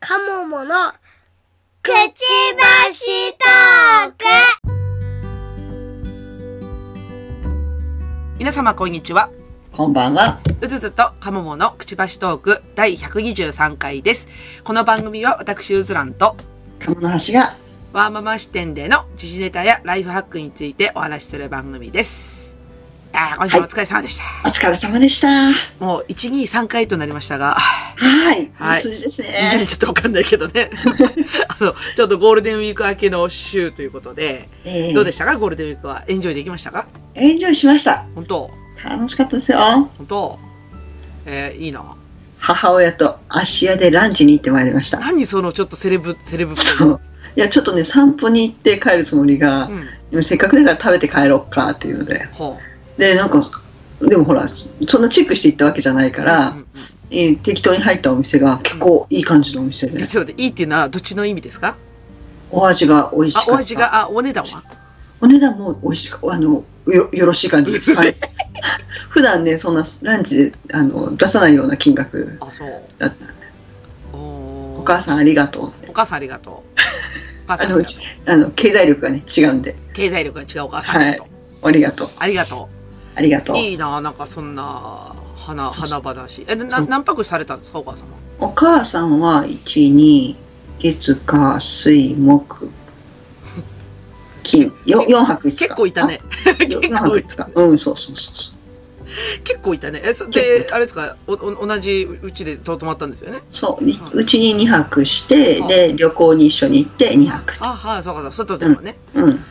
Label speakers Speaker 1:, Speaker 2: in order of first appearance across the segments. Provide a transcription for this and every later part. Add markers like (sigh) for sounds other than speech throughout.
Speaker 1: カモモのくちばしトーク
Speaker 2: 皆様こんにちは。
Speaker 3: こんばんは。
Speaker 2: うずずとカモモのくちばしトーク第123回です。この番組は私うずらんと
Speaker 3: 鴨の橋が
Speaker 2: ワーママ視点での時事ネタやライフハックについてお話しする番組です。あー今週もお疲れ様でした。
Speaker 3: お疲れ様でした。は
Speaker 2: もう123回となりましたが、
Speaker 3: い。
Speaker 2: はい
Speaker 3: 数字で
Speaker 2: (laughs)
Speaker 3: すね。
Speaker 2: ちょっとわかんないけどね。 (laughs) あの、ちょっとゴールデンウィーク明けの週ということで、
Speaker 3: えー
Speaker 2: どうでしたかゴールデンウィークは。エンジョイできましたか
Speaker 3: エンジョイしました。
Speaker 2: 本当
Speaker 3: 楽しかったですよ。
Speaker 2: 本当えーいいな。
Speaker 3: 母親と芦屋でランチに行ってまいりました。
Speaker 2: 何そのちょっとセレブ、セレブっぽい
Speaker 3: そ。 (laughs) う。いや、ちょっとね、散歩に行って帰るつもりが、
Speaker 2: うん。
Speaker 3: でもせっかくだから食べて帰ろっかっていうので。
Speaker 2: ほう。
Speaker 3: で、なんか、でもほら、そんなチェックして行ったわけじゃないから、
Speaker 2: うんうん
Speaker 3: えー適当に入ったお店が結構いい感じのお店で
Speaker 2: え、ちょっと待って、いいっていうのはどっちの意味ですか
Speaker 3: お味が美味しか
Speaker 2: あ
Speaker 3: っ、た。
Speaker 2: お味が、あ、お値段は
Speaker 3: お値段も美味しく、あの、よ、よろしい感じです。はい。 (laughs) 普段ね、そんなランチで、あの、出さないような金額
Speaker 2: あ、そう。
Speaker 3: だった。
Speaker 2: お
Speaker 3: お母さんありがとう。
Speaker 2: お母さんありが
Speaker 3: (laughs)
Speaker 2: とう。お母さ
Speaker 3: あ
Speaker 2: んあり
Speaker 3: の、
Speaker 2: が
Speaker 3: う
Speaker 2: と
Speaker 3: ちあの、経済力がね、違うんで。
Speaker 2: う。経済力が違うお母さんありがとう。
Speaker 3: ありがとう。
Speaker 2: ありがと
Speaker 3: ありがと
Speaker 2: う。
Speaker 3: う。
Speaker 2: いいな、なんかそんな、花、
Speaker 3: そう
Speaker 2: 花話。え、な、
Speaker 3: うん
Speaker 2: 何泊されたんですか、お母様。
Speaker 3: お母さんは、1、2、月、火、水、木、金、よ4泊5日。
Speaker 2: 結構いたね。 (laughs) 結
Speaker 3: 4
Speaker 2: 構
Speaker 3: 泊
Speaker 2: い、
Speaker 3: 5日。うん、そうそうそうそう。
Speaker 2: 結構いたね。え、そ
Speaker 3: 結構い
Speaker 2: で、あれですか、お、お同じうちでと泊まったんですよね。
Speaker 3: そう、うちに2泊して、で、旅行に一緒に行って2泊。
Speaker 2: あ、はい、そうか、そうか、外でもね。
Speaker 3: うん。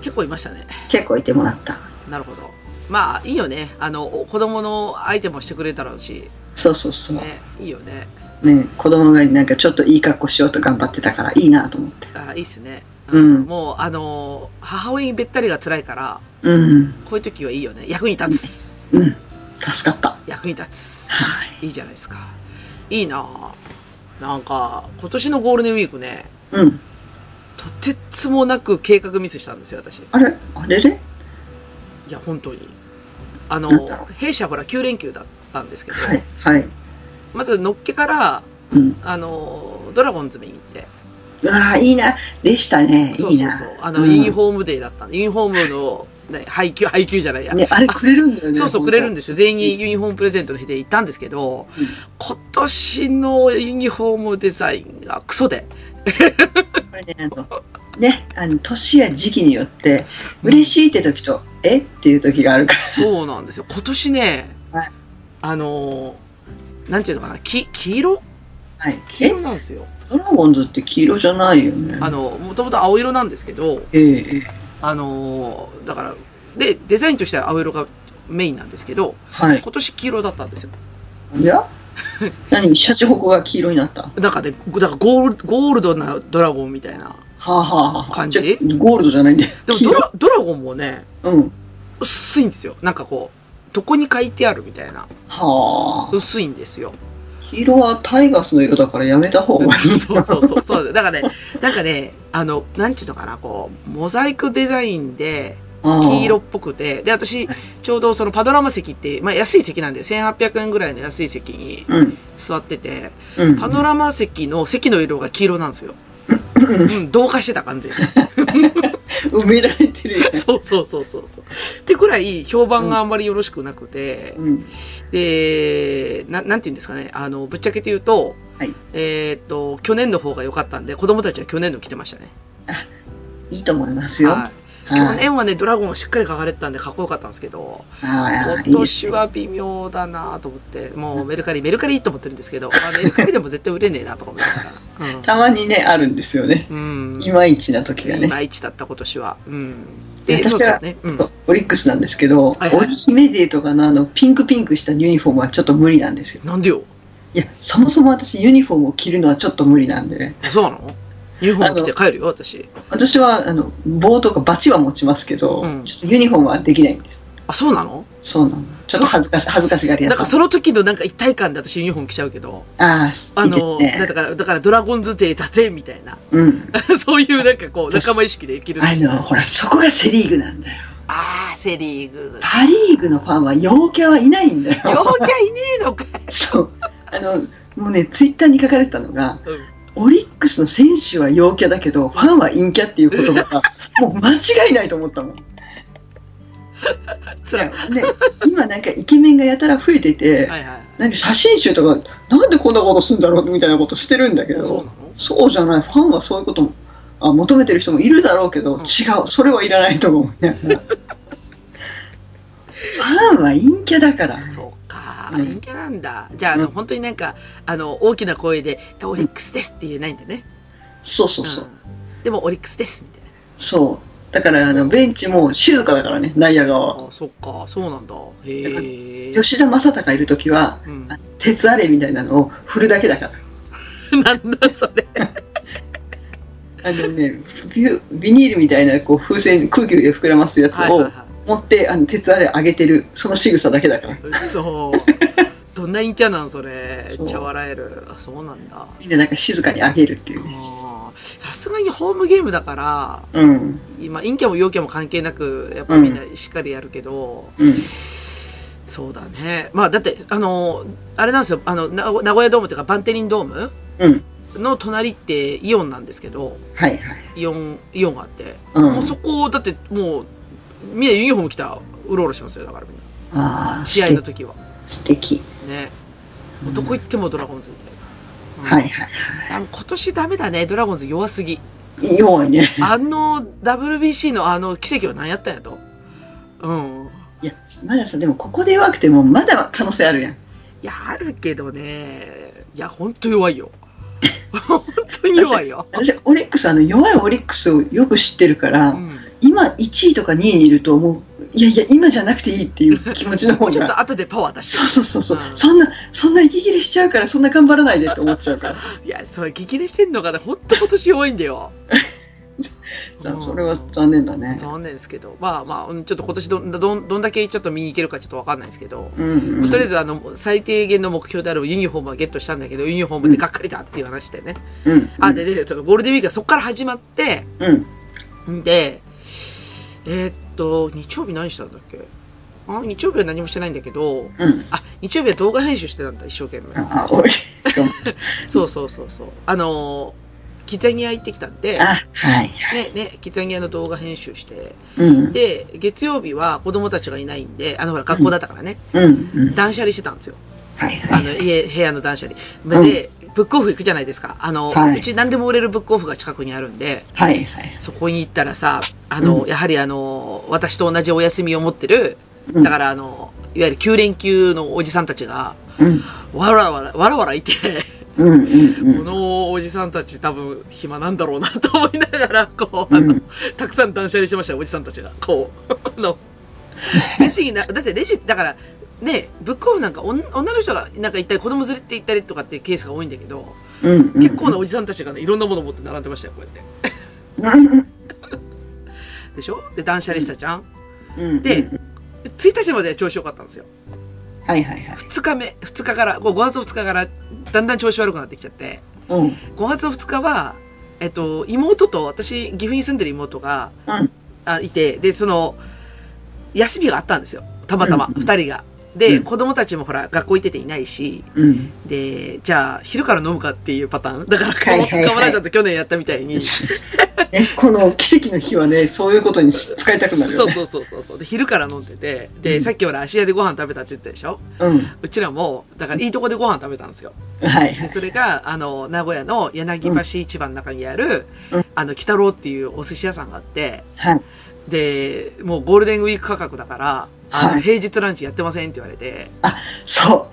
Speaker 2: 結構いましたね。
Speaker 3: 結構いてもらった。
Speaker 2: なるほど。まあ、いいよね。あの、お子供の相手もしてくれたろうし。
Speaker 3: そうそうそう。
Speaker 2: ね、いいよね。
Speaker 3: ね、子供がなんかちょっといい格好しようと頑張ってたからいいなと思って。
Speaker 2: あいいっすね。
Speaker 3: うん
Speaker 2: もう、あのー母親にべったりが辛いから、
Speaker 3: うん、
Speaker 2: こういう時はいいよね。役に立つ。
Speaker 3: うん、助かった。
Speaker 2: 役に立つ。
Speaker 3: はい
Speaker 2: いじゃないですか。いいなぁなんか、今年のゴールデンウィークね、
Speaker 3: うん、
Speaker 2: とてつもなく計画ミスしたんですよ、私。い
Speaker 3: あれあれれ
Speaker 2: や、本当に。あの
Speaker 3: なんだろ、
Speaker 2: 弊社ほら9連休だったんですけど、
Speaker 3: はい、はい。
Speaker 2: まずのっけから、
Speaker 3: うん、
Speaker 2: あのー、ドラゴンズ見に行って。
Speaker 3: うわあいいな。でしたね。
Speaker 2: そう
Speaker 3: いい
Speaker 2: そう
Speaker 3: な。
Speaker 2: そう。あの、
Speaker 3: うん
Speaker 2: ユニフォームデーだったんで、ユニフォームの、ね、配給、配給じゃないや。
Speaker 3: ね、あれくれるんだよね。
Speaker 2: そうそう、
Speaker 3: 本
Speaker 2: く
Speaker 3: 当
Speaker 2: れるんですよ。全員にユニフォームプレゼントの日で行ったんですけど、
Speaker 3: うん
Speaker 2: 今年のユニフォームデザインがクソで。
Speaker 3: これね、あの、ね、あの、年や時期によって、嬉しいって時と、えっていう時があるから。
Speaker 2: そうなんですよ。今年ね、
Speaker 3: はい
Speaker 2: あのー、なんていうのかな、き、黄色
Speaker 3: はい。
Speaker 2: 黄
Speaker 3: え
Speaker 2: 色、なんですよ。
Speaker 3: ドラゴンズって黄色じゃないよね。
Speaker 2: あの、もともと青色なんですけど、
Speaker 3: ええええ
Speaker 2: あのー、だから、で、デザインとしては青色がメインなんですけど、
Speaker 3: はい。
Speaker 2: 今年黄色だったんですよ。
Speaker 3: いや何シャチホコが黄色になったは
Speaker 2: なんかね、だからゴール、ゴールドなドラゴンみたいな。
Speaker 3: あ、はあはあ、
Speaker 2: 感じ
Speaker 3: ゃゴールドじゃないんで。
Speaker 2: でも
Speaker 3: 黄
Speaker 2: ド
Speaker 3: 色
Speaker 2: ラ、ドラゴンもね、
Speaker 3: うん。
Speaker 2: 薄いんですよ。なんかこう、どこに書いてあるみたいな。
Speaker 3: はあ。
Speaker 2: 薄いんですよ。
Speaker 3: 黄色はタイガースの色だからやめた方がいい。
Speaker 2: そうそうそう。そうだからね、なんかね、あの、なんちゅうのかな、こう、モザイクデザインで、
Speaker 3: ああ
Speaker 2: 黄色っ。ぽくて、で、私、ちょうどそのパドラマ席って、まあ安い席なんで、1800円ぐらいの安い席に
Speaker 3: うん。
Speaker 2: 座ってて、
Speaker 3: うん。
Speaker 2: パドラマ席の席の色が黄色なんですよ。
Speaker 3: うん
Speaker 2: うん、同化してた完全に。
Speaker 3: 埋められて (laughs) るよね。
Speaker 2: そうそうそうそうそう。ってくらい、評判があんまりよろしくなくて、
Speaker 3: うん。
Speaker 2: で、な、なんて言うんですかね。あの、ぶっちゃけて言うと、
Speaker 3: はい
Speaker 2: えーっと、去年の方が良かったんで、子供たちは去年の着てましたね。
Speaker 3: いいと思いますよ。
Speaker 2: は
Speaker 3: はいい。
Speaker 2: 去年はね、ドラゴンをしっかり描かれてたんでかっこよかったんですけど、
Speaker 3: ああ
Speaker 2: 今年は微妙だなと思って、もうメルカリ、メルカリと思ってるんですけど、まあ、メルカリでも絶対売れねえなとか思いなが
Speaker 3: いい (laughs) ですねたまにね、あるんですよね。
Speaker 2: ら。うん。うん。
Speaker 3: いまいちな時が
Speaker 2: い
Speaker 3: ね。
Speaker 2: まいちだった今年は。うん。で、そう
Speaker 3: 私
Speaker 2: で
Speaker 3: は
Speaker 2: すね。うん
Speaker 3: そ。うオリックスなんですけど、
Speaker 2: はいはい
Speaker 3: オリヒメデーとかのあのピンクピンクしたユニフォームはちょっと無理なんですよ。
Speaker 2: なんでよ。
Speaker 3: いや、そもそも私ユニフォームを着るのはちょっと無理なんで、
Speaker 2: そうなのユニフォーム着て帰るよ、私。
Speaker 3: 私はあの棒とかバチは持ちますけど、
Speaker 2: うん
Speaker 3: ちょっとユニフォームはできないんです。
Speaker 2: あ、そうなの
Speaker 3: そうなの。ちょっと恥ずかし恥ずかしがり屋
Speaker 2: なん
Speaker 3: さ
Speaker 2: か
Speaker 3: ん。
Speaker 2: その時のなんか一体感で私ユニフォーム着ちゃうけど、
Speaker 3: ああ、
Speaker 2: あ
Speaker 3: いいで
Speaker 2: の、
Speaker 3: すね
Speaker 2: だ。から、だからドラゴンズ勢だぜ、みたいな。 (laughs)
Speaker 3: うん。
Speaker 2: そういうなんかこう、仲間意識で生きる。
Speaker 3: あの、ほら、そこがセリーグなんだよ。
Speaker 2: あー、セリーグ。
Speaker 3: パリーグのファンは陽キャはいない
Speaker 2: (laughs)
Speaker 3: んだよ。
Speaker 2: 陽キャいねえのか。
Speaker 3: (laughs) そう。あの、もうね、ツイッターに書かれてたのが、
Speaker 2: うん
Speaker 3: オリックスの選手は陽キャだけど、ファンは陰キャっていう言
Speaker 2: (laughs)
Speaker 3: 葉が、もう間違いないと思ったもん。
Speaker 2: つらい。
Speaker 3: ね、今なんかイケメンがやたら増えてて、
Speaker 2: はいはい。
Speaker 3: なんか写真集とか、なんでこんなことすんだろうみたいなことしてるんだけ
Speaker 2: そう
Speaker 3: ど
Speaker 2: な、の
Speaker 3: そうじゃない、ファンはそういうこともあ求めてる人もいるだろうけど、
Speaker 2: うん
Speaker 3: 違う、それはいらないと
Speaker 2: (laughs)
Speaker 3: 思うね。ファンは陰キャだから。
Speaker 2: そうか、
Speaker 3: うん
Speaker 2: 陰キャなんだ。じゃあ、あの、
Speaker 3: うん
Speaker 2: 本当になんか、あの、大きな声で、えオリックスですって言えないんだね。
Speaker 3: そうそうそう。
Speaker 2: うんでも、オリックスです、みたい
Speaker 3: そう。だから、あの、ベンチも静かだからね、内野側は。
Speaker 2: な。あ、そっか、そうなんだ。へえ。
Speaker 3: 吉田正尚いるときは、
Speaker 2: うん。 (laughs)
Speaker 3: 鉄アレみたいなのを振るだけだから。
Speaker 2: なんだ、それ。
Speaker 3: あのね、ビュビニールみたいなこう風船、空気で膨らますやつ
Speaker 2: はいはい
Speaker 3: を
Speaker 2: は
Speaker 3: 持って、あの鉄アレ上げてる、その仕草だけだから。
Speaker 2: い。うそ。どんな陰キャなん、それ。めっちゃ笑える。あ、そうなんだ。
Speaker 3: みんななんか静かに上げるっていうね。
Speaker 2: あーさすがにホームゲームだから、
Speaker 3: うん。
Speaker 2: 今、陰キャも陽キャも関係なく、やっぱみんなしっかりやるけど、
Speaker 3: うん。
Speaker 2: そうだね。まあ、だって、あの、あれなんですよ、あの、な名古屋ドームというか、バンテリンドーム
Speaker 3: うん。
Speaker 2: の隣ってイオンなんですけど、
Speaker 3: はいはい。
Speaker 2: イオン、イオンがあって、
Speaker 3: うん
Speaker 2: もうそこを、だってもう、みんなユニフォーム着た、うろうろしますよ、だからみんな。
Speaker 3: ああ、
Speaker 2: 試合の時は。
Speaker 3: 素敵。
Speaker 2: ね。どこ行ってもドラゴンズみたいな。うん
Speaker 3: はいはいは
Speaker 2: あの今年ダメだね、ドラゴンズ弱すぎ。
Speaker 3: い。弱いね。 (laughs)
Speaker 2: あの WBC のあの奇跡は何やったんやと。うん。
Speaker 3: いや、まださ、でもここで弱くても、まだ可能性あるやん。
Speaker 2: いや、あるけどね。いや、ほんと弱
Speaker 3: (laughs)
Speaker 2: いよ。本当に弱いよ。
Speaker 3: 私、オリックス、あの、弱いオリックスをよく知ってるから、
Speaker 2: うん。
Speaker 3: 今1位とか2位にいると、もう、いやいや、今じゃなくていいっていう気持ちの
Speaker 2: も
Speaker 3: 方
Speaker 2: うちょっ
Speaker 3: が。
Speaker 2: と後でパワー出し
Speaker 3: そうそうそうそう、
Speaker 2: うん
Speaker 3: そんな、そんな息切れしちゃうから、そんな頑張らないでって思っちゃ
Speaker 2: (laughs)
Speaker 3: うから。
Speaker 2: て。いや、そう、激励してんのかな。ほんと今年弱いんだよ。
Speaker 3: さあ (laughs) それは残念だね。
Speaker 2: 残念ですけど。まあまあ、うんちょっと今年どんどんどんだけちょっと見に行けるかちょっとわかんないですけど。
Speaker 3: うん、うん。
Speaker 2: とりあえず、あの、最低限の目標であるユニフォームはゲットしたんだけど、ユニフォームでがっかりだっていう話でね。
Speaker 3: うん。
Speaker 2: あ、で、で、ちょっとゴールデンウィークがそこから始まって、
Speaker 3: うん。
Speaker 2: んで、えーっと、日曜日何したんだっけあ、日曜日は何もしてないんだけど、
Speaker 3: うん。
Speaker 2: あ、日曜日は動画編集してたんだ、一生懸命。
Speaker 3: あ、おい。
Speaker 2: そうそうそうそう。あのー、キッザニア行ってきたんで、
Speaker 3: あ、はい。
Speaker 2: ね、ね、キッザニアの動画編集して、
Speaker 3: うん。
Speaker 2: で、月曜日は子供たちがいないんで、あの、ほら、学校だったからね、
Speaker 3: うん。うん。
Speaker 2: 断捨離してたんですよ。
Speaker 3: はい
Speaker 2: あ
Speaker 3: はい。
Speaker 2: の、家、部屋の断捨離。で、ブックオフ行くじゃないですか。あの、
Speaker 3: はいう
Speaker 2: ち何でも売れるブックオフが近くにあるんで、
Speaker 3: はいはい。
Speaker 2: そこに行ったらさ、あの、
Speaker 3: う
Speaker 2: やはりあの、私と同じお休みを持ってる、
Speaker 3: うん
Speaker 2: だからあの、いわゆる9連休のおじさんたちが、
Speaker 3: うん。
Speaker 2: わらわら、わらわらいて、
Speaker 3: うん。うん。うん
Speaker 2: こ。のおじさんたち多分暇なんだろうなと思いながら、こう、あの、
Speaker 3: うん
Speaker 2: たくさん断捨離しましたよ、おじさんたちが。こう、あ (laughs)
Speaker 3: (laughs)
Speaker 2: の、レジにな、だってレジ、だから、ね、ブックオフなんか女女の人がなんか行ったり、子供連れて行ったりとかっていうケースが多いんだけど、
Speaker 3: うんうん
Speaker 2: 結構なおじさんたちがね、いろんなもの持って並んでましたよ、こうやって。
Speaker 3: うん
Speaker 2: でしょで、断捨離したじゃん、
Speaker 3: うん
Speaker 2: で
Speaker 3: うん
Speaker 2: 1日まで調子良かったんですよ。
Speaker 3: はいはいはい。
Speaker 2: 2日目、2日から、5月2日から、だんだん調子悪くなってきちゃって、
Speaker 3: うん。
Speaker 2: 5月2日は、えっと、妹と、私、岐阜に住んでる妹が、
Speaker 3: うん
Speaker 2: あいて、で、その、休みがあったんですよ。たまたま、
Speaker 3: うん
Speaker 2: 2人が。で、
Speaker 3: うん
Speaker 2: 子供たちもほら、学校行ってていないし、
Speaker 3: うん。
Speaker 2: で、じゃあ、昼から飲むかっていうパターン。だから、か
Speaker 3: はい
Speaker 2: も
Speaker 3: はいはい
Speaker 2: らちゃんと去年やったみたいに。
Speaker 3: ねこの奇跡の日はね、そういうことに使いたくなる
Speaker 2: そ
Speaker 3: よ
Speaker 2: う
Speaker 3: ね。
Speaker 2: そうそうそうそう。で、昼から飲んでて、で、
Speaker 3: うん
Speaker 2: さっきほら、芦屋でご飯食べたって言ったでしょ
Speaker 3: うん。
Speaker 2: うちらも、だから、いいとこでご飯食べたんですよ。
Speaker 3: はいは
Speaker 2: で
Speaker 3: い。
Speaker 2: それが、あの、名古屋の柳橋市場の中にある、
Speaker 3: うん
Speaker 2: あの、鬼太郎っていうお寿司屋さんがあって、
Speaker 3: はい。
Speaker 2: で、もうゴールデンウィーク価格だから、あの、
Speaker 3: はい
Speaker 2: 平日ランチやってませんって言われて、
Speaker 3: そう。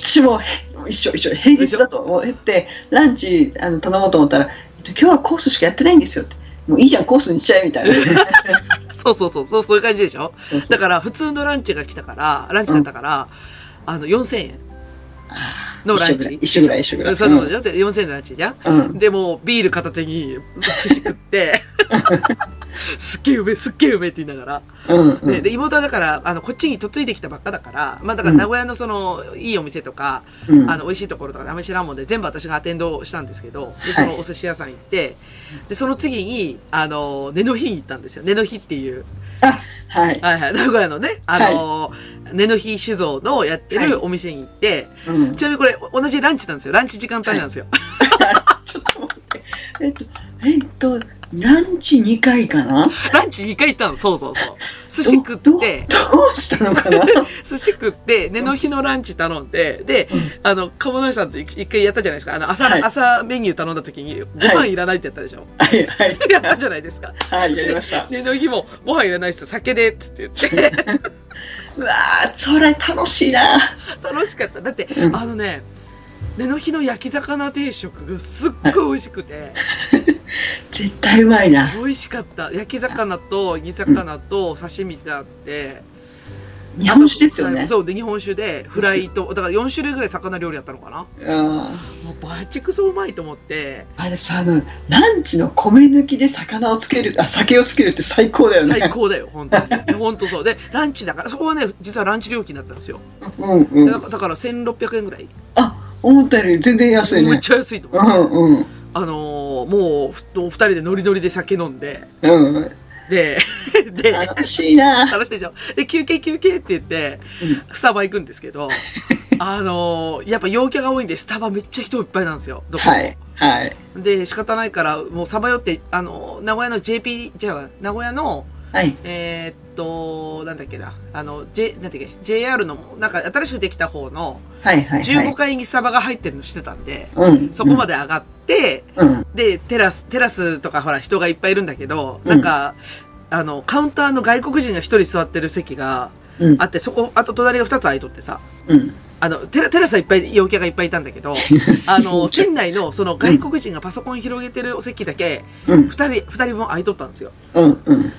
Speaker 3: 私も一緒一緒。平日だと思って、ランチあの頼もうと思ったら、えっと今日はコースしかやってないんですよって。もういいじゃん、コースにしちゃえみたいな。
Speaker 2: そうそうそう、そう、そういう感じでしょ
Speaker 3: そうそう
Speaker 2: だから、普通のランチが来たから、ランチだったから、あの、4000円のランチ。
Speaker 3: 一緒ぐらい一緒ぐらい一
Speaker 2: そ
Speaker 3: 緒
Speaker 2: う
Speaker 3: ぐ
Speaker 2: な
Speaker 3: ら
Speaker 2: こ
Speaker 3: い
Speaker 2: とでしょで ?4000 円のランチじゃん
Speaker 3: うん。
Speaker 2: でも、ビール片手に、寿司食
Speaker 3: (laughs)
Speaker 2: って、すっげえうめえ、すっげえうめえって言いながら。
Speaker 3: うん。うん。
Speaker 2: でで妹はだからあのこっちに嫁いできたばっかだから、まあ、だから名古屋のそのいいお店とか、
Speaker 3: うん
Speaker 2: あの美味しいところとかあんまり知らんもんで全部私がアテンドしたんですけどでそのお寿司屋さん行ってでその次にあの寝の日に行ったんですよ寝の日っていう
Speaker 3: あ、はい。
Speaker 2: はいはい。名古屋のね、あのー、根の日酒造のやって
Speaker 3: はい
Speaker 2: るお店に行って、
Speaker 3: うん。
Speaker 2: ちなみにこれ、お同じランチなんですよ。ランチ時間帯なんですよ。
Speaker 3: (laughs) ちょっと待って。えっと、えっと、ランチ2回かな
Speaker 2: ランチ2回行ったの、そうそうそう。寿司食って、
Speaker 3: どどうしたのかな
Speaker 2: 寿司食って、根の日のランチ頼んで、で、あの、鴨の井さんと一回やったじゃないですか。あの、朝、
Speaker 3: はい
Speaker 2: 朝メニュー頼んだ時に、ご飯いらないってやったでしょ。 (laughs)
Speaker 3: はい、はい、
Speaker 2: やったじゃないですか。
Speaker 3: はい、やりました。
Speaker 2: 根の日も、ご飯いらないっす、酒で、っつって言っ
Speaker 3: (laughs)
Speaker 2: て。
Speaker 3: うわー、それ楽しいな。
Speaker 2: 楽しかった。だって、
Speaker 3: うん
Speaker 2: あのね、根の日の焼き魚定食がすっごい美味しくて、
Speaker 3: 絶対うまいな。
Speaker 2: 美味しかった。焼き魚と煮魚と刺身があって、
Speaker 3: 日本酒ですよね。
Speaker 2: そうで、日本酒で、フライと、だから4種類ぐらい魚料理やったのかなも
Speaker 3: うん
Speaker 2: うバチクソうまいと思って、
Speaker 3: あれさ、あの、ランチの米抜きで魚をつける、あ、酒をつけるって最高だよね。
Speaker 2: 最高だよ、本当
Speaker 3: (laughs)
Speaker 2: に。本当そう。で、ランチだから、そこはね、実はランチ料金だったんですよ。
Speaker 3: うんう
Speaker 2: だ
Speaker 3: ん。
Speaker 2: からだから1600円ぐらい。
Speaker 3: あ、思ったより全然安い
Speaker 2: めっ
Speaker 3: ね。
Speaker 2: ちゃ安いと
Speaker 3: う
Speaker 2: 思う。
Speaker 3: んうん。
Speaker 2: あのーもう、ふお二人でノリノリで酒飲んで、
Speaker 3: うん。 (laughs)
Speaker 2: で、で、
Speaker 3: 楽し
Speaker 2: (laughs)
Speaker 3: いな。
Speaker 2: 楽しいでしょ。で、休憩休憩って言って
Speaker 3: うん、
Speaker 2: スタバ行くんですけど、あのーやっぱ陽キャが多いんで、スタバめっちゃ人いっぱいなんですよ。どこも
Speaker 3: はい。はい。
Speaker 2: で、仕方ないから、もうさばよって、あの、名古屋の JP、じゃあ、名古屋の、
Speaker 3: はい。
Speaker 2: えーっと、なんだっけな、あの、J、なんだっけ、JR の、なんか新しくできた方の、
Speaker 3: はい。はい。
Speaker 2: 15階にスタバが入ってるのしてたんで、
Speaker 3: うん。
Speaker 2: そこまで上がって、
Speaker 3: うん。
Speaker 2: で、テラス、テラスとかほら人がいっぱいいるんだけど、なんか、あの、カウンターの外国人が一人座ってる席が
Speaker 3: うん
Speaker 2: あって、そこ、あと隣が二つ空いとってさ、
Speaker 3: うん。
Speaker 2: あの、テラ、テラスはいっぱい、陽キャがいっぱいいたんだけ
Speaker 3: (laughs)
Speaker 2: ど、あの、店内のその外国人がパソコン広げてるお席だけ、
Speaker 3: うん。
Speaker 2: 二人、二人分空いとったんですよ。
Speaker 3: うん。うん。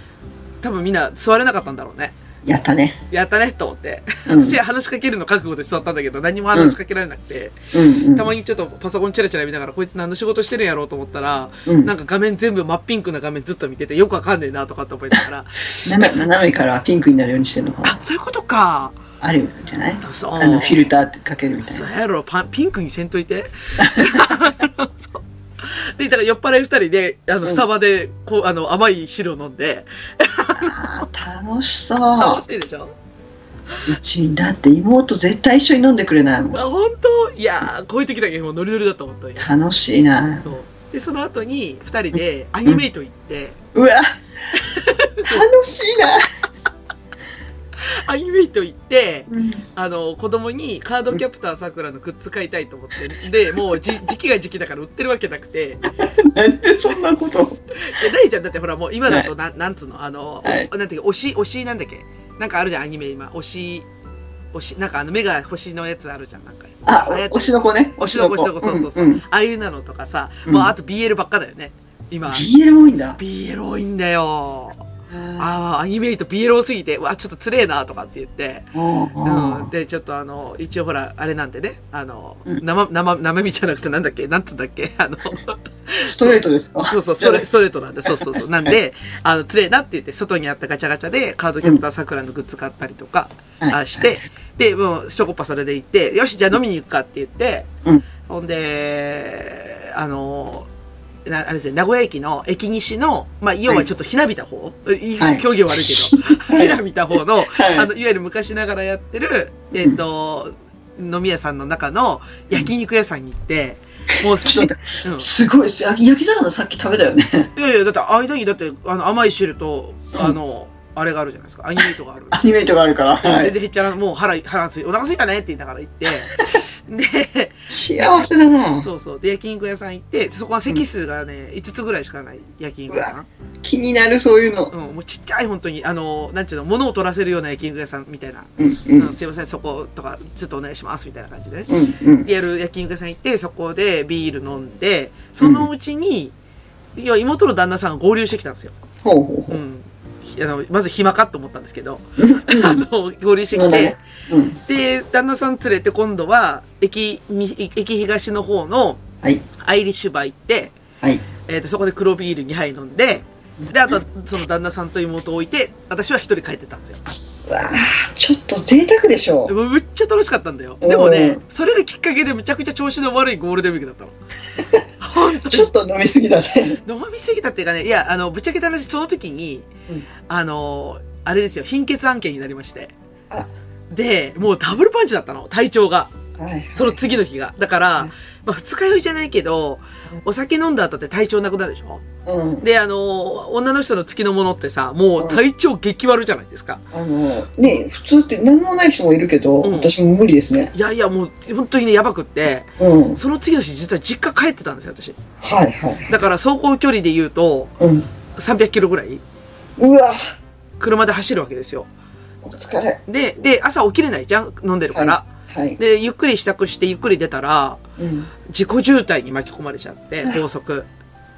Speaker 2: 多分みんな座れなかったんだろうね。
Speaker 3: やったね。
Speaker 2: やったねと思って。
Speaker 3: うん。
Speaker 2: 私は話しかけるの覚悟で座ったんだけど、何も話しかけられなくて、
Speaker 3: うん。
Speaker 2: たまにちょっとパソコンチラチラ見ながら、こいつ何の仕事してるんやろうと思ったら、
Speaker 3: うん
Speaker 2: なんか画面全部真っピンクな画面ずっと見てて、よくわかんねえなとかって思いながら、
Speaker 3: 斜め斜めからピンクになるようにしてるのか
Speaker 2: あ
Speaker 3: な、
Speaker 2: そういうことか。
Speaker 3: あるんじゃない
Speaker 2: そう。
Speaker 3: あのフィルターってかけるみたい
Speaker 2: そう
Speaker 3: な
Speaker 2: やろ、パン、ピンクにせんといて。 (laughs) そうで、だから酔っ払い二人で、あの、スタバで、こう、あの、甘い汁を飲んで、
Speaker 3: あー楽しそう
Speaker 2: 楽しいでしょ
Speaker 3: うちだって妹絶対一緒に飲んでくれないもん
Speaker 2: あ本当いやー、こういう時だけもうノリノリだった、本当に。
Speaker 3: 楽しいな
Speaker 2: そう。で、その後に、二人でアニメイト行って、
Speaker 3: うわ楽しいな、
Speaker 2: アニメイト行って、
Speaker 3: うん、
Speaker 2: あの、子供にカードキャプターさくらのグッズ買いたいと思って、で、もうじ、時期が時期だから売ってるわけなくて、
Speaker 3: なんでそんなこと
Speaker 2: いや、大ちゃんだってほらもう今だとな、なんつうのあの、
Speaker 3: はい
Speaker 2: おなんていうか、推し、推しなんだっけなんかあるじゃん、アニメ今。推し、推し、なんかあの目が星のやつあるじゃん、なんか。
Speaker 3: あ
Speaker 2: やつ
Speaker 3: 推しの子ね
Speaker 2: 推しの子、推しの子、そうそうそう。
Speaker 3: んん
Speaker 2: ああいうなのとかさ、
Speaker 3: うん
Speaker 2: もうあと BL ばっかだよね。今。
Speaker 3: BL 多いんだ
Speaker 2: BL 多いんだよ。
Speaker 3: あ
Speaker 2: ああ、アニメイト BL 多すぎて、うわ、ちょっとつれえな、とかって言って。
Speaker 3: あ
Speaker 2: うん、で、ちょっとあの、一応ほら、あれなんでね、あの、
Speaker 3: うん
Speaker 2: 生、生、生身じゃなくてなんだっけなんつうんだっけ (laughs)
Speaker 3: (laughs)
Speaker 2: あの、
Speaker 3: ストレートですか
Speaker 2: そうそう、それ、ストレートなんで、そうそうそう。なんで、あの、つれえなって言って、外にあったガチャガチャで、カードキャプター桜のグッズ買ったりとか、
Speaker 3: はい
Speaker 2: あして、で、もう、ショコパそれで行って、よし、じゃあ飲みに行くかって言って、
Speaker 3: うん
Speaker 2: ほんで、あの、なあれですね、名古屋駅の駅西の、まあ、要はちょっとひなびた方、いい (laughs)
Speaker 3: はい
Speaker 2: 競技は悪いけど、
Speaker 3: (laughs) は
Speaker 2: ひ
Speaker 3: い
Speaker 2: なびた方の、
Speaker 3: はい
Speaker 2: あの、いわゆる昔ながらやってる、えっ、と、飲み屋さんの中の焼肉屋さんに行って、もう、
Speaker 3: ちょっと待っ
Speaker 2: うん
Speaker 3: てすごいす焼き魚さっき食べたよね
Speaker 2: いやいや、だって間にだって、あの、甘い汁と、
Speaker 3: うん
Speaker 2: あの、あれがあるじゃないですか。アニメイトがある。
Speaker 3: アニメートがあるから、
Speaker 2: うん
Speaker 3: はい
Speaker 2: 全然へっちゃら、もう腹い、腹すい、お腹すいたねって言いながら行って。で、
Speaker 3: 幸せだな
Speaker 2: そうそう。で、焼肉屋さん行って、そこは席数がね、5つぐらいしかない焼肉屋さん。
Speaker 3: 気になるそういうの
Speaker 2: うん、もうちっちゃい本当に、あの、なんていうの、物を取らせるような焼肉屋さんみたいな。
Speaker 3: うんう
Speaker 2: うんん、すいません、そことか、ちょっとお願いします、みたいな感じでね。
Speaker 3: うんうん
Speaker 2: でやる焼き肉屋さん行って、そこでビール飲んで、そのうちに、いや、妹の旦那さんが合流してきたんですよ。
Speaker 3: ほうほうほ
Speaker 2: うん。ひあの、まず暇かと思ったんですけど、
Speaker 3: ううん
Speaker 2: (laughs) あの、合流してきて、
Speaker 3: うんうん
Speaker 2: で、旦那さん連れて今度は、駅に、駅東の方の
Speaker 3: はい
Speaker 2: アイリッシュバー行って、
Speaker 3: はい
Speaker 2: えっ、と、そこで黒ビール2杯飲んで、で、あと、その旦那さんと妹を置いて、私は一人帰ってたんですよ。
Speaker 3: うわあちょっと贅沢でしょ
Speaker 2: でもむっちゃ楽しかったんだよ。でもね
Speaker 3: おー、
Speaker 2: それがきっかけでむちゃくちゃ調子の悪いゴールデンウィークだった
Speaker 3: (laughs)
Speaker 2: の。本当
Speaker 3: ちょ
Speaker 2: に
Speaker 3: っ。と飲みすぎだね
Speaker 2: 飲みすぎたっていうかね、いや、あの、ぶっちゃけた話、その時に、
Speaker 3: うん
Speaker 2: あの、あれですよ、貧血案件になりまして
Speaker 3: あら。
Speaker 2: で、もうダブルパンチだったの、体調が。
Speaker 3: はい。
Speaker 2: その次の日が。だから、
Speaker 3: うん
Speaker 2: まあ、二日酔いじゃないけど
Speaker 3: うん、
Speaker 2: お酒飲んだ後って体調なくなるでしょ
Speaker 3: うん。
Speaker 2: で、あのー、女の人の月のものってさ、もう体調激悪じゃないですか。
Speaker 3: あの、ね、普通って何もない人もいるけど、
Speaker 2: うん
Speaker 3: 私も無理ですね。
Speaker 2: いやいや、もう、本当にね、やばくって、
Speaker 3: うん。
Speaker 2: その次の日、実は実家帰ってたんですよ、私。
Speaker 3: はいはい。
Speaker 2: だから、走行距離で言うと、
Speaker 3: うん。
Speaker 2: 300キロぐらい、
Speaker 3: うわ
Speaker 2: 車で走るわけですよ。
Speaker 3: お疲れ。
Speaker 2: で、で、朝起きれないじゃん、飲んでるから。
Speaker 3: はい。
Speaker 2: で、ゆっくり支度して、ゆっくり出たら、
Speaker 3: うん。
Speaker 2: 自己渋滞に巻き込まれちゃって、高速。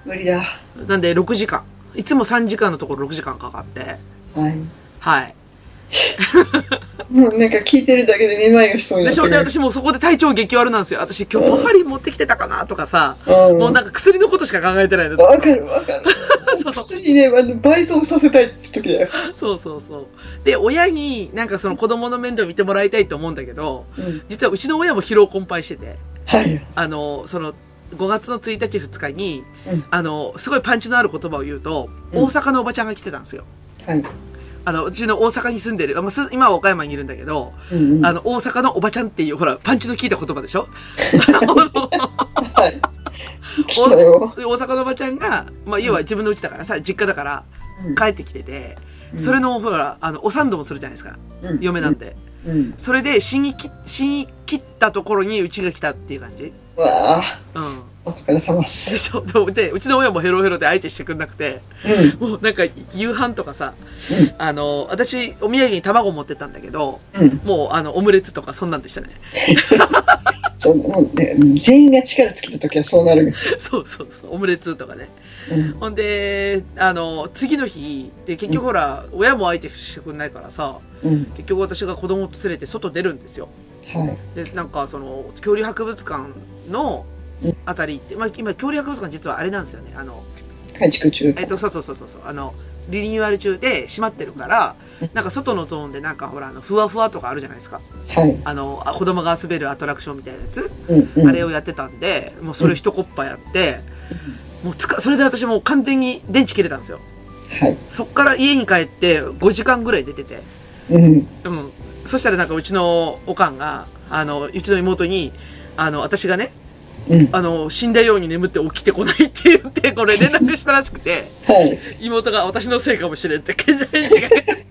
Speaker 3: 無理だ。
Speaker 2: なんで、6時間。いつも3時間のところ6時間かかって、
Speaker 3: はい。
Speaker 2: はい。
Speaker 3: もうなんか聞いてるだけでめまいがしそうにな
Speaker 2: で
Speaker 3: っ
Speaker 2: しょで、私もうそこで体調激悪なんですよ。私今日バファリン持ってきてたかなとかさ、
Speaker 3: うん。
Speaker 2: もうなんか薬のことしか考えてないの。
Speaker 3: わかるわかる。
Speaker 2: (laughs) そう
Speaker 3: 薬ね、あの倍増させたいって時だよ。
Speaker 2: そうそうそう。で、親になんかその子供の面倒見てもらいたいと思うんだけど、
Speaker 3: うん。
Speaker 2: 実はうちの親も疲労困憊してて、
Speaker 3: はい。
Speaker 2: あの、その、5月の1日2日に、
Speaker 3: うん
Speaker 2: あの、すごいパンチのある言葉を言うと、
Speaker 3: うん
Speaker 2: 大阪のおばちゃんが来てたんですよ。
Speaker 3: はい。
Speaker 2: あの、うちの大阪に住んでる、あまあす今は岡山にいるんだけど、
Speaker 3: うんうん。
Speaker 2: あの、大阪のおばちゃんっていう、ほら、パンチの効いた言葉でしょ
Speaker 3: (laughs) はい。来たよ。
Speaker 2: (laughs) で大阪のおばちゃんが、まあ、要は自分の家だからさ、実家だから、帰ってきてて、それ
Speaker 3: の、
Speaker 2: の、ほら、あの、お三度もするじゃないですか。
Speaker 3: うん
Speaker 2: 嫁なん。て。
Speaker 3: うん。
Speaker 2: それで、死にき、死に切ったところにうちが来たっていう感じ。
Speaker 3: うわあ、
Speaker 2: うん。
Speaker 3: お疲れ様で。
Speaker 2: ですしょでもで、うちの親もヘロヘロで相手してくんなくて、
Speaker 3: うん。
Speaker 2: もうなんか、夕飯とかさ、あの、私、お土産に卵持ってったんだけど、
Speaker 3: うん。
Speaker 2: もう、あの、オムレツとかそんなんでしたね。 (laughs)
Speaker 3: そう、もうね、全員が力尽きた時はそうなる。
Speaker 2: そうそうそう、オムレツとかね。
Speaker 3: うん。
Speaker 2: ほんで、あの、次の日、で、結局ほら、親も相手してくんないからさ、
Speaker 3: うん。
Speaker 2: 結局私が子供と連れて外出るんですよ。
Speaker 3: はい。
Speaker 2: で、なんかその、恐竜博物館の
Speaker 3: うん
Speaker 2: あたりって、まあ今、恐竜博物館実はあれなんですよね。あの、
Speaker 3: 改築中。
Speaker 2: えっと、そうそうそうそうそう、あの、リニューアル中で閉まってるから
Speaker 3: うん、
Speaker 2: なんか外のゾーンでなんかほら、あの、ふわふわとかあるじゃないですか。
Speaker 3: はい。
Speaker 2: あの、あ子供が滑るアトラクションみたいなやつ、
Speaker 3: うん。うん
Speaker 2: あれをやってたんで、もうそれ一コッパやって、もうつか、それで私もう完全に電池切れたんですよ。
Speaker 3: はい。
Speaker 2: そっから家に帰って5時間ぐらい出てて。
Speaker 3: うん。
Speaker 2: うん。そしたらなんかうちのおかんが、あの、うちの妹に、あの、私がね、
Speaker 3: うん。
Speaker 2: あの、死んだように眠って起きてこないって言って、これ連絡したらしくて、
Speaker 3: はい。
Speaker 2: 妹が私のせいかもしれんって返事が来て。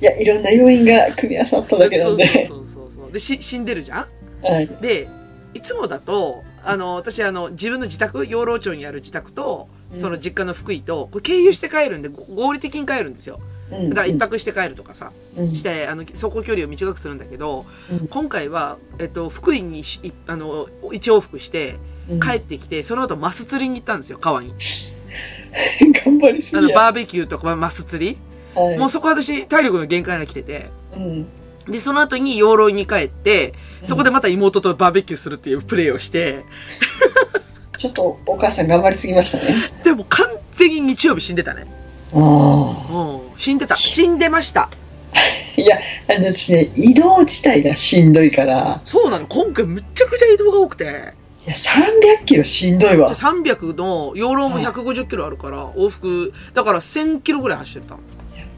Speaker 3: いや、いろんな要因が組み合わさっただけな
Speaker 2: そ
Speaker 3: ん
Speaker 2: うそう
Speaker 3: で。
Speaker 2: そうそうそう。で、し死んでるじゃん
Speaker 3: はい。
Speaker 2: で、いつもだと、あの、私、あの、自分の自宅、養老町にある自宅と、
Speaker 3: うん
Speaker 2: その実家の福井と、これ経由して帰るんで、ご合理的に帰るんですよ。
Speaker 3: うん
Speaker 2: だから一泊して帰るとかさ。
Speaker 3: うん
Speaker 2: して、あの、走行距離を短くするんだけど、
Speaker 3: うん
Speaker 2: 今回は、えっと、福井にし、いあの、一往復して、
Speaker 3: うん
Speaker 2: 帰ってきて、その後マス釣りに行ったんですよ、川に。
Speaker 3: (laughs) 頑張りす
Speaker 2: あ
Speaker 3: ぎ
Speaker 2: の、
Speaker 3: や。
Speaker 2: バーベキューとかマス釣り。
Speaker 3: はい
Speaker 2: もうそこ私、体力の限界が来てて。
Speaker 3: うん。
Speaker 2: で、その後に養老に帰って、そこでまた妹とバーベキューするっていうプレイをして、
Speaker 3: ちょっとお母さん頑張りすぎまし
Speaker 2: (laughs)
Speaker 3: たね。
Speaker 2: でも完全に日曜日死んでたね。
Speaker 3: あ
Speaker 2: うん。死んでた。死んでました。
Speaker 3: あ。いや、あのですね、移動自体がしんどいから、
Speaker 2: そうなの。今回むっちゃくちゃ移動が多くて。
Speaker 3: いや、300キロしんどいわ。
Speaker 2: 300の、養老も150キロあるから、往復、だから1000キロぐらい走ってたの。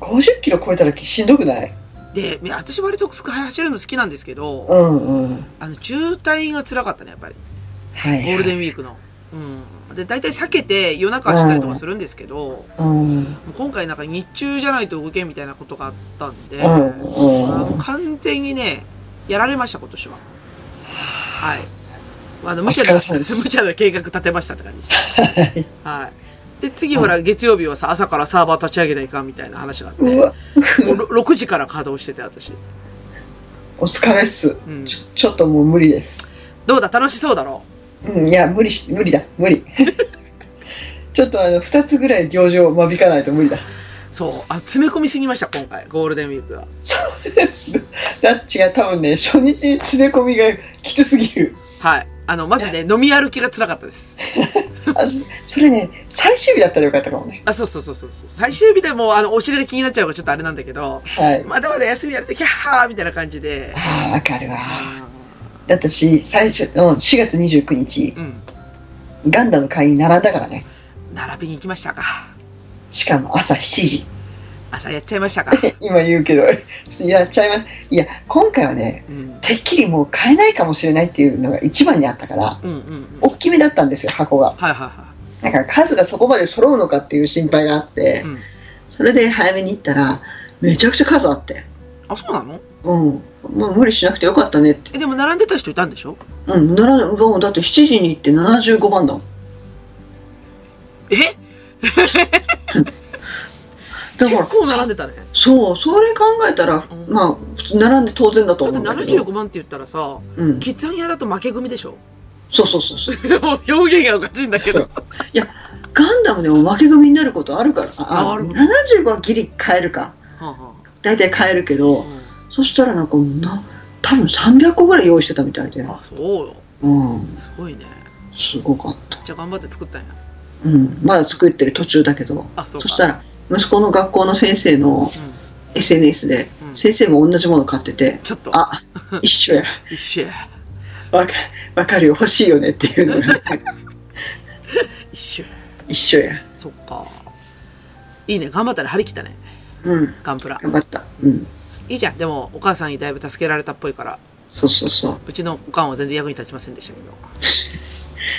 Speaker 3: 50キロ超えたらしんどくない
Speaker 2: で、いや私割と走るの好きなんですけど、
Speaker 3: うんうん。
Speaker 2: あの、渋滞が辛かったね、やっぱり。
Speaker 3: はい。
Speaker 2: ゴールデンウィークの。うん。で、大体避けて夜中走ったりとかするんですけど、も
Speaker 3: うん。
Speaker 2: う今回なんか日中じゃないと動けんみたいなことがあったんで、
Speaker 3: うん
Speaker 2: あ
Speaker 3: う
Speaker 2: の
Speaker 3: ん。
Speaker 2: 完全にね、やられました、今年は。はい。あの、
Speaker 3: お
Speaker 2: 無茶
Speaker 3: 疲れ
Speaker 2: な、
Speaker 3: 様で
Speaker 2: (laughs)
Speaker 3: す
Speaker 2: 無茶な計画立てましたって感じでし
Speaker 3: はい。
Speaker 2: た。はい。で、次ほら、月曜日はさ、朝からサーバー立ち上げないかんみたいな話があって、
Speaker 3: う
Speaker 2: も
Speaker 3: わ、
Speaker 2: うろ6時から稼働してて、私。
Speaker 3: お疲れっす。
Speaker 2: うん。
Speaker 3: ちょちょっともう無理です。
Speaker 2: どうだ楽しそうだろ
Speaker 3: うん、いや、無理し、無理だ、無理。 (laughs) ちょっとあの、2つぐらい行事を間引かないと無理だ。
Speaker 2: そう。あ、詰め込みすぎました、今回。ゴールデンウィークは。
Speaker 3: だっちが多分ね、初日に詰め込みがきつすぎる。
Speaker 2: はい。あの、まずね、飲み歩きが辛かったです。
Speaker 3: あそれね、最終日だったらよかったかもね。
Speaker 2: あ、そうそうそうそうそう。最終日でもう、あの、お尻が気になっちゃうからちょっとあれなんだけど、
Speaker 3: はい。
Speaker 2: まだまだ休みやると、キャッハーみたいな感じで。
Speaker 3: ああ、わかるわ。だって私、最初、うん、4月29日、
Speaker 2: うん。
Speaker 3: ガンダの会に並んだからね。
Speaker 2: 並びに行きましたか。
Speaker 3: しかも朝7時。 (laughs)
Speaker 2: 朝やっちゃいましたか。
Speaker 3: 今言うけど、やっちゃいます。いや、今回はね、
Speaker 2: うん。
Speaker 3: てっきりもう買えないかもしれないっていうのが一番にあったから、
Speaker 2: うんうんうん。はい
Speaker 3: 大きめだったんですよ、箱が。
Speaker 2: はいは
Speaker 3: だから数がそこまで揃うのかっていう心配があって、
Speaker 2: い。うん。
Speaker 3: それで早めに行ったら、めちゃくちゃ数あって、
Speaker 2: あ、そうなの
Speaker 3: うん、もう無理しなくてよかったねって。
Speaker 2: え、でも並んでた人いたんでしょ
Speaker 3: うん、ならもうだって7時に行って75番だもん。
Speaker 2: え
Speaker 3: だか
Speaker 2: 結
Speaker 3: ら、
Speaker 2: 構並んでたね。
Speaker 3: そう、それ考えたら、
Speaker 2: うん
Speaker 3: まあ、普通並んで当然だと
Speaker 2: だっ
Speaker 3: 思
Speaker 2: て
Speaker 3: うんだけど。
Speaker 2: 75万って言ったらさ、
Speaker 3: うん、
Speaker 2: キッザン屋だと負け組でしょ (laughs)
Speaker 3: そうそうそうそう。
Speaker 2: 表現がおかしいんだけど。
Speaker 3: ガンダムでも負け組になることあるから、
Speaker 2: あ
Speaker 3: あ
Speaker 2: あ
Speaker 3: あ
Speaker 2: る
Speaker 3: 75はギリ買えるか。
Speaker 2: はあは
Speaker 3: 大体買えるけ
Speaker 2: あ
Speaker 3: ど、
Speaker 2: う
Speaker 3: そしたらなんかな、多分300個ぐらい用意してたみたいで
Speaker 2: ん。あ、そうよ。
Speaker 3: うん、
Speaker 2: すごいね。
Speaker 3: すごかった。
Speaker 2: じゃあ頑張って作ったんや。
Speaker 3: うん、まだ作ってる途中だけど。
Speaker 2: あ、そう
Speaker 3: そ
Speaker 2: か。
Speaker 3: したら、息子の学校の先生の
Speaker 2: うん
Speaker 3: SNS で、
Speaker 2: うん
Speaker 3: 先生も同じもの買ってて、
Speaker 2: ちょっと、 (laughs)
Speaker 3: あ、一緒や。
Speaker 2: 一緒や。
Speaker 3: わかわかるよ、欲しいよねっていうのが
Speaker 2: 一緒や。
Speaker 3: 一緒や。
Speaker 2: そっか。いいね。頑張ったら張り切ったね。
Speaker 3: うん、
Speaker 2: ガンプラ。
Speaker 3: 頑張った。うん、
Speaker 2: いいじゃん。でも、お母さんにだいぶ助けられたっぽいから、
Speaker 3: そうそうそう。
Speaker 2: うちのおかんは全然役に立ちませんでしたけど。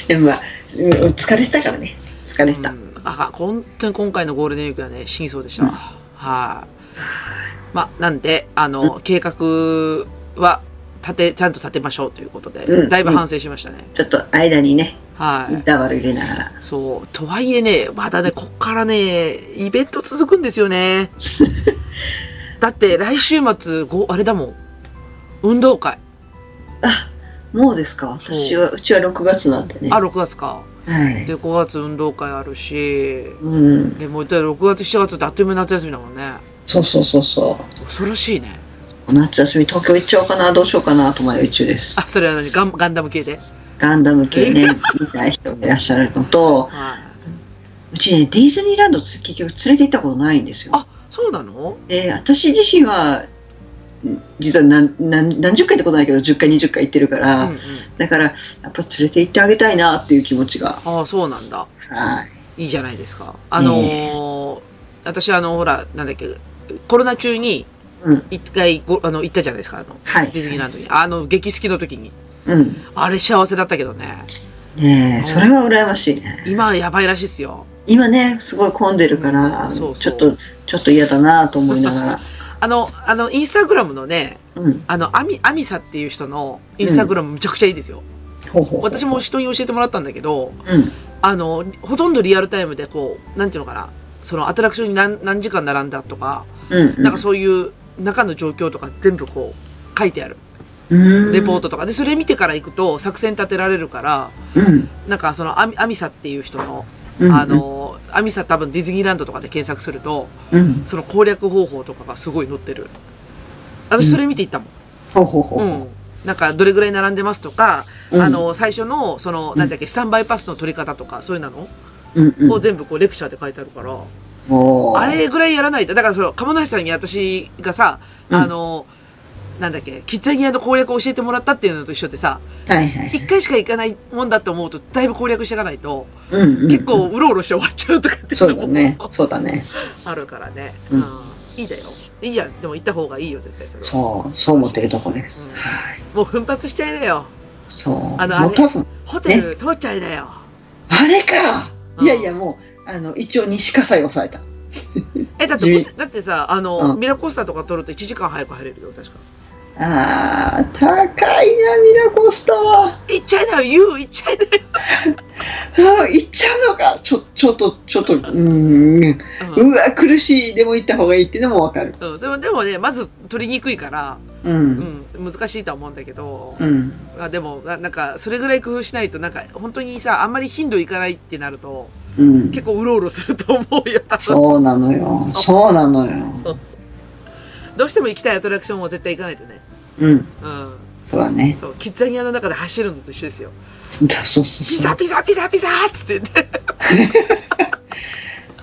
Speaker 3: でもまあ、うん疲れてたからね。疲れてた。
Speaker 2: うんあ、本当に今回のゴールデンウィークはね、真相でした。
Speaker 3: うん
Speaker 2: はい、まあ、なんで、あの、計画は、立て、ちゃんと立てましょうということで、
Speaker 3: うん
Speaker 2: だいぶ反省しましたね。
Speaker 3: ちょっと間にね、
Speaker 2: はい、
Speaker 3: インターバル入れながら。
Speaker 2: そう。とはいえね、まだね、こっからね、イベント続くんですよ
Speaker 3: (laughs)
Speaker 2: ね。だって、来週末、ご、あれだもん。運動会。
Speaker 3: あ、もうですか。
Speaker 2: そう
Speaker 3: 私は、うちは6月なんでね。
Speaker 2: あ、6月か。
Speaker 3: はい。
Speaker 2: で、5月運動会あるし、
Speaker 3: うん、
Speaker 2: でもう一回6月、7月ってあっという間に夏休みだもんね。
Speaker 3: そうそうそうそ
Speaker 2: 恐ろしいね。
Speaker 3: う。夏休み東京行っちゃおうかな、どうしようかなと迷い中です。
Speaker 2: あ、それは何ガンガンダム系で。
Speaker 3: ガンダム系ね、見たい人がいらっしゃるの
Speaker 2: (laughs)
Speaker 3: と、
Speaker 2: は
Speaker 3: うちね、ディズニーランドつ結局連れて行ったことないんですよ
Speaker 2: あ。そうなの
Speaker 3: で私自身はうん実は何何何十回ってことないけど10回20回行ってるか
Speaker 2: う
Speaker 3: ら、
Speaker 2: んうん。
Speaker 3: だからやっぱ連れて行ってあげたいなっていう気持ちが
Speaker 2: ああ、そうなんだ。
Speaker 3: はい
Speaker 2: いいじゃないですか。あのー私あの、ほら、なんだっけ、コロナ中に
Speaker 3: うん
Speaker 2: 一回ご、あの、行ったじゃないですか、あの、
Speaker 3: はい
Speaker 2: ディズニーランドに。あの、劇好きの時に。
Speaker 3: うん
Speaker 2: あれ幸せだったけどね。
Speaker 3: ねえそれは羨ましいね
Speaker 2: 今はやばいらしいっすよ。
Speaker 3: 今ねすごい混んでるから、
Speaker 2: うんそうそう
Speaker 3: ちょっとちょっと嫌だなと思いな
Speaker 2: (laughs)
Speaker 3: がら
Speaker 2: あの、あの、インスタグラムのね、
Speaker 3: うん
Speaker 2: あの、アミ、アミサっていう人のインスタグラムむちゃくちゃいいですよ。
Speaker 3: ほうほうほう
Speaker 2: 私も人に教えてもらったんだけど、
Speaker 3: うん
Speaker 2: あの、ほとんどリアルタイムでこう、なんていうのかな、そのアトラクションに何何時間並んだとか、
Speaker 3: うんうん
Speaker 2: なんかそういう中の状況とか全部こう書いてある。
Speaker 3: うん
Speaker 2: レポートとか。で、それ見てから行くと作戦立てられるから、
Speaker 3: うん
Speaker 2: なんかそのアミアミサっていう人の、
Speaker 3: うん
Speaker 2: あの、アミサ多分ディズニーランドとかで検索すると、
Speaker 3: うん
Speaker 2: その攻略方法とかがすごい載ってる。私それ見ていったもん。
Speaker 3: ほうほうほう、
Speaker 2: うん。なんか、どれぐらい並んでますとか、
Speaker 3: うん
Speaker 2: あの、最初の、その、なんだっけ、スタンバイパスの取り方とか、そういうなの
Speaker 3: うんうん
Speaker 2: を全部こう、レクチャーで書いてあるから、
Speaker 3: おー
Speaker 2: あれぐらいやらないと。だから、その、鴨梨さんに私がさ、
Speaker 3: うん
Speaker 2: あの、なんだっけ、キッザニアの攻略を教えてもらったっていうのと一緒でさ、
Speaker 3: はいはい
Speaker 2: 一回しか行かないもんだって思うと、だいぶ攻略していかないと、
Speaker 3: うんうん
Speaker 2: 結構、うろうろして終わっちゃうとかってい
Speaker 3: そうう
Speaker 2: の
Speaker 3: だ
Speaker 2: も
Speaker 3: ねそうだね
Speaker 2: あるからね。う
Speaker 3: うんん。
Speaker 2: いいだよ。いいじゃん。でも行った方がいいよ、絶対それは。
Speaker 3: そうそう思ってるとこです、
Speaker 2: うん
Speaker 3: はい
Speaker 2: もう奮発しちゃいなよ。
Speaker 3: そう
Speaker 2: あのあ
Speaker 3: も
Speaker 2: れ
Speaker 3: う多分
Speaker 2: ホテル通っちゃいなよ。
Speaker 3: あれか
Speaker 2: うん
Speaker 3: いやいやもうあの一応西葛西抑えた
Speaker 2: え、だっ
Speaker 3: じ
Speaker 2: て、だってさ、あの、
Speaker 3: うん
Speaker 2: ミラコスタとか撮ると1時間早く入れるよ、確か。
Speaker 3: あー高いなミラコスタは
Speaker 2: 行っちゃいなよ、言う、行っちゃい
Speaker 3: あー行っちゃうのかちょちょっとちょっとうーん
Speaker 2: なよ。
Speaker 3: うわ苦しいでも行った方がいいっていうのもわかる
Speaker 2: うん。うん、それもでもね、まず撮りにくいから、
Speaker 3: う
Speaker 2: うんん、難しいとは思うんだけど、
Speaker 3: うん
Speaker 2: あでもな、なんか、それぐらい工夫しないと、なんか、本当にさ、あんまり頻度いかないってなると、
Speaker 3: うん
Speaker 2: 結構うろうろすると思うよ、多分。
Speaker 3: そうなのよそうなのよ
Speaker 2: そうどうしても行きたいアトラクションも絶対行かないとね。
Speaker 3: うん
Speaker 2: うん。
Speaker 3: そうだね
Speaker 2: そう、キッザニアの中で走るのと一緒ですよ。
Speaker 3: そうそう
Speaker 2: ピ
Speaker 3: そ
Speaker 2: ザピザピザピザーっつって言って、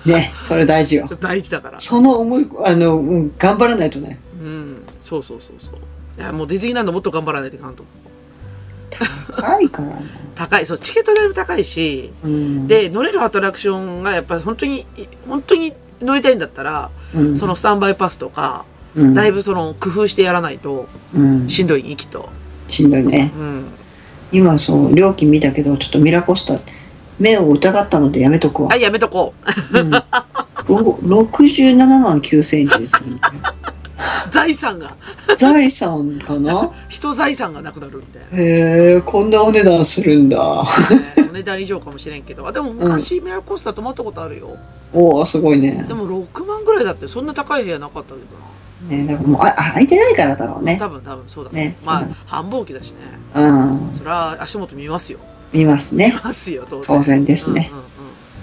Speaker 3: うねそれ大事よ
Speaker 2: 大事だから。
Speaker 3: その思いあの、うん、頑張らない
Speaker 2: (laughs)
Speaker 3: とね
Speaker 2: うん、そうそうそうそう。いや、もうディズニーランドもっと頑張らないといかんと思う。
Speaker 3: 高いからね
Speaker 2: 高い、そう、チケット代も高いし、
Speaker 3: うん
Speaker 2: で、乗れるアトラクションがやっぱ本当に、本当に乗りたいんだったら、
Speaker 3: うん
Speaker 2: そのスタンバイパスとか、
Speaker 3: うん
Speaker 2: だいぶその工夫してやらないと、
Speaker 3: うん、
Speaker 2: しんどいにきっと。
Speaker 3: しんどいね
Speaker 2: うん。
Speaker 3: 今そう料金見たけどちょっとミラコスタ目を疑ったのでやめとこ
Speaker 2: あ、やめとこう。
Speaker 3: う、うん、67万9000円です、ね、
Speaker 2: (laughs) 財産が、
Speaker 3: 財産かな
Speaker 2: 人財産がなくなるみたいな。
Speaker 3: へえこんなお値段するんだ
Speaker 2: ねお値段以上かもしれんけど。あ、でも昔、ミラコスタ泊まったことあるよ。
Speaker 3: おおすごいね
Speaker 2: でも6万ぐらいだって、そんな高い部屋なかったけど
Speaker 3: ねだからもうああ空いてないからだろう
Speaker 2: な。
Speaker 3: ね
Speaker 2: 多分、多分そうだ
Speaker 3: ね
Speaker 2: ま
Speaker 3: そ
Speaker 2: あ
Speaker 3: うだ、
Speaker 2: 繁忙期だしね。
Speaker 3: うん
Speaker 2: そりゃ、足元見ますよ。
Speaker 3: 見ます
Speaker 2: 見
Speaker 3: ね
Speaker 2: ますよ、当然。
Speaker 3: 当然ですね
Speaker 2: うんうんうん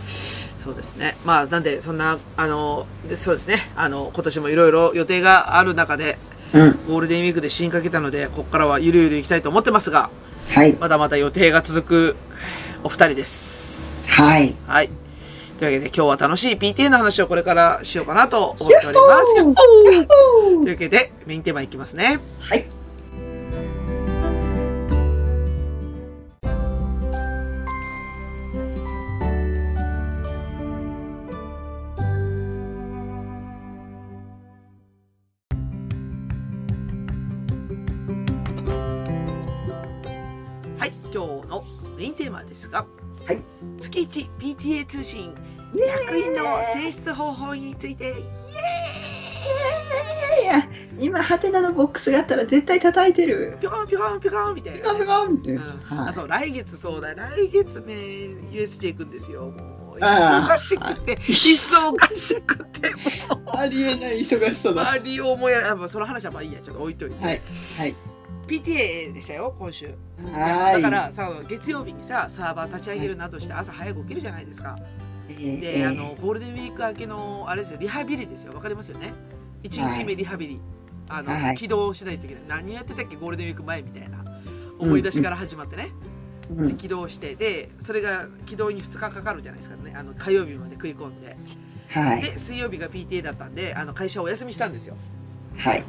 Speaker 2: そうですね。まあ、なんで、そんな、あの、でそうですね。あの、今年もいろいろ予定がある中で、
Speaker 3: うん
Speaker 2: ゴールデンウィークで死にかけたので、ここからはゆるゆる行きたいと思ってますが、
Speaker 3: はい
Speaker 2: まだまだ予定が続くお二人です。
Speaker 3: はい
Speaker 2: はい。というわけで、今日は楽しい PTA の話をこれからしようかなと思っております。
Speaker 3: やっほー
Speaker 2: やっほーというわけで、メインテーマいきますね。
Speaker 3: はい
Speaker 2: はい、今日のメインテーマですが、
Speaker 3: はい
Speaker 2: 月一 PTA 通信
Speaker 3: イエーイ
Speaker 2: 役員の選出方法について、
Speaker 3: いやいや今ハテナのボックスがあったら絶対叩いてる
Speaker 2: ピョコンピョコンピョコンみたい
Speaker 3: ピ
Speaker 2: な
Speaker 3: カ
Speaker 2: ね、
Speaker 3: ピカンって、
Speaker 2: うん
Speaker 3: は
Speaker 2: あ、
Speaker 3: い
Speaker 2: そう、来月そうだ、来月ね、USJ 行くんですよ。もう
Speaker 3: あー
Speaker 2: 忙しくて、忙しくて、も
Speaker 3: ありえない忙しさ
Speaker 2: う、
Speaker 3: だ。
Speaker 2: マリオもやら、まあその話はまあいいや、ちょっと置いといて。
Speaker 3: はいはい。
Speaker 2: PTA でしたよ、今週。
Speaker 3: はー
Speaker 2: だ
Speaker 3: い。
Speaker 2: からさ、月曜日にさ、サーバー立ち上げるなどして朝早く起きるじゃないですか。
Speaker 3: えー、
Speaker 2: で、
Speaker 3: えー
Speaker 2: あのゴールデンウィーク明けのあれですよリハビリですよわかりますよね一日目リハビリ、あの、
Speaker 3: はい
Speaker 2: 起動しないといけない何やってたっけゴールデンウィーク前みたいな思い出しから始まってね、
Speaker 3: う
Speaker 2: で
Speaker 3: ん
Speaker 2: 起動してでそれが起動に2日かかるじゃないですかねあの火曜日まで食い込んで
Speaker 3: はい
Speaker 2: で水曜日が PTA だったんであの会社お休みしたんですよ
Speaker 3: はい。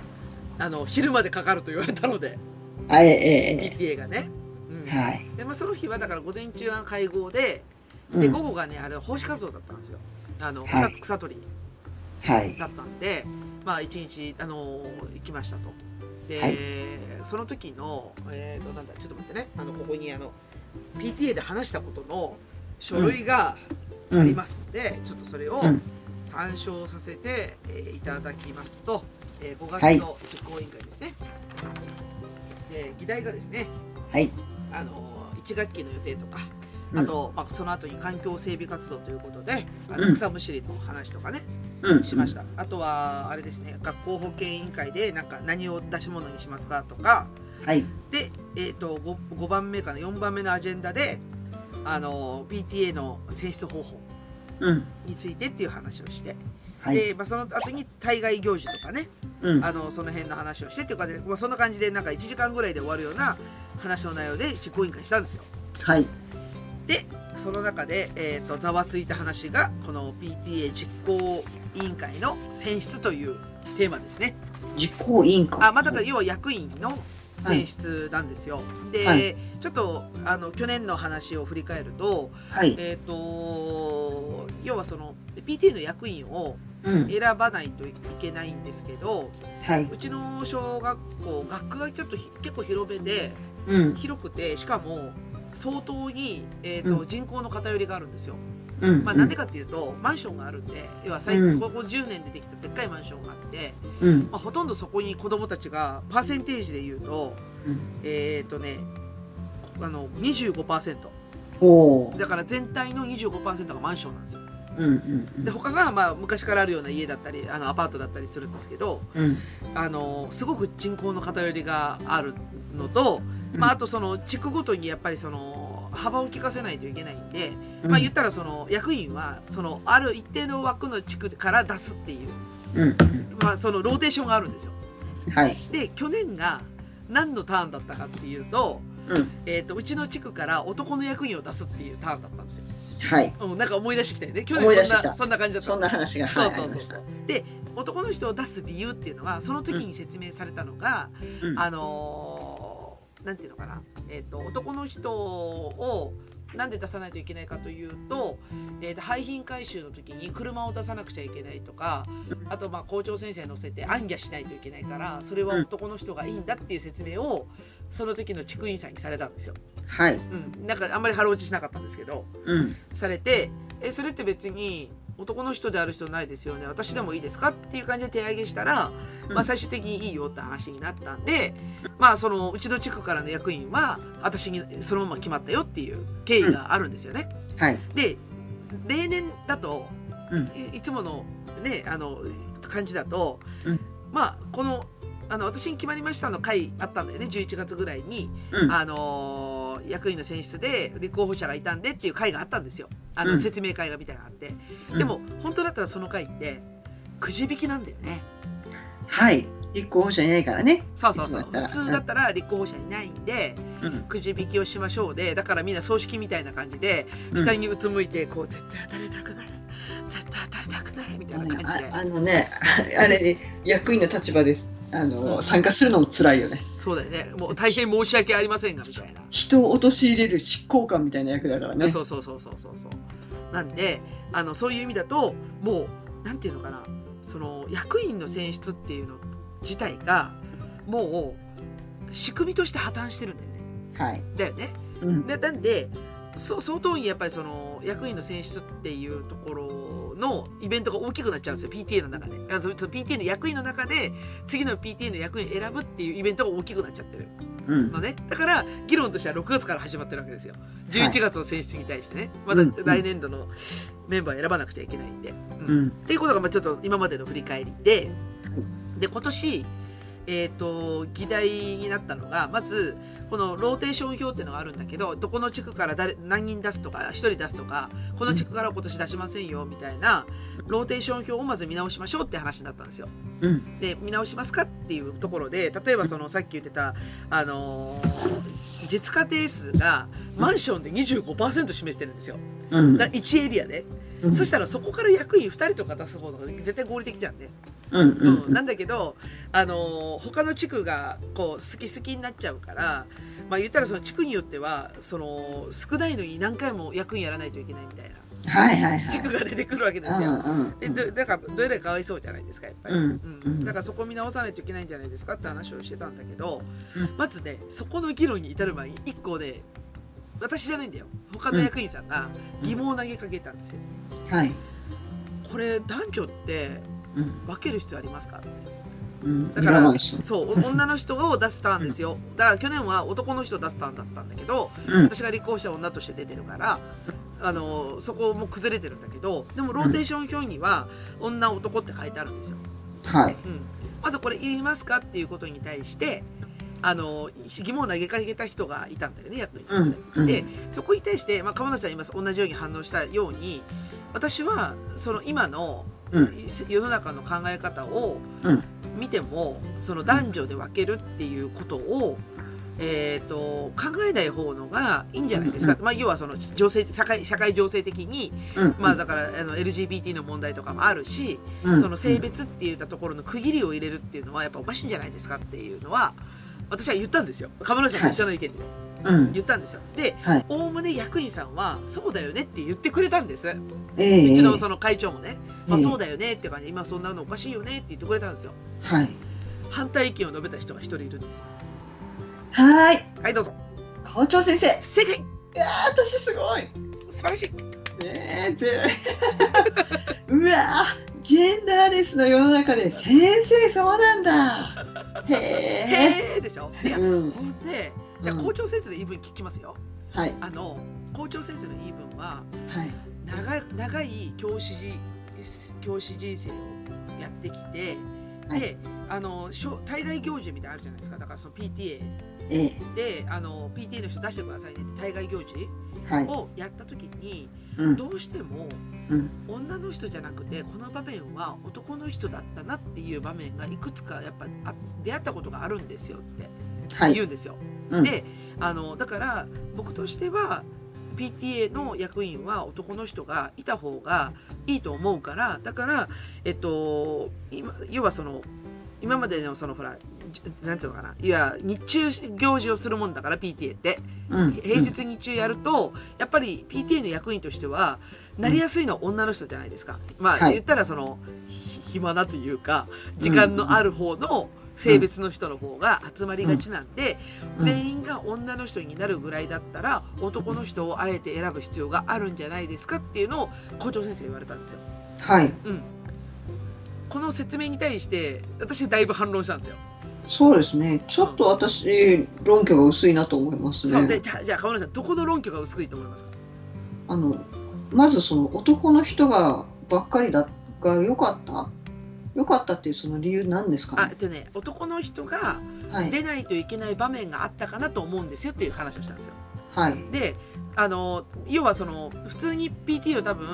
Speaker 2: あの昼までかかると言われたので
Speaker 3: あえ
Speaker 2: PTA がね、うん
Speaker 3: ー、えー、はい。
Speaker 2: でまあ、その日はだから午前中は会合で
Speaker 3: う
Speaker 2: で
Speaker 3: ん
Speaker 2: 午後がねあれ奉仕活動だったんですよあの
Speaker 3: は
Speaker 2: 草
Speaker 3: い
Speaker 2: 草取り
Speaker 3: はい
Speaker 2: だったんで、まあ、一日、あのー行きましたと。で、
Speaker 3: はい
Speaker 2: その時の、えー、と、なんだ、ちょっと待ってね、あの、ここに、あの、PTA で話したことの書類が
Speaker 3: う
Speaker 2: あり
Speaker 3: ん
Speaker 2: ますので、ちょっとそれを
Speaker 3: うん
Speaker 2: 参照させて、えーいただきますと、えー5
Speaker 3: はい
Speaker 2: 月の執行委員会ですね。で、議題がですね、
Speaker 3: はい
Speaker 2: あの1学期の予定とか、
Speaker 3: うん
Speaker 2: あと、まあ、その後に環境整備活動ということで、あ
Speaker 3: う
Speaker 2: の
Speaker 3: ん
Speaker 2: 草むしりの話とかね、
Speaker 3: うん
Speaker 2: しました、あとはあれですね学校保健委員会でなんか何を出し物にしますかとか
Speaker 3: はい
Speaker 2: で、えー、と 5, 5番目かな4番目のアジェンダであの PTA の選出方法
Speaker 3: うん
Speaker 2: についてっていう話をして、
Speaker 3: はい
Speaker 2: で、まあ、その後に対外行事とかね
Speaker 3: うん
Speaker 2: あのその辺の話をしてっていうかで、まあ、そんな感じでなんか1時間ぐらいで終わるような話の内容で実行委員会したんですよ。
Speaker 3: はい
Speaker 2: その中で、えー、とざわついた話がこの PTA 実行委員会の選出というテーマですね。
Speaker 3: 実行委員会
Speaker 2: あまあ、だから要は役員の選出なんですよ。で、
Speaker 3: はい
Speaker 2: ちょっとあの去年の話を振り返ると,、
Speaker 3: はい
Speaker 2: えー、と要はその PTA の役員を
Speaker 3: うん
Speaker 2: 選ばないといけないんですけど
Speaker 3: はいう
Speaker 2: ちの小学校学区がちょっとひ結構広めで
Speaker 3: うん
Speaker 2: 広くてしかも相当に、えーと
Speaker 3: う
Speaker 2: 人口の偏りがあるんですよ。
Speaker 3: うん
Speaker 2: まあ、なんでかっていうとマンションがあるんで要は最
Speaker 3: うん
Speaker 2: ここ10年でできたでっかいマンションがあって。
Speaker 3: うん
Speaker 2: まあ、ほとんどそこに子供たちがパーセンテージで言うと、
Speaker 3: うん
Speaker 2: えっ、とねあの25%
Speaker 3: おおー
Speaker 2: だから全体の25%がマンションなんですよ
Speaker 3: うんうんうん
Speaker 2: で他がまあ昔からあるような家だったりあのアパートだったりするんですけど
Speaker 3: うん
Speaker 2: あのすごく人口の偏りがあるのと、
Speaker 3: うん
Speaker 2: まあ、あとその地区ごとにやっぱりその幅を利かせないといけないんで、
Speaker 3: うん
Speaker 2: まあ、言ったらその役員はそのある一定の枠の地区から出すっていう、
Speaker 3: うんう
Speaker 2: まあ、そのローテーションがあるんですよ。
Speaker 3: んはい
Speaker 2: で去年が何のターンだったかっていうと,、
Speaker 3: うん
Speaker 2: えー、とうちの地区から男の役員を出すっていうターンだったんですよ。
Speaker 3: はい
Speaker 2: うんなんか思い出してきたよね去
Speaker 3: 思い
Speaker 2: 年
Speaker 3: 出
Speaker 2: そん
Speaker 3: してき
Speaker 2: な
Speaker 3: た
Speaker 2: そんな感じだった
Speaker 3: そん
Speaker 2: ん
Speaker 3: な
Speaker 2: ですよ。
Speaker 3: 話が
Speaker 2: そう
Speaker 3: はい
Speaker 2: そうそう
Speaker 3: ありまし
Speaker 2: そ
Speaker 3: た
Speaker 2: うで男の人を出す理由っていうのはその時に説明されたのが、
Speaker 3: うん
Speaker 2: あのーなんていうのかな、えー、と男の人をなんで出さないといけないかというと、えーと、廃品回収の時に車を出さなくちゃいけないとか、あとまあ校長先生乗せて暗夜しないといけないから、それは男の人がいいんだっていう説明を、その時の地区委員さんにされたんですよ。
Speaker 3: はい。
Speaker 2: うん。なんかあんまり腹落ちしなかったんですけど、
Speaker 3: うん。
Speaker 2: されて、え、それって別に男の人である人ないですよね。私でもいいですかっていう感じで手上げしたら、まあ最終的にいいよって話になったんで、まあそのうちの地区からの役員は、私にそのまま決まったよっていう経緯があるんですよね。
Speaker 3: はい。
Speaker 2: で、例年だと、
Speaker 3: うん
Speaker 2: いいつものね、あの、感じだと、
Speaker 3: うん
Speaker 2: まあこの、あの、私に決まりましたの回あったんだよね、11月ぐらいに。
Speaker 3: うん。
Speaker 2: あのー役員の選出で立候補者がいたんでっていう会があったんですよ。あの、
Speaker 3: うん
Speaker 2: 説明会がみたいなのがあって。
Speaker 3: うん
Speaker 2: でも、本当だったらその会って、くじ引きなんだよね。
Speaker 3: はい。立候補者いないからね。
Speaker 2: そうそうそう。
Speaker 3: いつも
Speaker 2: 普
Speaker 3: だったら
Speaker 2: 通だったら立候補者いないんで、
Speaker 3: うん。
Speaker 2: くじ引きをしましょうで、だからみんな葬式みたいな感じで、
Speaker 3: うん
Speaker 2: 下にうつむいて、こう、絶対当たりたくない。絶対当たりたくないみたいな感じで
Speaker 3: あ。あのね、ああれ、役員の立場です。あの、
Speaker 2: うん
Speaker 3: 参加するのも辛いよね。
Speaker 2: そうだよね。もう大変申し訳ありませんが、みたいな。
Speaker 3: 人を陥れる執行官みたいな役だからね。
Speaker 2: そうそうそうそうそうそうなんであのそういう意味だともうなんていうのかなその役員の選出っていうの自体がもう仕組みとして破綻してるんだよね
Speaker 3: はい。
Speaker 2: だよね
Speaker 3: うん。
Speaker 2: でなんでそ相当にやっぱりその役員の選出っていうところのイベントが大きくなっちゃうんですよ PTA の中であのその PTA の役員の中で次の PTA の役員を選ぶっていうイベントが大きくなっちゃってる
Speaker 3: うん
Speaker 2: の。ね。だから、議論としては6月から始まってるわけですよ。11月の選出に対してね。ま
Speaker 3: う
Speaker 2: だ
Speaker 3: んうん
Speaker 2: 来年度のメンバーを選ばなくちゃいけないんで。う
Speaker 3: うんん。
Speaker 2: っていうことが、まあちょっと今までの振り返りで、で、今年、えっ、と、議題になったのが、まず、このローテーション表っていうのがあるんだけど、どこの地区から誰、何人出すとか、一人出すとか、この地区からは今年出しませんよ、みたいな、ローテーション表をまず見直しましょうって話になったんですよ。
Speaker 3: うん。
Speaker 2: で見直しますかっていうところで例えばそのさっき言ってた、あのー実家定数がマンションで25%示してるんですよ。
Speaker 3: うん。
Speaker 2: だ1エリアで、
Speaker 3: うん
Speaker 2: そしたらそこから役員2人とか出す方が絶対合理的じゃんね。
Speaker 3: うん。う
Speaker 2: うん
Speaker 3: ん。
Speaker 2: なんだけど、あのー他の地区がこう好き好きになっちゃうから、まあ、言ったらその地区によってはその少ないのに何回も役員やらないといけないみたいな
Speaker 3: はいはいはい。
Speaker 2: 地区が出てくるわけで
Speaker 3: う
Speaker 2: すよ。
Speaker 3: んうん
Speaker 2: でどだからどれかわいそうじゃないですかやっぱり、
Speaker 3: うん
Speaker 2: うんだからそこ見直さないといけないんじゃないですかって話をしてたんだけど、
Speaker 3: うん
Speaker 2: まずねそこの議論に至る前に一個で、私じゃないんだよ他の役員さんが疑問を投げかけたんですよ、
Speaker 3: はい。
Speaker 2: これ男女って
Speaker 3: うん。
Speaker 2: 分ける必要ありますかって
Speaker 3: うん。
Speaker 2: だから
Speaker 3: いらないし
Speaker 2: そうお (laughs) 女の人を出すターンですよだから去年は男の人を出すターンだったんだけど
Speaker 3: うん。
Speaker 2: 私が立候補した女として出てるから、あの、そこも崩れてるんだけど、でもローテーション表には、女男って書いてあるんですよ。
Speaker 3: はい。
Speaker 2: うん。まずこれ言いますかっていうことに対して、あの、疑問を投げかけた人がいたんだよね、役に立って
Speaker 3: うんうん
Speaker 2: で、そこに対して、まあ、鎌田さん今同じように反応したように、私は、その今の、
Speaker 3: うん。
Speaker 2: 世の中の考え方を
Speaker 3: うん
Speaker 2: 見ても、その男女で分けるっていうことを、えっ、と、考えない方のがいいんじゃないですか。
Speaker 3: う
Speaker 2: まあ、要はその情勢、社会、社会情勢的に、
Speaker 3: うん。
Speaker 2: まあだから、あの、LGBT の問題とかもあるし、
Speaker 3: うん
Speaker 2: その性別って言ったところの区切りを入れるっていうのはやっぱおかしいんじゃないですかっていうのは、私は言ったんですよ。鎌田さんと一緒の意見でね、
Speaker 3: うん。
Speaker 2: 言ったんですよ。で、
Speaker 3: はい
Speaker 2: おおむね役員さんは、そうだよねって言ってくれたんです。
Speaker 3: ええ
Speaker 2: うちのその会長もね、まあ
Speaker 3: ええ
Speaker 2: そうだよねっていう感じで、今そんなのおかしいよねって言ってくれたんですよ。
Speaker 3: はい。
Speaker 2: 反対意見を述べた人が一人いるんですよ。
Speaker 3: はーい。
Speaker 2: はい、どうぞ。
Speaker 3: 校長先生。
Speaker 2: 正解
Speaker 3: あ、私すごい。
Speaker 2: 素晴らしい
Speaker 3: ねえ、ぜ (laughs) うわージェンダーレスの世の中で先生そうなんだ。へえ。
Speaker 2: へえでしょいや、
Speaker 3: うん。
Speaker 2: ほんで、じゃあ
Speaker 3: うん
Speaker 2: 校長先生の言い分聞きますよ。
Speaker 3: はい
Speaker 2: あの、校長先生の言い分は、
Speaker 3: はい。
Speaker 2: 長い長い教師じ教師人生をやってきて、
Speaker 3: はい
Speaker 2: であのしょ対外行事みたいなのあるじゃないですかだからその PTA
Speaker 3: ええ。
Speaker 2: であの PTA の人出してくださいねって対外行事
Speaker 3: はい。
Speaker 2: をやった時に
Speaker 3: うん。
Speaker 2: どうしても
Speaker 3: うん。
Speaker 2: 女の人じゃなくてこの場面は男の人だったなっていう場面がいくつかやっぱあ出会ったことがあるんですよって
Speaker 3: はい。
Speaker 2: 言うんですよ。
Speaker 3: うん
Speaker 2: であのだから僕としては PTA の役員は男の人がいた方がいいと思うからだから、えっと、今要はその今までのそのほらじなんていうのかないや日中行事をするもんだから PTA って
Speaker 3: うん、
Speaker 2: 平日日中やるとやっぱり PTA の役員としてはなりやすいのは女の人じゃないですか、まあ、
Speaker 3: はい
Speaker 2: 言ったらそのひ暇なというか時間のある方の性別の人の方が集まりがちなんで、
Speaker 3: うん
Speaker 2: 全員が女の人になるぐらいだったら男の人をあえて選ぶ必要があるんじゃないですかっていうのを校長先生が言われたんですよ。
Speaker 3: うんはい
Speaker 2: うん、この説明に対して私だいぶ反論したんですよ。
Speaker 3: そうですねちょっと私論拠が薄いなと思います
Speaker 2: そう
Speaker 3: ね
Speaker 2: でじゃあじゃあ川村さんどこの論拠が薄いと思いますか
Speaker 3: あのまずその男の人がばっかりだが良かった良かったっていうその理由なんですか
Speaker 2: あ
Speaker 3: ね
Speaker 2: えっとね男の人が
Speaker 3: はい
Speaker 2: 出ないといけない場面があったかなと思うんですよっていう話をしたんですよ。
Speaker 3: はい
Speaker 2: であの要はその普通に PT を多分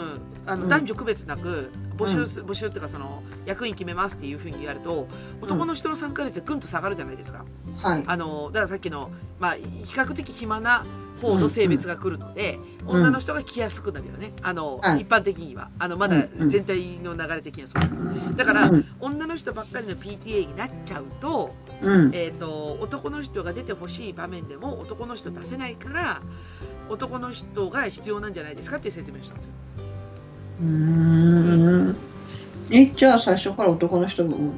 Speaker 2: あの、
Speaker 3: うん
Speaker 2: 男女区別なく募集す、募集っていうかその役員決めますっていうふうにやると男の人の参加率がぐんと下がるじゃないですか。
Speaker 3: はい
Speaker 2: あのだからさっきの、まあ、比較的暇な方の性別が来るので、
Speaker 3: んうん
Speaker 2: 女の人が来やすくなるよねあの、
Speaker 3: はい
Speaker 2: 一般的にはあのまだ
Speaker 3: うんうん
Speaker 2: 全体の流れ的にはそうだけどだから、
Speaker 3: うん
Speaker 2: 女の人ばっかりの PTA になっちゃうと,、
Speaker 3: うん
Speaker 2: えー、と男の人が出てほしい場面でも男の人出せないから男の人が必要なんじゃないですかっていう説明をしたんですよ。
Speaker 3: うーんえじゃあ最初から男の人も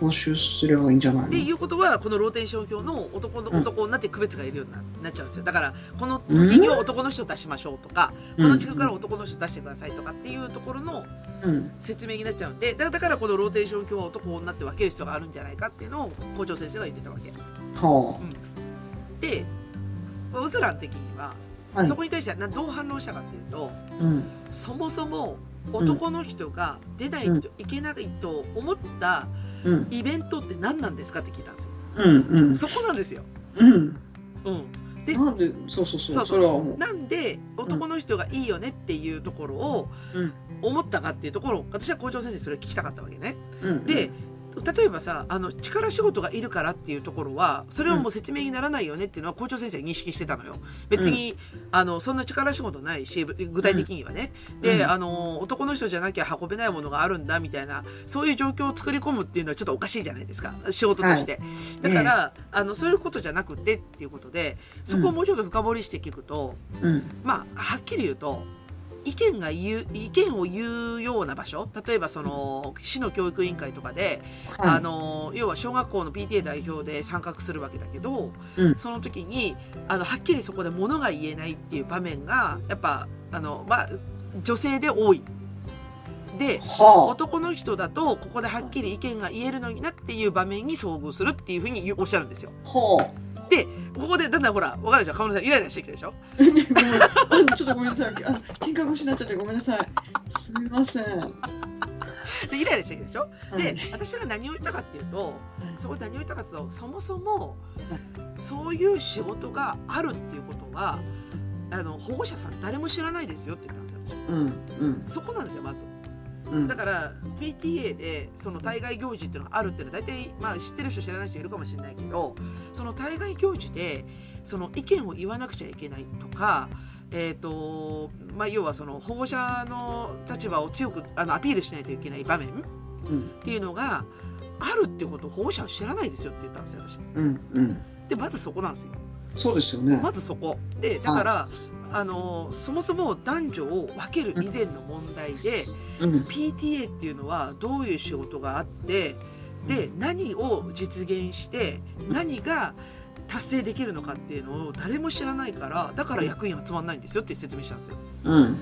Speaker 3: 募集すればいいんじゃない
Speaker 2: ってい
Speaker 3: の
Speaker 2: うことはこのローテーション表の男の
Speaker 3: うん
Speaker 2: 男になって区別がいるようにななっちゃうんですよだからこの時には男の人を出しましょうとか、
Speaker 3: う
Speaker 2: こ
Speaker 3: ん
Speaker 2: の地区から男の人出してくださいとかっていうところの
Speaker 3: うん
Speaker 2: 説明になっちゃうんでだだからこのローテーション表は男女って分ける必要があるんじゃないかっていうのを校長先生は言ってたわけ
Speaker 3: は
Speaker 2: でウズラン的には、
Speaker 3: あはい
Speaker 2: そこに対してはなどう反応したかっていうと
Speaker 3: うん
Speaker 2: そもそも男の人が出ないといけないと思った
Speaker 3: うん
Speaker 2: イベントって何なんですかって聞いたんですよ
Speaker 3: うん
Speaker 2: そこなんですよ
Speaker 3: うんうん
Speaker 2: うんで
Speaker 3: なんでそうそうそ
Speaker 2: そ
Speaker 3: う
Speaker 2: うそう
Speaker 3: それはもう
Speaker 2: なんで男の人がいいよねっていうところを
Speaker 3: うん
Speaker 2: 思ったかっていうところを私は校長先生にそれ聞きたかったわけね。
Speaker 3: うん
Speaker 2: で例えばさあの力仕事がいるからっていうところはそれはもう説明にならないよねっていうのは校長先生は認識してたのよ。別に、あのそんな力仕事ないし具体的にはね。で、
Speaker 3: うん
Speaker 2: あの男の人じゃなきゃ運べないものがあるんだみたいなそういう状況を作り込むっていうのはちょっとおかしいじゃないですか仕事として。だから、あのそういうことじゃなくてっていうことでそこをもうちょっと深掘りして聞くと。
Speaker 3: うん
Speaker 2: まあ、はっきり言うと、意見が言う、意見を言うような場所、例えばその、市の教育委員会とかで、
Speaker 3: はい
Speaker 2: あの、要は小学校の PTA 代表で参画するわけだけど、
Speaker 3: うん
Speaker 2: その時に、あの、はっきりそこで物が言えないっていう場面が、やっぱ、あの、まあ、女性で多い。で、
Speaker 3: は
Speaker 2: 男の人だと、ここではっきり意見が言えるのになっていう場面に遭遇するっていうふうに言うおっしゃるんですよ。
Speaker 3: あ (laughs) は
Speaker 2: ここでだんだんほら、わかるでしょ河村さん、イライラしてきたでしょ
Speaker 3: ああちょっとごめんなさいあ喧嘩腰になっちゃってごめんなさいすみません
Speaker 2: で、イライラしてきたでしょ
Speaker 3: はい
Speaker 2: で私が何を言ったかっていうとそこで何を言ったかっていうとそもそもそういう仕事があるっていうことはあの保護者さん誰も知らないですよって言ったんですよ
Speaker 3: うんうん
Speaker 2: 私そこなんですよまず
Speaker 3: うん
Speaker 2: だから PTA でその対外行事っていうのがあるっていうのは大体、まあ、知ってる人知らない人いるかもしれないけどその対外行事でその意見を言わなくちゃいけないとか、えーとまあ、要はその保護者の立場を強くあのアピールしないといけない場面
Speaker 3: うん
Speaker 2: っていうのがあるってことを保護者は知らないですよって言ったんですよ私
Speaker 3: うんうん
Speaker 2: でまずそこなんですよ
Speaker 3: そうですよね
Speaker 2: まずそこでだからあのそもそも男女を分ける以前の問題で
Speaker 3: うん
Speaker 2: PTA っていうのはどういう仕事があってで何を実現して何が達成できるのかっていうのを誰も知らないからだから役員集まんないんですよって説明したんですよ
Speaker 3: うん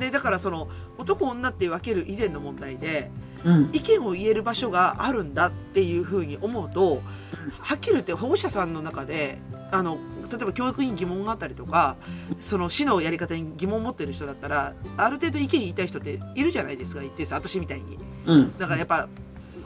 Speaker 2: でだからその男女って分ける以前の問題で
Speaker 3: うん
Speaker 2: 意見を言える場所があるんだっていうふうに思うとはっきり言って保護者さんの中であの例えば教育に疑問があったりとかその市のやり方に疑問を持ってる人だったらある程度意見言いたい人っているじゃないですか一定数私みたいに
Speaker 3: うん
Speaker 2: だからやっぱ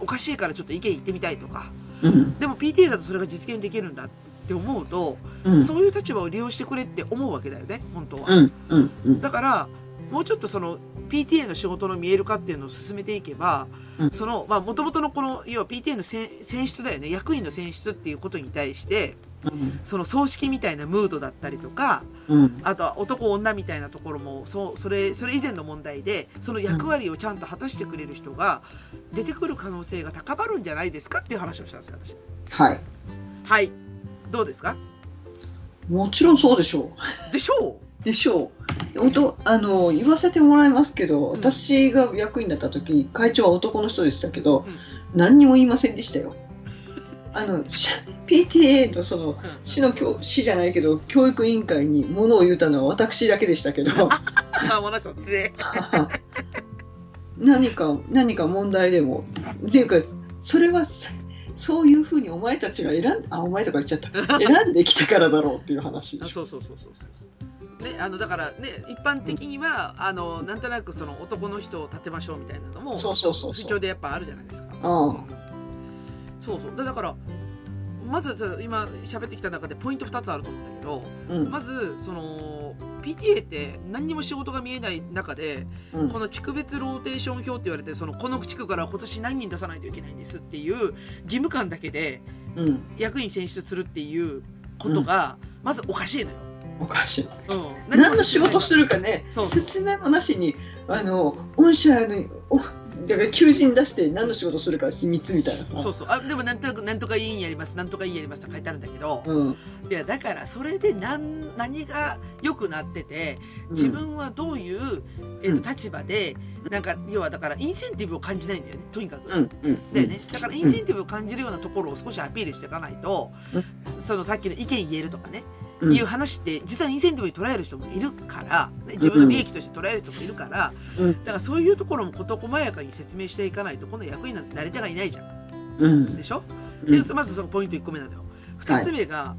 Speaker 2: おかしいからちょっと意見言ってみたいとか
Speaker 3: うん
Speaker 2: でも PTA だとそれが実現できるんだって思うと
Speaker 3: うん
Speaker 2: そういう立場を利用してくれって思うわけだよね本当は。
Speaker 3: うんうんうん
Speaker 2: だからもうちょっとその PTA の仕事の見える化っていうのを進めていけば、
Speaker 3: うん
Speaker 2: そのまあ元々のこの要は PTA のせん選出だよね役員の選出っていうことに対して
Speaker 3: うん
Speaker 2: その葬式みたいなムードだったりとか、
Speaker 3: うん
Speaker 2: あとは男女みたいなところもそうそれそれ以前の問題でその役割をちゃんと果たしてくれる人が出てくる可能性が高まるんじゃないですかっていう話をしたんですよ私
Speaker 3: はい
Speaker 2: はいどうですか
Speaker 3: もちろんそうでしょ
Speaker 2: でしょ
Speaker 3: うでしょうおとあの言わせてもらいますけど
Speaker 2: うん
Speaker 3: 私が役員だった時会長は男の人でしたけど
Speaker 2: う、うん
Speaker 3: 何にも言いませんでし
Speaker 2: (laughs)
Speaker 3: たよあのし PTA のその
Speaker 2: うん
Speaker 3: 市の教市じゃないけど教育委員会にものを言うたのは私だけでし
Speaker 2: (laughs)
Speaker 3: たけど
Speaker 2: あもなさんぜ
Speaker 3: 何か何か問題でもっていうかそれはさそういうふうにお前たちが選んあお前とか言っちゃっ
Speaker 2: (laughs)
Speaker 3: た選んできたからだろうっていう話
Speaker 2: あそうそうそうそうそうねあのだからね一般的には、あのなんとなくその男の人を立てましょうみたいなのも
Speaker 3: そうそうそうそう
Speaker 2: 不調でやっぱあるじゃないですか
Speaker 3: うん
Speaker 2: そうそうだだからまずさ今喋ってきた中でポイント2つあると思うんだけど
Speaker 3: うん
Speaker 2: まずその PTA って何にも仕事が見えない中で
Speaker 3: うん
Speaker 2: この地区別ローテーション表って言われてそのこの地区から今年何人出さないといけないんですっていう義務感だけで
Speaker 3: うん
Speaker 2: 役員選出するっていうことがまずおかしいのよ。
Speaker 3: おかしい
Speaker 2: うん、
Speaker 3: 何の仕事して
Speaker 2: る
Speaker 3: るかね
Speaker 2: そうそう
Speaker 3: 説明もなしにあの御社のおだから求人出して何の仕事するか秘密みたいなさ
Speaker 2: そうそうあでもなんとなく「なんとか委員やりますなんとか委員やります」って書いてあるんだけど、
Speaker 3: うん
Speaker 2: いやだからそれで何何が良くなってて
Speaker 3: うん
Speaker 2: 自分はどういう、え
Speaker 3: う
Speaker 2: っ
Speaker 3: ん
Speaker 2: と立場でなんか要はだからインセンティブを感じないんだよねとにかく。
Speaker 3: うんうん
Speaker 2: だよね、だからインセンティブを感じるようなところを少しアピールしていかないと、そのさっきの意見言えるとかね、
Speaker 3: うん
Speaker 2: いう話って実はインセンティブに捉える人もいるから、ね自分の利益として捉える人もいるから、
Speaker 3: うん
Speaker 2: だからそういうところも事細やかに説明していかないと今度役員なんてなり手がいないじゃん
Speaker 3: うん
Speaker 2: でしょ、
Speaker 3: うん
Speaker 2: でまずそのポイント1個目なのよ2つ目が、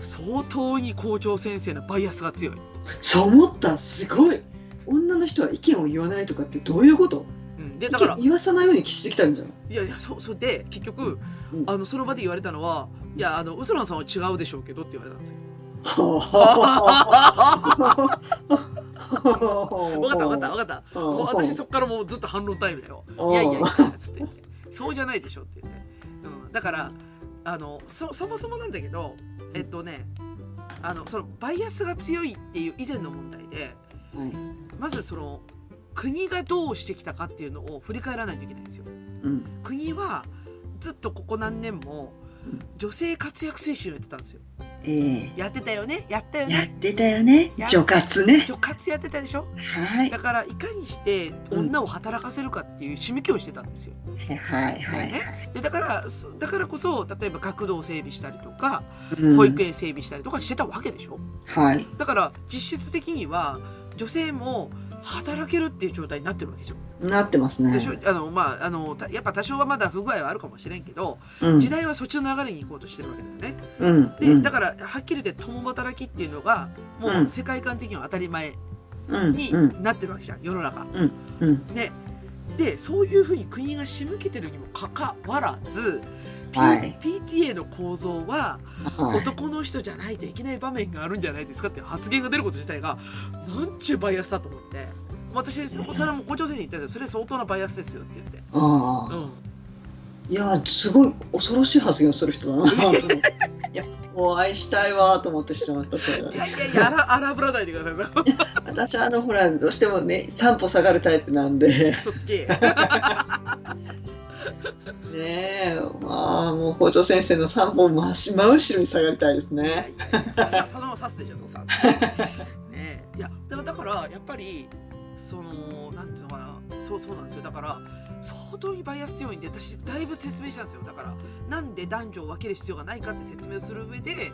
Speaker 2: 相当に校長先生のバイアスが強い、
Speaker 3: そう思ったすごい女の人は意見を言わないとかってどういうこと
Speaker 2: うん、でだから
Speaker 3: 言わさないようにしてきたんじゃない
Speaker 2: いやいやそうそうで結局、
Speaker 3: うん
Speaker 2: あのその場で言われたのは「いやあのウソランさんは違うでしょうけど」って (laughs) 言われたんですよ。分か
Speaker 3: 分
Speaker 2: った分かっ
Speaker 3: (laughs)
Speaker 2: た分かった。もう私そっからもうずっと反論タイムだよ。いやいやいやつって言ってそうじゃないでしょって言って。うん、だからあのそそもそもなんだけどえっとねあのそのバイアスが強いっていう以前の問題で
Speaker 3: はい
Speaker 2: まずその国がどうしてきたかっていうのを振り返らないといけないんですよ。
Speaker 3: うん
Speaker 2: 国はずっとここ何年も女性活躍推進をやってたんですよ。
Speaker 3: え
Speaker 2: やってたよねやったよ
Speaker 3: えやっ
Speaker 2: ね
Speaker 3: てたよね
Speaker 2: や
Speaker 3: 女活ね
Speaker 2: 女活やってたでしょ
Speaker 3: はい
Speaker 2: だからいかにして女を働かせるかっていう仕向きをしてたんですよ。
Speaker 3: はいはい
Speaker 2: ねでだからそだからこそ例えば学童を整備したりとか
Speaker 3: うん
Speaker 2: 保育園整備したりとかしてたわけでしょ。
Speaker 3: はい
Speaker 2: だから実質的には女性も働けるっていう状態になってるわけじゃん。
Speaker 3: なってますね
Speaker 2: でしょあのまああのたやっぱ多少はまだ不具合はあるかもしれんけど
Speaker 3: うん
Speaker 2: 時代はそっちの流れに行こうとしてるわけだよね。
Speaker 3: うんう
Speaker 2: で
Speaker 3: ん
Speaker 2: だからはっきり言って共働きっていうのがもう世界観的には当たり前
Speaker 3: うん
Speaker 2: に
Speaker 3: うん
Speaker 2: なってるわけじゃん世の中。
Speaker 3: うん
Speaker 2: ね、でそういうふうに国が仕向けてるにもかかわらず、P
Speaker 3: はい
Speaker 2: PTA の構造は
Speaker 3: はい
Speaker 2: 男の人じゃないといけない場面があるんじゃないですかっていう発言が出ること自体がなんちゅうバイアスだと思って私それはもう校長先生に言ったんですよそれ相当なバイアスですよって言って、
Speaker 3: ああ
Speaker 2: う
Speaker 3: いやーすごい恐ろしい発言をする人だ
Speaker 2: (laughs)
Speaker 3: な本当にいやお会いしたいわーと思ってしまったそれは
Speaker 2: ん、いやいやいやあら荒ぶらないでください (laughs) そこ
Speaker 3: 私あのほらどうしてもね3歩下がるタイプなん
Speaker 2: (laughs)
Speaker 3: で
Speaker 2: 嘘つき
Speaker 3: ねえまあもう校長先生の3歩真し真後ろに下がりたいです
Speaker 2: いや
Speaker 3: ね
Speaker 2: いやいやささその刺すでしょその刺すねえいやだだからやっぱりそのなんていうのかなそうそうなんですよだから相当にバイアス強いんで私だいぶ説明したんですよだからなんで男女を分ける必要がないかって説明をする上で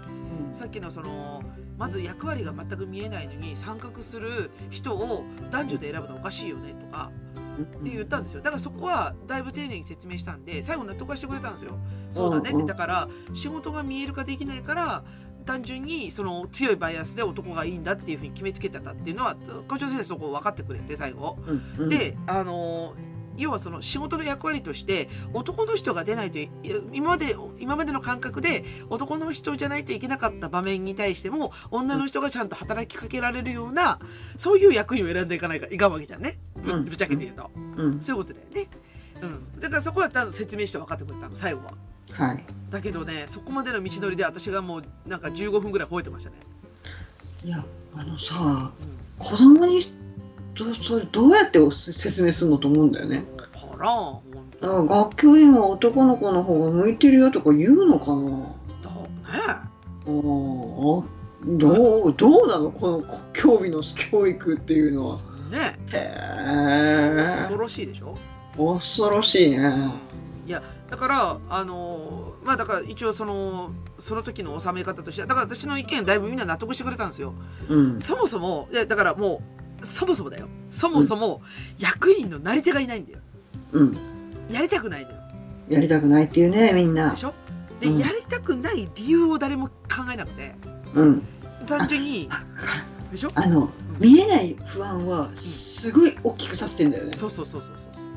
Speaker 2: さっきのそのまず役割が全く見えないのに参画する人を男女で選ぶのおかしいよねとかって言ったんですよだからそこはだいぶ丁寧に説明したんで最後納得はしてくれたんですよそうだね
Speaker 3: うん
Speaker 2: って
Speaker 3: うん
Speaker 2: だから仕事が見える化できないから単純にその強いバイアスで男がいいんだっていうふうに決めつけてたっていうのは校長先生そこを分かってくれて最後
Speaker 3: うん
Speaker 2: であの要はその仕事の役割として男の人が出ないとい今まで今までの感覚で男の人じゃないといけなかった場面に対しても女の人がちゃんと働きかけられるようなそういう役員を選んでいかないかいかんわけじゃんねぶ
Speaker 3: うん
Speaker 2: ぶっちゃけて言うと。
Speaker 3: うん
Speaker 2: そういうことだよね。うん。だからそこは多分説明して分かってくれたの、最後は。
Speaker 3: はい
Speaker 2: だだけどねそこまでの道のりで私がもうなんか15分ぐらい吠えてましたね、
Speaker 3: いやあのさ
Speaker 2: うん
Speaker 3: 子供にどうそれどうやって説明するのと思うんだよね
Speaker 2: からん本
Speaker 3: だから学級委員は男の子の方が向いてるよとか言うのかな
Speaker 2: 当だ
Speaker 3: あーどうどうなのこのこ競技の教育っていうのは
Speaker 2: ねね
Speaker 3: へ
Speaker 2: 恐
Speaker 3: え
Speaker 2: ろしいでしょ
Speaker 3: 恐ろしいね
Speaker 2: いやだからあのーまあだから一応そのその時の収め方としてはだから私の意見だいぶみんな納得してくれたんですよ
Speaker 3: うん
Speaker 2: そもそもいやだからもうそもそもだよそもそも役員のなり手がいないんだよ
Speaker 3: うん
Speaker 2: やりたくないんだよ
Speaker 3: やりたくないっていうねみんな
Speaker 2: でしょで、
Speaker 3: うん
Speaker 2: やりたくない理由を誰も考えなくて
Speaker 3: うん
Speaker 2: 単純にでしょ
Speaker 3: あの見えない不安はすごい大きくさせてんだよね
Speaker 2: そうそうそうそうそうそう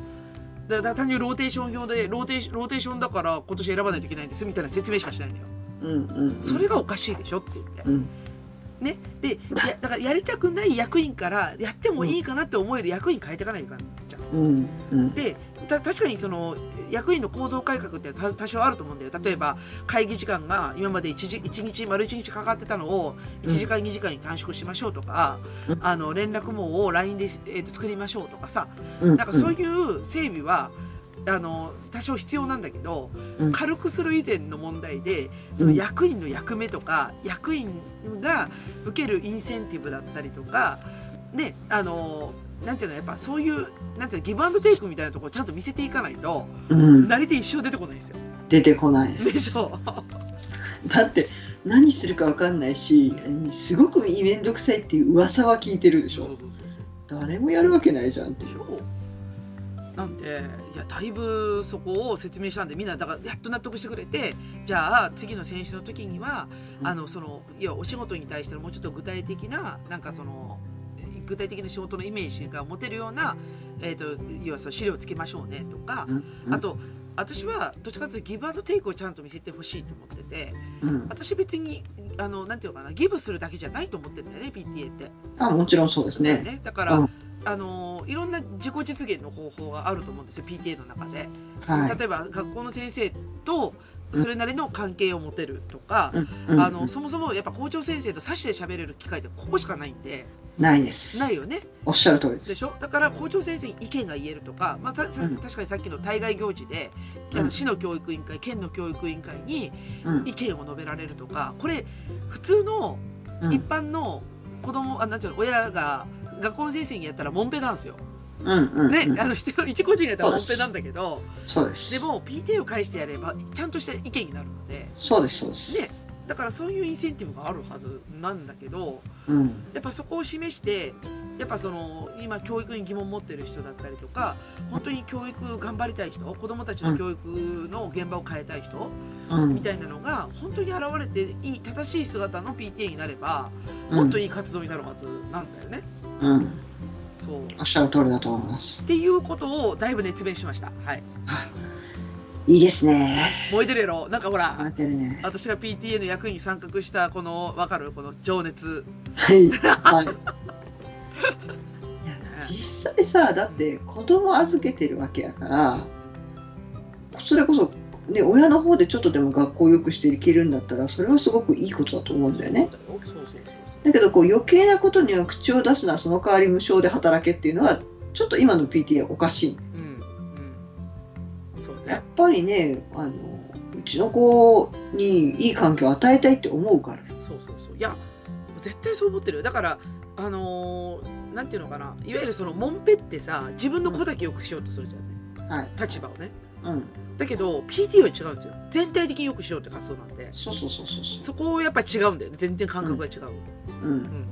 Speaker 2: だだから単純にローテーション表でローテーションローテーションだから今年選ばないといけないんですみたいな説明しかしないんだよ
Speaker 3: うんうんうん
Speaker 2: それがおかしいでしょって言って
Speaker 3: うん
Speaker 2: ねでやだからやりたくない役員からやってもいいかなって思える役員変えていかないかんじゃん
Speaker 3: うんうん
Speaker 2: でた確かにその役員の構造改革って多多少あると思うんだよ例えば会議時間が今まで 1, 時1日丸1日かかってたのを1時間2時間に短縮しましょうとか、
Speaker 3: うん
Speaker 2: あの連絡網を LINE で、えーと作りましょうとかさ
Speaker 3: うん
Speaker 2: なんかそういう整備は、あの多少必要なんだけど、
Speaker 3: うん
Speaker 2: 軽くする以前の問題でその役員の役目とか、役員が受けるインセンティブだったりとかねあのなんていうのやっぱそういうなんていうのギブアンドテイクみたいなところをちゃんと見せていかないと、
Speaker 3: うん
Speaker 2: なり手一生出てこないですよ。
Speaker 3: 出てこない
Speaker 2: でしょ
Speaker 3: だって何するかわかんないしすごく面倒くさいっていう噂は聞いてるでしょ
Speaker 2: そうそ
Speaker 3: 誰もやるわけないじゃんって
Speaker 2: うでしょなんでいやだいぶそこを説明したんでみんなだからやっと納得してくれてじゃあ次の選手の時には
Speaker 3: うん
Speaker 2: あのそのいやお仕事に対してのもうちょっと具体的ななんかその具体的な仕事のイメージが持てるような、えー、と要はその資料をつけましょうねとか、
Speaker 3: うん
Speaker 2: あと私はどっちかというとギブアンドテイクをちゃんと見せてほしいと思ってて
Speaker 3: うん
Speaker 2: 私別にあのなんていうのかなギブするだけじゃないと思ってるんだよね PTA って。
Speaker 3: あもちろんそうですね
Speaker 2: だから、
Speaker 3: うん
Speaker 2: あのいろんな自己実現の方法があると思うんですよ PTA の中で。
Speaker 3: はい
Speaker 2: 例えば学校の先生とそれなりの関係を持てるとか、
Speaker 3: うん
Speaker 2: あ
Speaker 3: う
Speaker 2: の
Speaker 3: ん
Speaker 2: そもそもやっぱ校長先生と差しで喋れる機会ってここしかないんで
Speaker 3: ないです
Speaker 2: ないよね
Speaker 3: おっしゃる通りで
Speaker 2: ですしょだから校長先生に意見が言えるとか、まあ、ささ
Speaker 3: うん
Speaker 2: 確かにさっきの対外行事で、あ
Speaker 3: う
Speaker 2: の
Speaker 3: ん
Speaker 2: 市の教育委員会県の教育委員会に
Speaker 3: うん
Speaker 2: 意見を述べられるとかこれ普通の
Speaker 3: うん
Speaker 2: 一般の子供あなんていうの親が学校の先生にやったらモンペなんですよ。
Speaker 3: うんうん
Speaker 2: ね
Speaker 3: う、ん
Speaker 2: あの一一個人がやったらモンペなんだけど
Speaker 3: そうです
Speaker 2: でも PTA を介してやればちゃんとした意見になるので。
Speaker 3: そうですそうです
Speaker 2: ね、だからそういうインセンティブがあるはずなんだけど
Speaker 3: うん
Speaker 2: やっぱそこを示してやっぱその今教育に疑問持ってる人だったりとか本当に教育頑張りたい人子どもたちの教育の現場を変えたい人
Speaker 3: う
Speaker 2: み
Speaker 3: ん
Speaker 2: たいなのが本当に現れていい正しい姿の PTA になれば
Speaker 3: うん
Speaker 2: もっといい活動になるはずなんだよね。
Speaker 3: うん
Speaker 2: そう
Speaker 3: おっしゃる通りだと思います
Speaker 2: っていうことをだいぶ熱弁しました。はい、
Speaker 3: いいですね
Speaker 2: 燃えてるやろなんかほ
Speaker 3: 上が
Speaker 2: ら
Speaker 3: ってるね
Speaker 2: 私が PTA の役員に参画したこのわかるこの情熱
Speaker 3: はい。はい。実際さ、だって子供預けてるわけやから、それこそ、ね、親の方でちょっとでも学校を良くしていけるんだったら、それはすごくいいことだと思うんだよね。
Speaker 2: そうそうそうそう
Speaker 3: だけどこう余計なことには口を出すな、その代わり無償で働けっていうのは、ちょっと今の PTA おかしい。
Speaker 2: うんうんそう
Speaker 3: やっ
Speaker 2: ね
Speaker 3: ぱりね、あのうちの子にいい環境を与えたいって思うから。
Speaker 2: そうそうそういや絶対そう思ってるよだからあのーなんていうのかないわゆるそのモンペってさ自分の子だけ良くしようとするじゃんね、
Speaker 3: はい、
Speaker 2: 立場をね
Speaker 3: うん、
Speaker 2: だけど PT は違うんですよ全体的に良くしようって活動なんで
Speaker 3: そうそうそうそうそ
Speaker 2: そこをやっぱ違うんだよね全然感覚が違う、
Speaker 3: う。うん、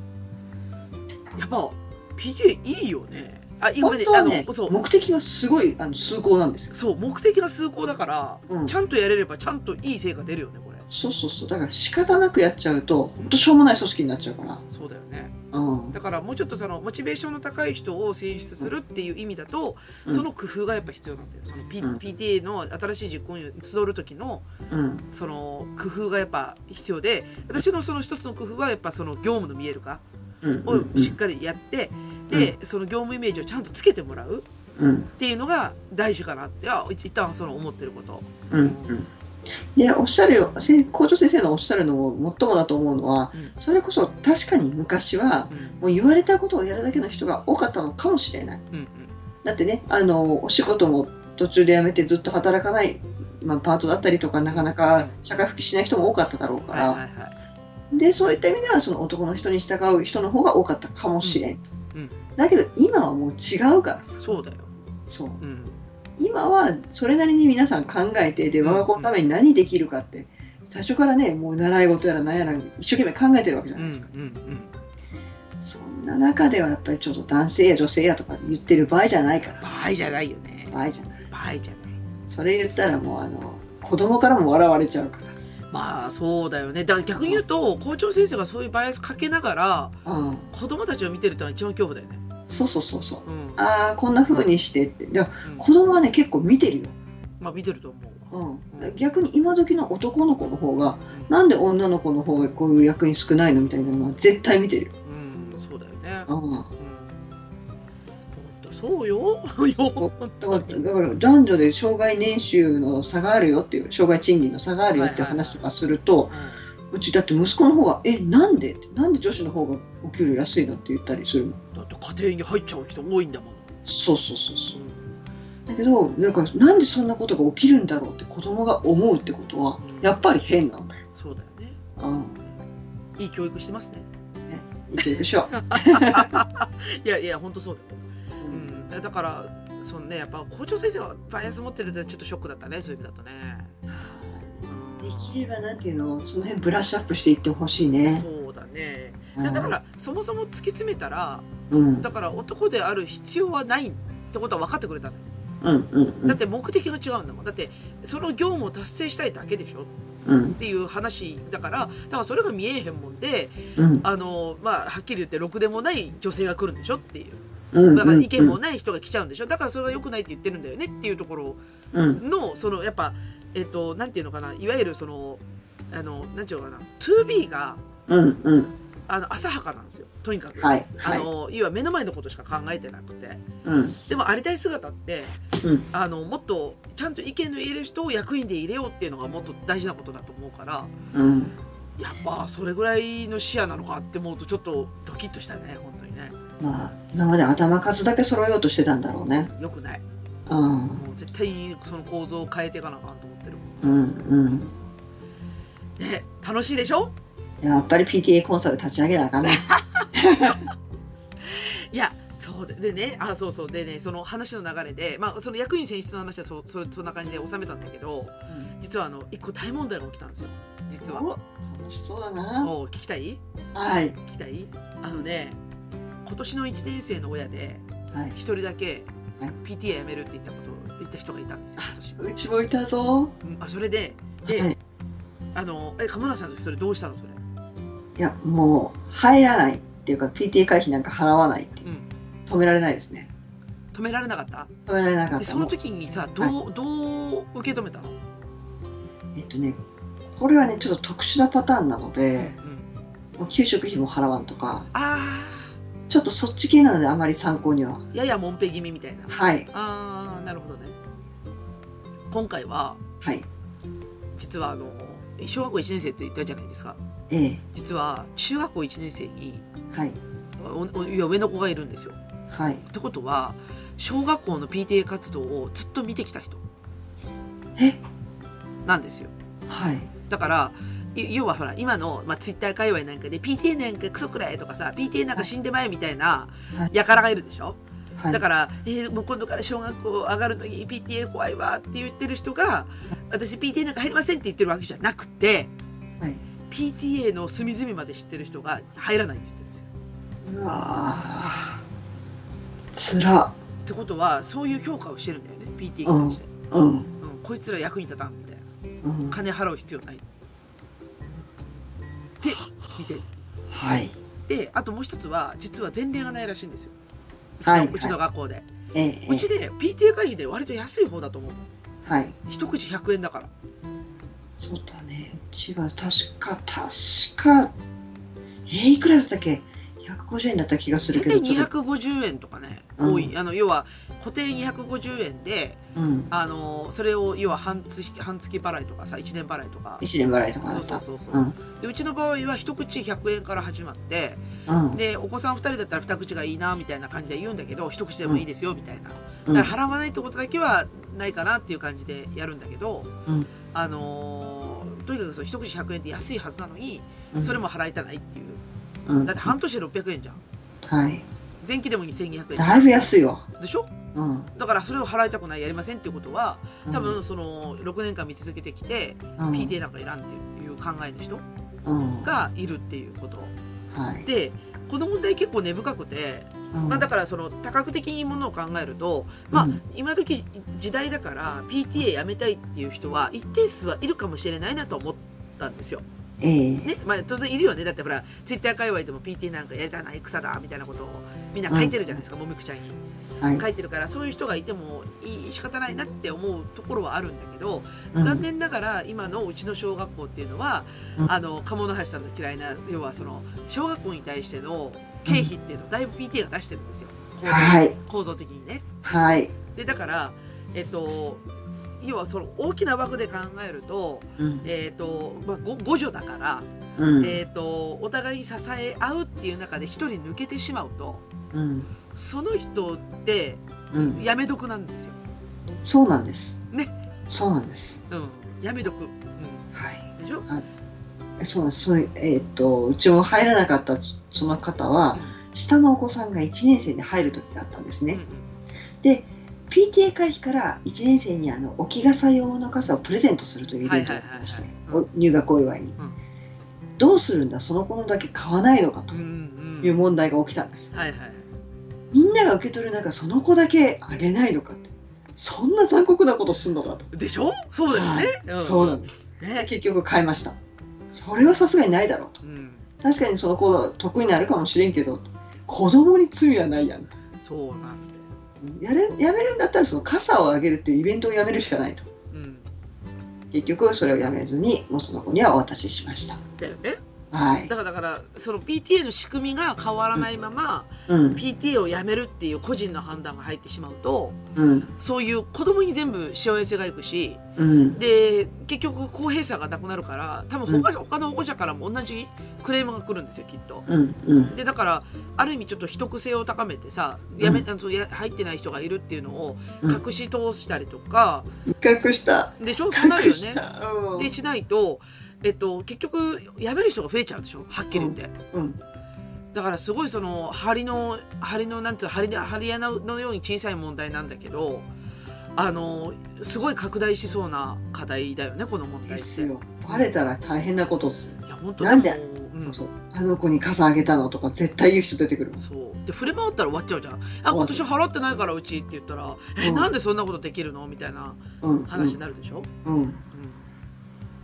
Speaker 2: やっぱ PT いいよねあいいごめん
Speaker 3: 本
Speaker 2: ね
Speaker 3: 当はね
Speaker 2: あのそう
Speaker 3: 目的がすごいあの崇高なんですよ。
Speaker 2: そう目的が崇高だから、
Speaker 3: うん
Speaker 2: ちゃんとやれればちゃんといい成果出るよねこれ
Speaker 3: そうそうそうだから仕方なくやっちゃうと本当しょうもない組織になっちゃうから、
Speaker 2: そうだよね
Speaker 3: うん、
Speaker 2: だからもうちょっとそのモチベーションの高い人を選出するっていう意味だと、
Speaker 3: うん
Speaker 2: その工夫がやっぱ必要なんだよその、P
Speaker 3: うん
Speaker 2: PTA の新しい実行に集る時の
Speaker 3: うん、
Speaker 2: その工夫がやっぱ必要で私のその一つの工夫はやっぱその業務の見える化
Speaker 3: うんう
Speaker 2: を
Speaker 3: ん
Speaker 2: しっかりやって、でその業務イメージをちゃんとつけてもらう
Speaker 3: うん
Speaker 2: っていうのが大事かなってあ一旦その思ってること
Speaker 3: うんうんでおっしゃるよせ校長先生のおっしゃるのも最もだと思うのは、
Speaker 2: うん
Speaker 3: それこそ確かに昔は
Speaker 2: うん
Speaker 3: もう言われたことをやるだけの人が多かったのかもしれない
Speaker 2: うんうん
Speaker 3: だってねあのお仕事も途中で辞めてずっと働かない、まあ、パートだったりとかなかなか社会復帰しない人も多かっただろうか
Speaker 2: はい
Speaker 3: ら、
Speaker 2: はいはい
Speaker 3: でそういった意味ではその男の人に従う人の方が多かったかもしれん、
Speaker 2: うんうん
Speaker 3: だけど今はもう違うからさ
Speaker 2: そうだよ、
Speaker 3: そう
Speaker 2: うん、
Speaker 3: 今はそれなりに皆さん考えてで
Speaker 2: うん
Speaker 3: 我が子のために何できるかって最初からねもう習い事やら何やら一生懸命考えてるわけじゃ
Speaker 2: うんう
Speaker 3: ない
Speaker 2: ん
Speaker 3: ですか、
Speaker 2: うん
Speaker 3: そんな中ではやっぱりちょっと男性や女性やとか言ってる場合じゃないから
Speaker 2: 場合じゃないよね
Speaker 3: 場合じゃない
Speaker 2: 場合じゃない
Speaker 3: それ言ったらもうあの子供からも笑われちゃうから
Speaker 2: まあそうだよねだから逆に言うと校長先生がそういうバイアスかけながら
Speaker 3: あ
Speaker 2: 子供たちを見てるってのが一番恐怖だよね
Speaker 3: あそうそうそうそう
Speaker 2: うん、
Speaker 3: ああこんな風にしてってでも
Speaker 2: うん
Speaker 3: 子供はね結構見てるよ、
Speaker 2: まあ見てると思うわ
Speaker 3: うん、逆に今時の男の子の方がなんで女の子の方がこういう役に少ないのみたいなのは絶対見てるよ、
Speaker 2: うん、うん、そうだよね
Speaker 3: ああ
Speaker 2: うんほんとそうよ (laughs) よ本
Speaker 3: だから
Speaker 2: 当に
Speaker 3: だから男女で障害年収の差があるよっていう障害賃金の差があるよっていう
Speaker 2: はいはいはい
Speaker 3: 話とかすると、うちだって息子の方が「えなんで?」ってなんで女子の方がお給料安いのって言ったりするの
Speaker 2: だって家庭に入っちゃう人多いんだもん、
Speaker 3: そうそうそうそう
Speaker 2: うん
Speaker 3: だけどなんかなんでそんなことが起きるんだろうって子供が思うってことはやっぱり変 (laughs) なんだよ
Speaker 2: そうだよね
Speaker 3: うん
Speaker 2: いい教育してますね
Speaker 3: いけるでしょ、
Speaker 2: いやいや本当そうだよ
Speaker 3: う
Speaker 2: うんん、だからそのねやっぱ校長先生はバイアス持ってるってちょっとショックだったねそういう意味だとね、うん
Speaker 3: できればなんていうのその辺ブラッシュアップしていってほしいね
Speaker 2: そうだね
Speaker 3: うん
Speaker 2: だからそもそも突き詰めたら
Speaker 3: うん
Speaker 2: だから男である必要はないってことは分かってくれたのよ
Speaker 3: うんうんう
Speaker 2: だっ
Speaker 3: ん
Speaker 2: て目的が違うんだもんだってその業務を達成したいだけでしょっ
Speaker 3: うん
Speaker 2: ていう話だからだからそれが見えへんもんで
Speaker 3: うん
Speaker 2: あのまあはっきり言ってろくでもない女性が来るんでしょっていう
Speaker 3: うん
Speaker 2: だから意見もない人が来ちゃうんでしょだからそれは良くないって言ってるんだよねっていうところを
Speaker 3: うん
Speaker 2: のそのやっぱえっとなんていうのかないわゆるそのあのなんていうのかな 2B が
Speaker 3: うんうん
Speaker 2: あの浅はかなんですよとにかく、
Speaker 3: はい
Speaker 2: あ
Speaker 3: はい
Speaker 2: の要は目の前のことしか考えてなくて
Speaker 3: うん
Speaker 2: でもありたい姿って、
Speaker 3: うん
Speaker 2: あのもっとちゃんと意見の言える人を役員で入れようっていうのがもっと大事なことだと思うから
Speaker 3: うん
Speaker 2: やっぱそれぐらいの視野なのかって思うとちょっとドキッとしたね本当にね
Speaker 3: まあ、今まで頭数だけ揃えようとしてたんだろうね。
Speaker 2: よくない
Speaker 3: うん、
Speaker 2: もう絶対にその構造を変えていかなあかんと思ってる
Speaker 3: うん、
Speaker 2: ね楽しいでしょ
Speaker 3: うん。やっぱり PTA コンサル立ち上げなあかんね。
Speaker 2: いやそうででねあそうそうでねその話の流れで、まあ、その役員選出の話はそそそんな感じで収めたんだけど実はあの一個大問題が起きたんですよ実は。
Speaker 3: お楽しそうだな。
Speaker 2: お聞きたい
Speaker 3: はい、
Speaker 2: 聞きたいあのね今年の1年生の親で
Speaker 3: はい
Speaker 2: 一。人だけ
Speaker 3: はい
Speaker 2: PTA 辞めるって言ったこと言った人がいたんですよ今年。
Speaker 3: うちもいたぞ。
Speaker 2: うんあそれでで、
Speaker 3: はい
Speaker 2: あのえ鴨村さんの時それどうしたのそれ。
Speaker 3: いや、もう入らないっていうか、PTA 会費なんか払わないっていう。
Speaker 2: うん
Speaker 3: 止められないですね。
Speaker 2: 止められなかった
Speaker 3: 止められなかっ
Speaker 2: で
Speaker 3: た。
Speaker 2: その時にさどう,、どう受け止めたの、
Speaker 3: もうえっとね、これはね、ちょっと特殊なパターンなので、
Speaker 2: うん、
Speaker 3: もう給食費も払わんとか、
Speaker 2: あ
Speaker 3: ちょっとそっち系なので、あまり参考には。
Speaker 2: あややもんぺ気味みたいな。
Speaker 3: はい、
Speaker 2: ああなるほどね今回は
Speaker 3: はい、
Speaker 2: 実はあの小学校1年生って言ったじゃないですか
Speaker 3: ええ、
Speaker 2: 実は中学校1年生に
Speaker 3: はい、
Speaker 2: おおいや上の子がいるんですよ
Speaker 3: はい。
Speaker 2: ってことは小学校の PTA 活動をずっと見てきた人
Speaker 3: え
Speaker 2: なんですよ
Speaker 3: はい、
Speaker 2: だからい要はほら今の、まあ、Twitter 界隈なんかで PTA なんかクソくらいとかさ PTA なんか死んでまえみたいな
Speaker 3: はい
Speaker 2: やからがいるでしょ
Speaker 3: はい。
Speaker 2: だから、えーもう今度から小学校上がるのに PTA 怖いわって言ってる人が、私 PTA なんか入りませんって言ってるわけじゃなくて、
Speaker 3: はい
Speaker 2: PTA の隅々まで知ってる人が入らないって言ってるんですよ。
Speaker 3: うわーつら
Speaker 2: ってことは、そういう評価をしてるんだよね、PTA に対して。
Speaker 3: うん
Speaker 2: うん、こいつら役に立たんみたいな。
Speaker 3: うん
Speaker 2: 金払う必要ない。って、見てる。
Speaker 3: はい
Speaker 2: で、あともう一つは、実は前例がないらしいんですよ。うちの,、
Speaker 3: はいう
Speaker 2: ちの学校で。
Speaker 3: ええ
Speaker 2: うちね、PTA 会費で割と安い方だと思う。
Speaker 3: はい
Speaker 2: 一口100円だから。
Speaker 3: そうだねうちは確か確かえーいくらだったっけ100 250円だった気がする
Speaker 2: 大
Speaker 3: け
Speaker 2: 体
Speaker 3: ど。それ
Speaker 2: 250円とかね、
Speaker 3: うん
Speaker 2: 多いあの要は固定250円で、
Speaker 3: うん。
Speaker 2: あのそれを要は半月半月払いとかさ1年払いとか
Speaker 3: 1年払いとかだ
Speaker 2: そう
Speaker 3: っ
Speaker 2: そう
Speaker 3: た。
Speaker 2: そうそう、
Speaker 3: うん。
Speaker 2: でうちの場合は一口100円から始まって
Speaker 3: うん。
Speaker 2: でお子さん2人だったら2口がいいなみたいな感じで言うんだけど一口でもいいですよみたいな、
Speaker 3: うん
Speaker 2: だから払わないってことだけはないかなっていう感じでやるんだけど、
Speaker 3: うん
Speaker 2: あのーとにかくその一口100円って安いはずなのに
Speaker 3: うん
Speaker 2: それも払いたないっていう
Speaker 3: うん
Speaker 2: だって半年で600円じゃん
Speaker 3: はい。
Speaker 2: 前期でも2200円
Speaker 3: だいぶ安いわ。
Speaker 2: でしょ
Speaker 3: うん。
Speaker 2: だからそれを払いたくないやりませんっていうことは
Speaker 3: うん
Speaker 2: 多、分その6年間見続けてきて
Speaker 3: うん、
Speaker 2: PTA なんかいらんっていう考えの人
Speaker 3: うん。
Speaker 2: がいるっていうこと
Speaker 3: はい。
Speaker 2: でこの問題結構根深くて、まあ、だからその多角的にものを考えるとまあ、
Speaker 3: うん
Speaker 2: 今時時代だから PTA 辞めたいっていう人は一定数はいるかもしれないなと思ったんですよ。
Speaker 3: ええ
Speaker 2: ねまあ、当然いるよねだってほらツイッター界隈でも PTA なんかやりたない草だみたいなことをみんな書いてるじゃないですか、もみくちゃんに。
Speaker 3: はい。
Speaker 2: 書いてるからそういう人がいてもいい仕方ないなって思うところはあるんだけど、
Speaker 3: うん
Speaker 2: 残。念ながら今のうちの小学校っていうのは、
Speaker 3: うん
Speaker 2: あの鴨橋さんの嫌いな要はその小学校に対しての経費っていうのをだいぶ PTA が出してるんですよ構造,、
Speaker 3: はい。
Speaker 2: 構造的にね。
Speaker 3: はい。
Speaker 2: でだから、えっと、要はその大きな枠で考えると,、
Speaker 3: うん。
Speaker 2: えっとまあ、ご互助だから、
Speaker 3: うん。
Speaker 2: えっとお互いに支え合うっていう中で一人抜けてしまうと
Speaker 3: うん。
Speaker 2: その人って
Speaker 3: うん。
Speaker 2: やめ得なんですよ。
Speaker 3: そうなんです。
Speaker 2: ね。
Speaker 3: そうなんです。
Speaker 2: うん、やめとく、
Speaker 3: はい。
Speaker 2: うん、でしょ、
Speaker 3: そうなんです。そういう、えーっと、うちも入らなかったその方は、下のお子さんが1年生に入る時だったんです
Speaker 2: うん
Speaker 3: ね。で、PTA 会費から1年生にあの置き傘用の傘をプレゼントするというイベントをやってまして
Speaker 2: はいはい、はいはい
Speaker 3: お入学お祝いに、
Speaker 2: ん
Speaker 3: どうするんだ、その子のだけ買わないのかと
Speaker 2: うん
Speaker 3: いう
Speaker 2: うん
Speaker 3: 問題が起きたんですよ。
Speaker 2: はいはい
Speaker 3: みんなが受け取る中、その子だけあげないのかって、そんな残酷なことすんのかと。
Speaker 2: でしょそうだよね、うん、
Speaker 3: そうなんです。で
Speaker 2: ね、
Speaker 3: 結局買いました。それはさすがにないだろうと
Speaker 2: う。ん、
Speaker 3: 確かにその子は得意になるかもしれんけど、子供に罪はないやん。
Speaker 2: そうなんだよ
Speaker 3: やれやめるんだったらその傘をあげるっていうイベントをやめるしかないと。
Speaker 2: うん
Speaker 3: 結局それをやめずに、もうその子にはお渡ししました。
Speaker 2: だよね
Speaker 3: はい
Speaker 2: だ。からだからその PTA の仕組みが変わらないまま、
Speaker 3: うん。
Speaker 2: PTA を辞めるっていう個人の判断が入ってしまうと
Speaker 3: うん。
Speaker 2: そういう子供に全部しわ寄せがいくし
Speaker 3: うん。
Speaker 2: で結局公平さがなくなるから多分他,、他の保護者からも同じクレームが来るんですよきっと。
Speaker 3: うん。うん。
Speaker 2: でだからある意味ちょっと秘匿性を高めてさやめ、あのそうや入ってない人がいるっていうのを
Speaker 3: うん
Speaker 2: 隠し通したりとか、
Speaker 3: 威嚇した。
Speaker 2: でしょそうなる
Speaker 3: 隠
Speaker 2: よ
Speaker 3: し
Speaker 2: ね。
Speaker 3: た。うん
Speaker 2: でしないと、えっと、結局やめる人が増えちゃうでしょはっきり言って。
Speaker 3: うん。
Speaker 2: だからすごいその針の針のなんつうの針の針穴のように小さい問題なんだけどあのすごい拡大しそうな課題だよねこの問
Speaker 3: で
Speaker 2: 題っ
Speaker 3: す
Speaker 2: て。い
Speaker 3: よ。バレたら大変なことする。
Speaker 2: や本当
Speaker 3: なんで
Speaker 2: もうん
Speaker 3: そうそう。あの子に傘あげたのとか絶対言う人出てくる。
Speaker 2: そうで触れ回ったら終わっちゃうじゃん「あ今年払ってないからうち」って言ったら「え
Speaker 3: うん
Speaker 2: なんでそんなことできるの?」みたいな
Speaker 3: うん。
Speaker 2: 話になるでしょ、
Speaker 3: うん。うん。
Speaker 2: う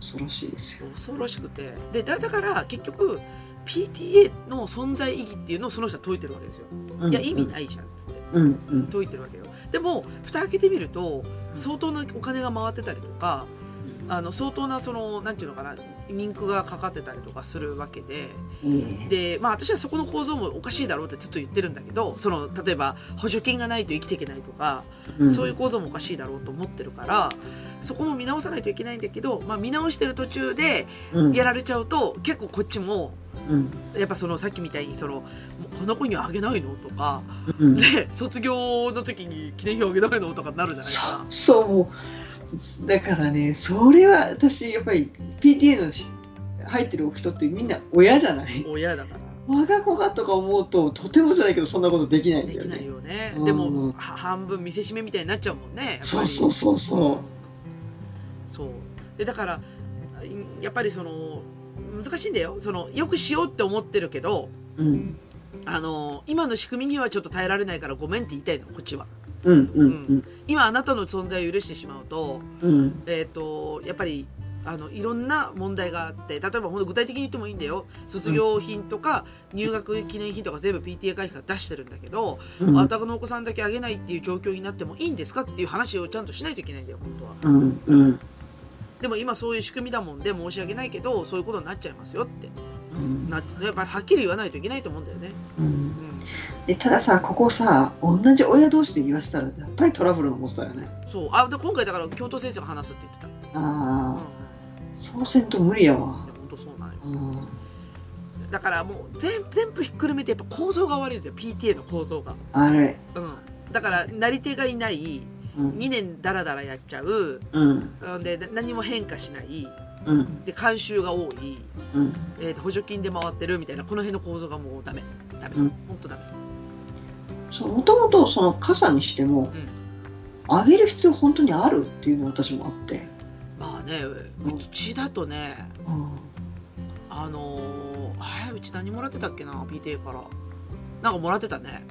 Speaker 3: 恐ろしいですよ。
Speaker 2: ん、恐ろしくてでだだから結局 PTA の存在意義っていうのをその人は解いてるわけですよ。
Speaker 3: うん
Speaker 2: いや意味ないじゃんっつって
Speaker 3: うん。うん。
Speaker 2: 解いてるわけよ。でも蓋開けてみると相当なお金が回ってたりとかあの相当なそのなんていうのかな人気がかかってたりとかするわけで。
Speaker 3: ええ
Speaker 2: で、まあ私はそこの構造もおかしいだろうってずっと言ってるんだけど、その、例えば補助金がないと生きていけないとか、
Speaker 3: うん
Speaker 2: そういう構造もおかしいだろうと思ってるから、そこも見直さないといけないんだけど、まあ見直してる途中で
Speaker 3: うん
Speaker 2: やられちゃうと、結構こっちも、
Speaker 3: うん
Speaker 2: やっぱそのさっきみたいにその、もうこの子にはあげないのとか、
Speaker 3: うん
Speaker 2: で、卒業の時に記念碑あげないのとかなるじゃないですか。
Speaker 3: そうもうだからねそれは私やっぱり PTA のし入ってる人ってみんな親じゃない
Speaker 2: 親だから。
Speaker 3: 我が子がとか思うととてもじゃないけどそんなことできないんだ
Speaker 2: で
Speaker 3: よ
Speaker 2: き
Speaker 3: ね
Speaker 2: ないよね。
Speaker 3: うん
Speaker 2: でも、は半分見せしめみたいになっちゃうもんね。やっぱり
Speaker 3: そうそうそうそ
Speaker 2: そうでだからいやっぱりその難しいんだよそのよくしようって思ってるけど
Speaker 3: ううん
Speaker 2: あの今の仕組みにはちょっと耐えられないからごめんって言いたいのこっちは
Speaker 3: うんうん
Speaker 2: 今あなたの存在を許してしまうと
Speaker 3: うんうん
Speaker 2: えっ、とやっぱりあのいろんな問題があって例えばほんと具体的に言ってもいいんだよ卒業品とか入学記念品とか全部 PTA 会費が出してるんだけど、
Speaker 3: うん
Speaker 2: あたくのお子さんだけあげないっていう状況になってもいいんですかっていう話をちゃんとしないといけないんだよ本当は。
Speaker 3: うんうん
Speaker 2: でも今そういう仕組みだもんで申し訳ないけどそういうことになっちゃいますよって
Speaker 3: うん
Speaker 2: なやっぱはっきり言わないといけないと思うんだよね。
Speaker 3: うん
Speaker 2: う
Speaker 3: でたださここさ同じ親同士で言わしたらやっぱりトラブルのことだよね
Speaker 2: ん、そうあで今回だから教頭先生が話すって言ってた。うん、い
Speaker 3: ああそうせんと無理やわ
Speaker 2: や本当そうなんよ。
Speaker 3: うん
Speaker 2: だからもう全全部ひっくるめてやっぱ構造が悪いんですよ PTA の構造が。
Speaker 3: あれ
Speaker 2: うん、だからなり手がいない
Speaker 3: うん
Speaker 2: 2年ダラダラやっちゃう
Speaker 3: うん
Speaker 2: うんで何も変化しない
Speaker 3: うん
Speaker 2: で慣習が多い、
Speaker 3: うん
Speaker 2: えーと補助金で回ってるみたいなこの辺の構造がもうダメダメ、
Speaker 3: うん
Speaker 2: 本当ダメ
Speaker 3: そうもともとその傘にしても、上げる必要本当にあるっていうのは私もあって、
Speaker 2: まあね
Speaker 3: ん
Speaker 2: うちだとねあのー、あれうち何もらってたっけな PTA からなんかもらってたね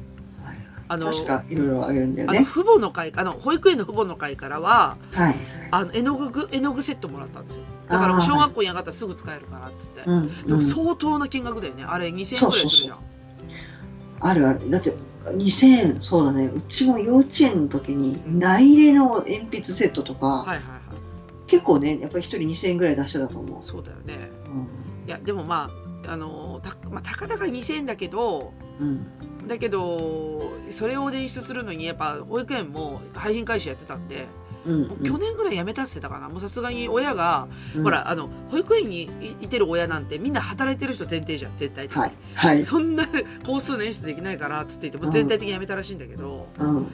Speaker 3: はい
Speaker 2: あの
Speaker 3: 確かいろいろ上げるんだよ
Speaker 2: あの
Speaker 3: ね
Speaker 2: 父母の会あの保育園の父母の会からは
Speaker 3: はい
Speaker 2: あの絵の具ぐ絵の具セットもらったんですよだからもう小学校に上がったらすぐ使えるからっつって、
Speaker 3: うん
Speaker 2: で
Speaker 3: う
Speaker 2: も
Speaker 3: ん
Speaker 2: 相当な金額だよねあれ2000円くらいするじゃん
Speaker 3: あるあるだって2000円そうだねうちも幼稚園の時に内入れの鉛筆セットとか、
Speaker 2: はいはいはい
Speaker 3: 結構ねやっぱり1人2000円ぐらい出してたと思う、
Speaker 2: そうだよね
Speaker 3: うん
Speaker 2: いやでもまああのた,、まあ、たかだか2000円だけど
Speaker 3: うん、
Speaker 2: だけどそれを捻出するのにやっぱ保育園も廃品回収やってたんで
Speaker 3: うん
Speaker 2: もう
Speaker 3: う
Speaker 2: 去
Speaker 3: ん
Speaker 2: 年ぐらいやめたっつってたかなもうさすがに親が、
Speaker 3: うん
Speaker 2: ほらあの保育園にいいてる親なんてみんな働いてる人前提じゃん絶対的に、
Speaker 3: はいはい、
Speaker 2: そんな工数捻出できないからっつって言ってもう全体的にやめたらしいんだけど、
Speaker 3: うん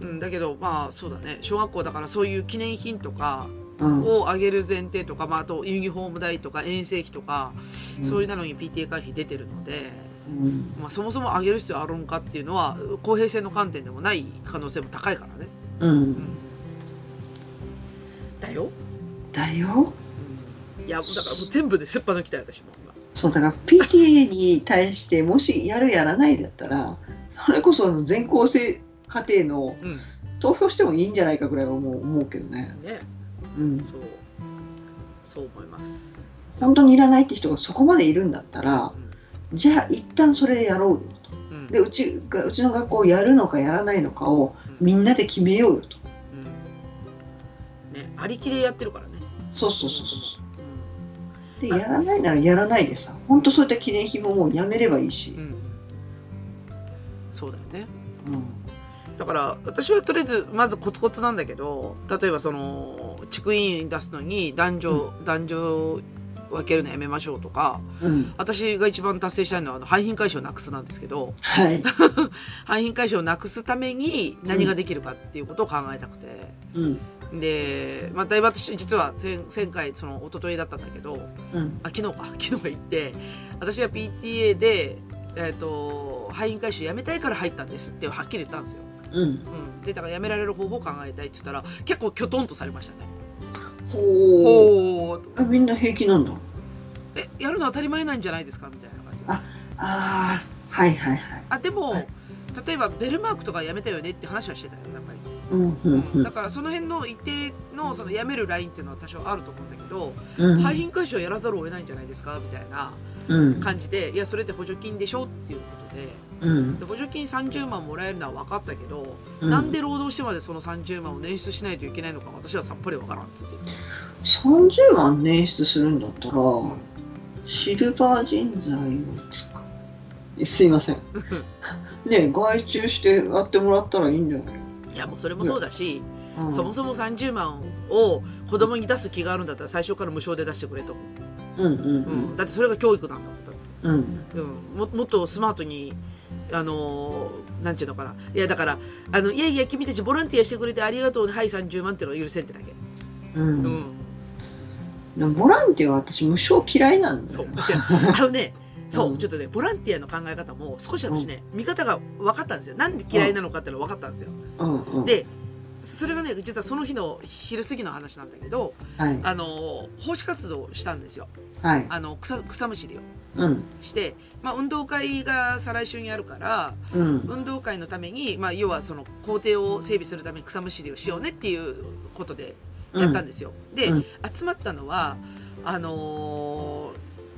Speaker 2: うん、だけどまあそうだね小学校だからそういう記念品とか
Speaker 3: うん
Speaker 2: をあげる前提とか、まあ、あとユニフォーム代とか遠征費とか、そういう
Speaker 3: う、
Speaker 2: なのに PTA 会費出てるので、
Speaker 3: うん
Speaker 2: まあ、そもそも上げる必要あるんかっていうのは公平性の観点でもない可能性も高いからね。
Speaker 3: うん、
Speaker 2: だよ。
Speaker 3: だよ
Speaker 2: いやだからもう全部で、すっぱ抜きたい私も今。
Speaker 3: そうだから PTA に対してもしやるやらないだったらそれこそあの全校生家庭の
Speaker 2: うん
Speaker 3: 投票してもいいんじゃないかぐらいはもう思うけどね、
Speaker 2: ね、
Speaker 3: うん、
Speaker 2: そうそう思います。
Speaker 3: 本当にいらないって人がそこまでいるんだったら
Speaker 2: うん
Speaker 3: じゃあ一旦それでやろうよ
Speaker 2: う
Speaker 3: と
Speaker 2: ん
Speaker 3: でうちがうちの学校やるのかやらないのかをみんなで決めようよと
Speaker 2: うんね、ありきでやってるからね。
Speaker 3: そうそうそうそう
Speaker 2: そもそもうん
Speaker 3: でやらないならやらないでさ本当そういった記念品ももうやめればいいし
Speaker 2: う、ん、そうだよね
Speaker 3: うん
Speaker 2: だから私はとりあえずまずコツコツなんだけど例えばその地区委員出すのに男女、男女分けるのやめましょうとか
Speaker 3: うん、
Speaker 2: 私が一番達成したいのはあの廃品回収をなくすなんですけど
Speaker 3: はい、
Speaker 2: 廃品回収をなくすために何ができるかっていうことを考えたくて。
Speaker 3: うん
Speaker 2: で、まあ、だいぶ私、実は前、前回、その、一昨日だったんだけど、
Speaker 3: うん
Speaker 2: あ、昨日か、昨 (laughs) 日行って、私は PTA で、えっ、と、廃品回収やめたいから入ったんですってはっきり言ったんですよ。
Speaker 3: うん
Speaker 2: うん。で、だからやめられる方法を考えたいって言ったら、結構きょとんとされましたね。
Speaker 3: ほう
Speaker 2: ほーと。
Speaker 3: あみんな平気なんだ
Speaker 2: え、やるの当たり前なんじゃないですかみたいな感じで。
Speaker 3: あああはいはいはい。
Speaker 2: あ、でも
Speaker 3: はい、
Speaker 2: 例えばベルマークとかやめたよねって話はしてたよ、やっぱり。
Speaker 3: うんう
Speaker 2: うん。だ
Speaker 3: ん
Speaker 2: からその辺の一定の、そのやめるラインっていうのは多少あると思うんだけど、
Speaker 3: うん。
Speaker 2: 廃品回収をやらざるを得ないんじゃないですかみたいな
Speaker 3: うん
Speaker 2: 感じで、いや、それって補助金でしょっていうことで、
Speaker 3: うん
Speaker 2: で補助金30万もらえるのは分かったけど、
Speaker 3: う
Speaker 2: なんで労働してまでその30万を捻出しないといけないのか私はさっぱり分からんっつって
Speaker 3: 三十万捻出するんだったらシルバー人材を使うえ。すいません。ねえ外注してやってもらったらいいんじゃない。
Speaker 2: (laughs) いやもうそれもそうだし、
Speaker 3: うん
Speaker 2: そもそも30万を子供に出す気があるんだったら最初から無償で出してくれと、
Speaker 3: うんう
Speaker 2: うん
Speaker 3: ん
Speaker 2: だってそれが教育なんだもんだって
Speaker 3: うんうん
Speaker 2: うん、ももっとスマートにあのーなんていうのかないやだからあのいやいや君たちボランティアしてくれてありがとうねはい30万ってのは許せんってだけ、
Speaker 3: う
Speaker 2: う
Speaker 3: んうん
Speaker 2: ん
Speaker 3: でもボランティアは私無償嫌いなんだ
Speaker 2: そう。
Speaker 3: よ
Speaker 2: い。やあの
Speaker 3: (laughs)
Speaker 2: ね、そう、
Speaker 3: うん
Speaker 2: ちょっとね、ボランティアの考え方も少し私ね、見方が分かったんですよ。なんで嫌いなのかっていうのが分かったんですよ。
Speaker 3: うんうん。
Speaker 2: で、それがね、実はその日の昼過ぎの話なんだけど、
Speaker 3: はい
Speaker 2: あの、奉仕活動をしたんですよ。
Speaker 3: はい
Speaker 2: あの、草、草むしりを
Speaker 3: うん
Speaker 2: して、まあ、運動会が再来週にあるから、
Speaker 3: うん
Speaker 2: 運動会のために、まあ、要はその校庭を整備するために草むしりをしようねっていうことでやったんですよ。で、
Speaker 3: うん
Speaker 2: 集まったのは、あのー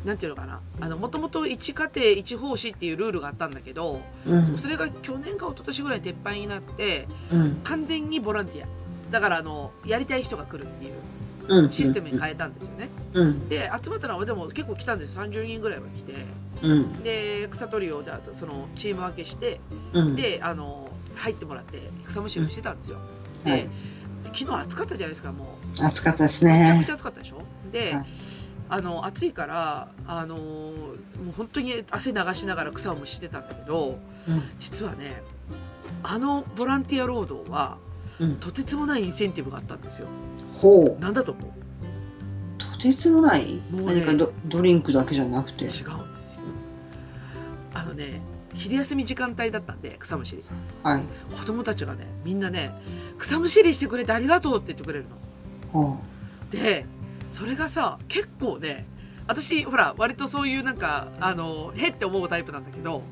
Speaker 2: なんていうのかな。あの、もともと一家庭一奉仕っていうルールがあったんだけど、
Speaker 3: うん
Speaker 2: それが去年か一昨年ぐらいに撤廃になって、
Speaker 3: うん
Speaker 2: 完全にボランティア。だから、あの、やりたい人が来るっていう。
Speaker 3: うん。
Speaker 2: システムに変えたんですよね。
Speaker 3: うん。
Speaker 2: で集まったのはでも結構来たんですよ30人ぐらいは来て
Speaker 3: うん。
Speaker 2: で草取りをじゃあそのチーム分けして
Speaker 3: うん。
Speaker 2: であの入ってもらって草むしろしてたんですよ。
Speaker 3: うんはい
Speaker 2: で昨日暑かったじゃないですかもう
Speaker 3: 暑かったです
Speaker 2: めちゃく
Speaker 3: ね
Speaker 2: ち。ゃ暑かったでしょで
Speaker 3: はい
Speaker 2: あの暑いからあのもう本当に汗流しながら草をむしてたんだけど
Speaker 3: うん。
Speaker 2: 実はねあのボランティア労働は
Speaker 3: うん。
Speaker 2: とてつもないインセンティブがあったんですよ。
Speaker 3: ほう。
Speaker 2: なんだと思う
Speaker 3: とてつもない
Speaker 2: もうね
Speaker 3: 何かドドリンクだけじゃなくて。
Speaker 2: 違うんですよ。あのね昼休み時間帯だったんで草むしり
Speaker 3: はい。
Speaker 2: 子供たちがねみんなね草むしりしてくれてありがとうって言ってくれるの。
Speaker 3: ほ
Speaker 2: でそれがさ結構ね私ほら割とそういうなんかあのへって思うタイプなんだけど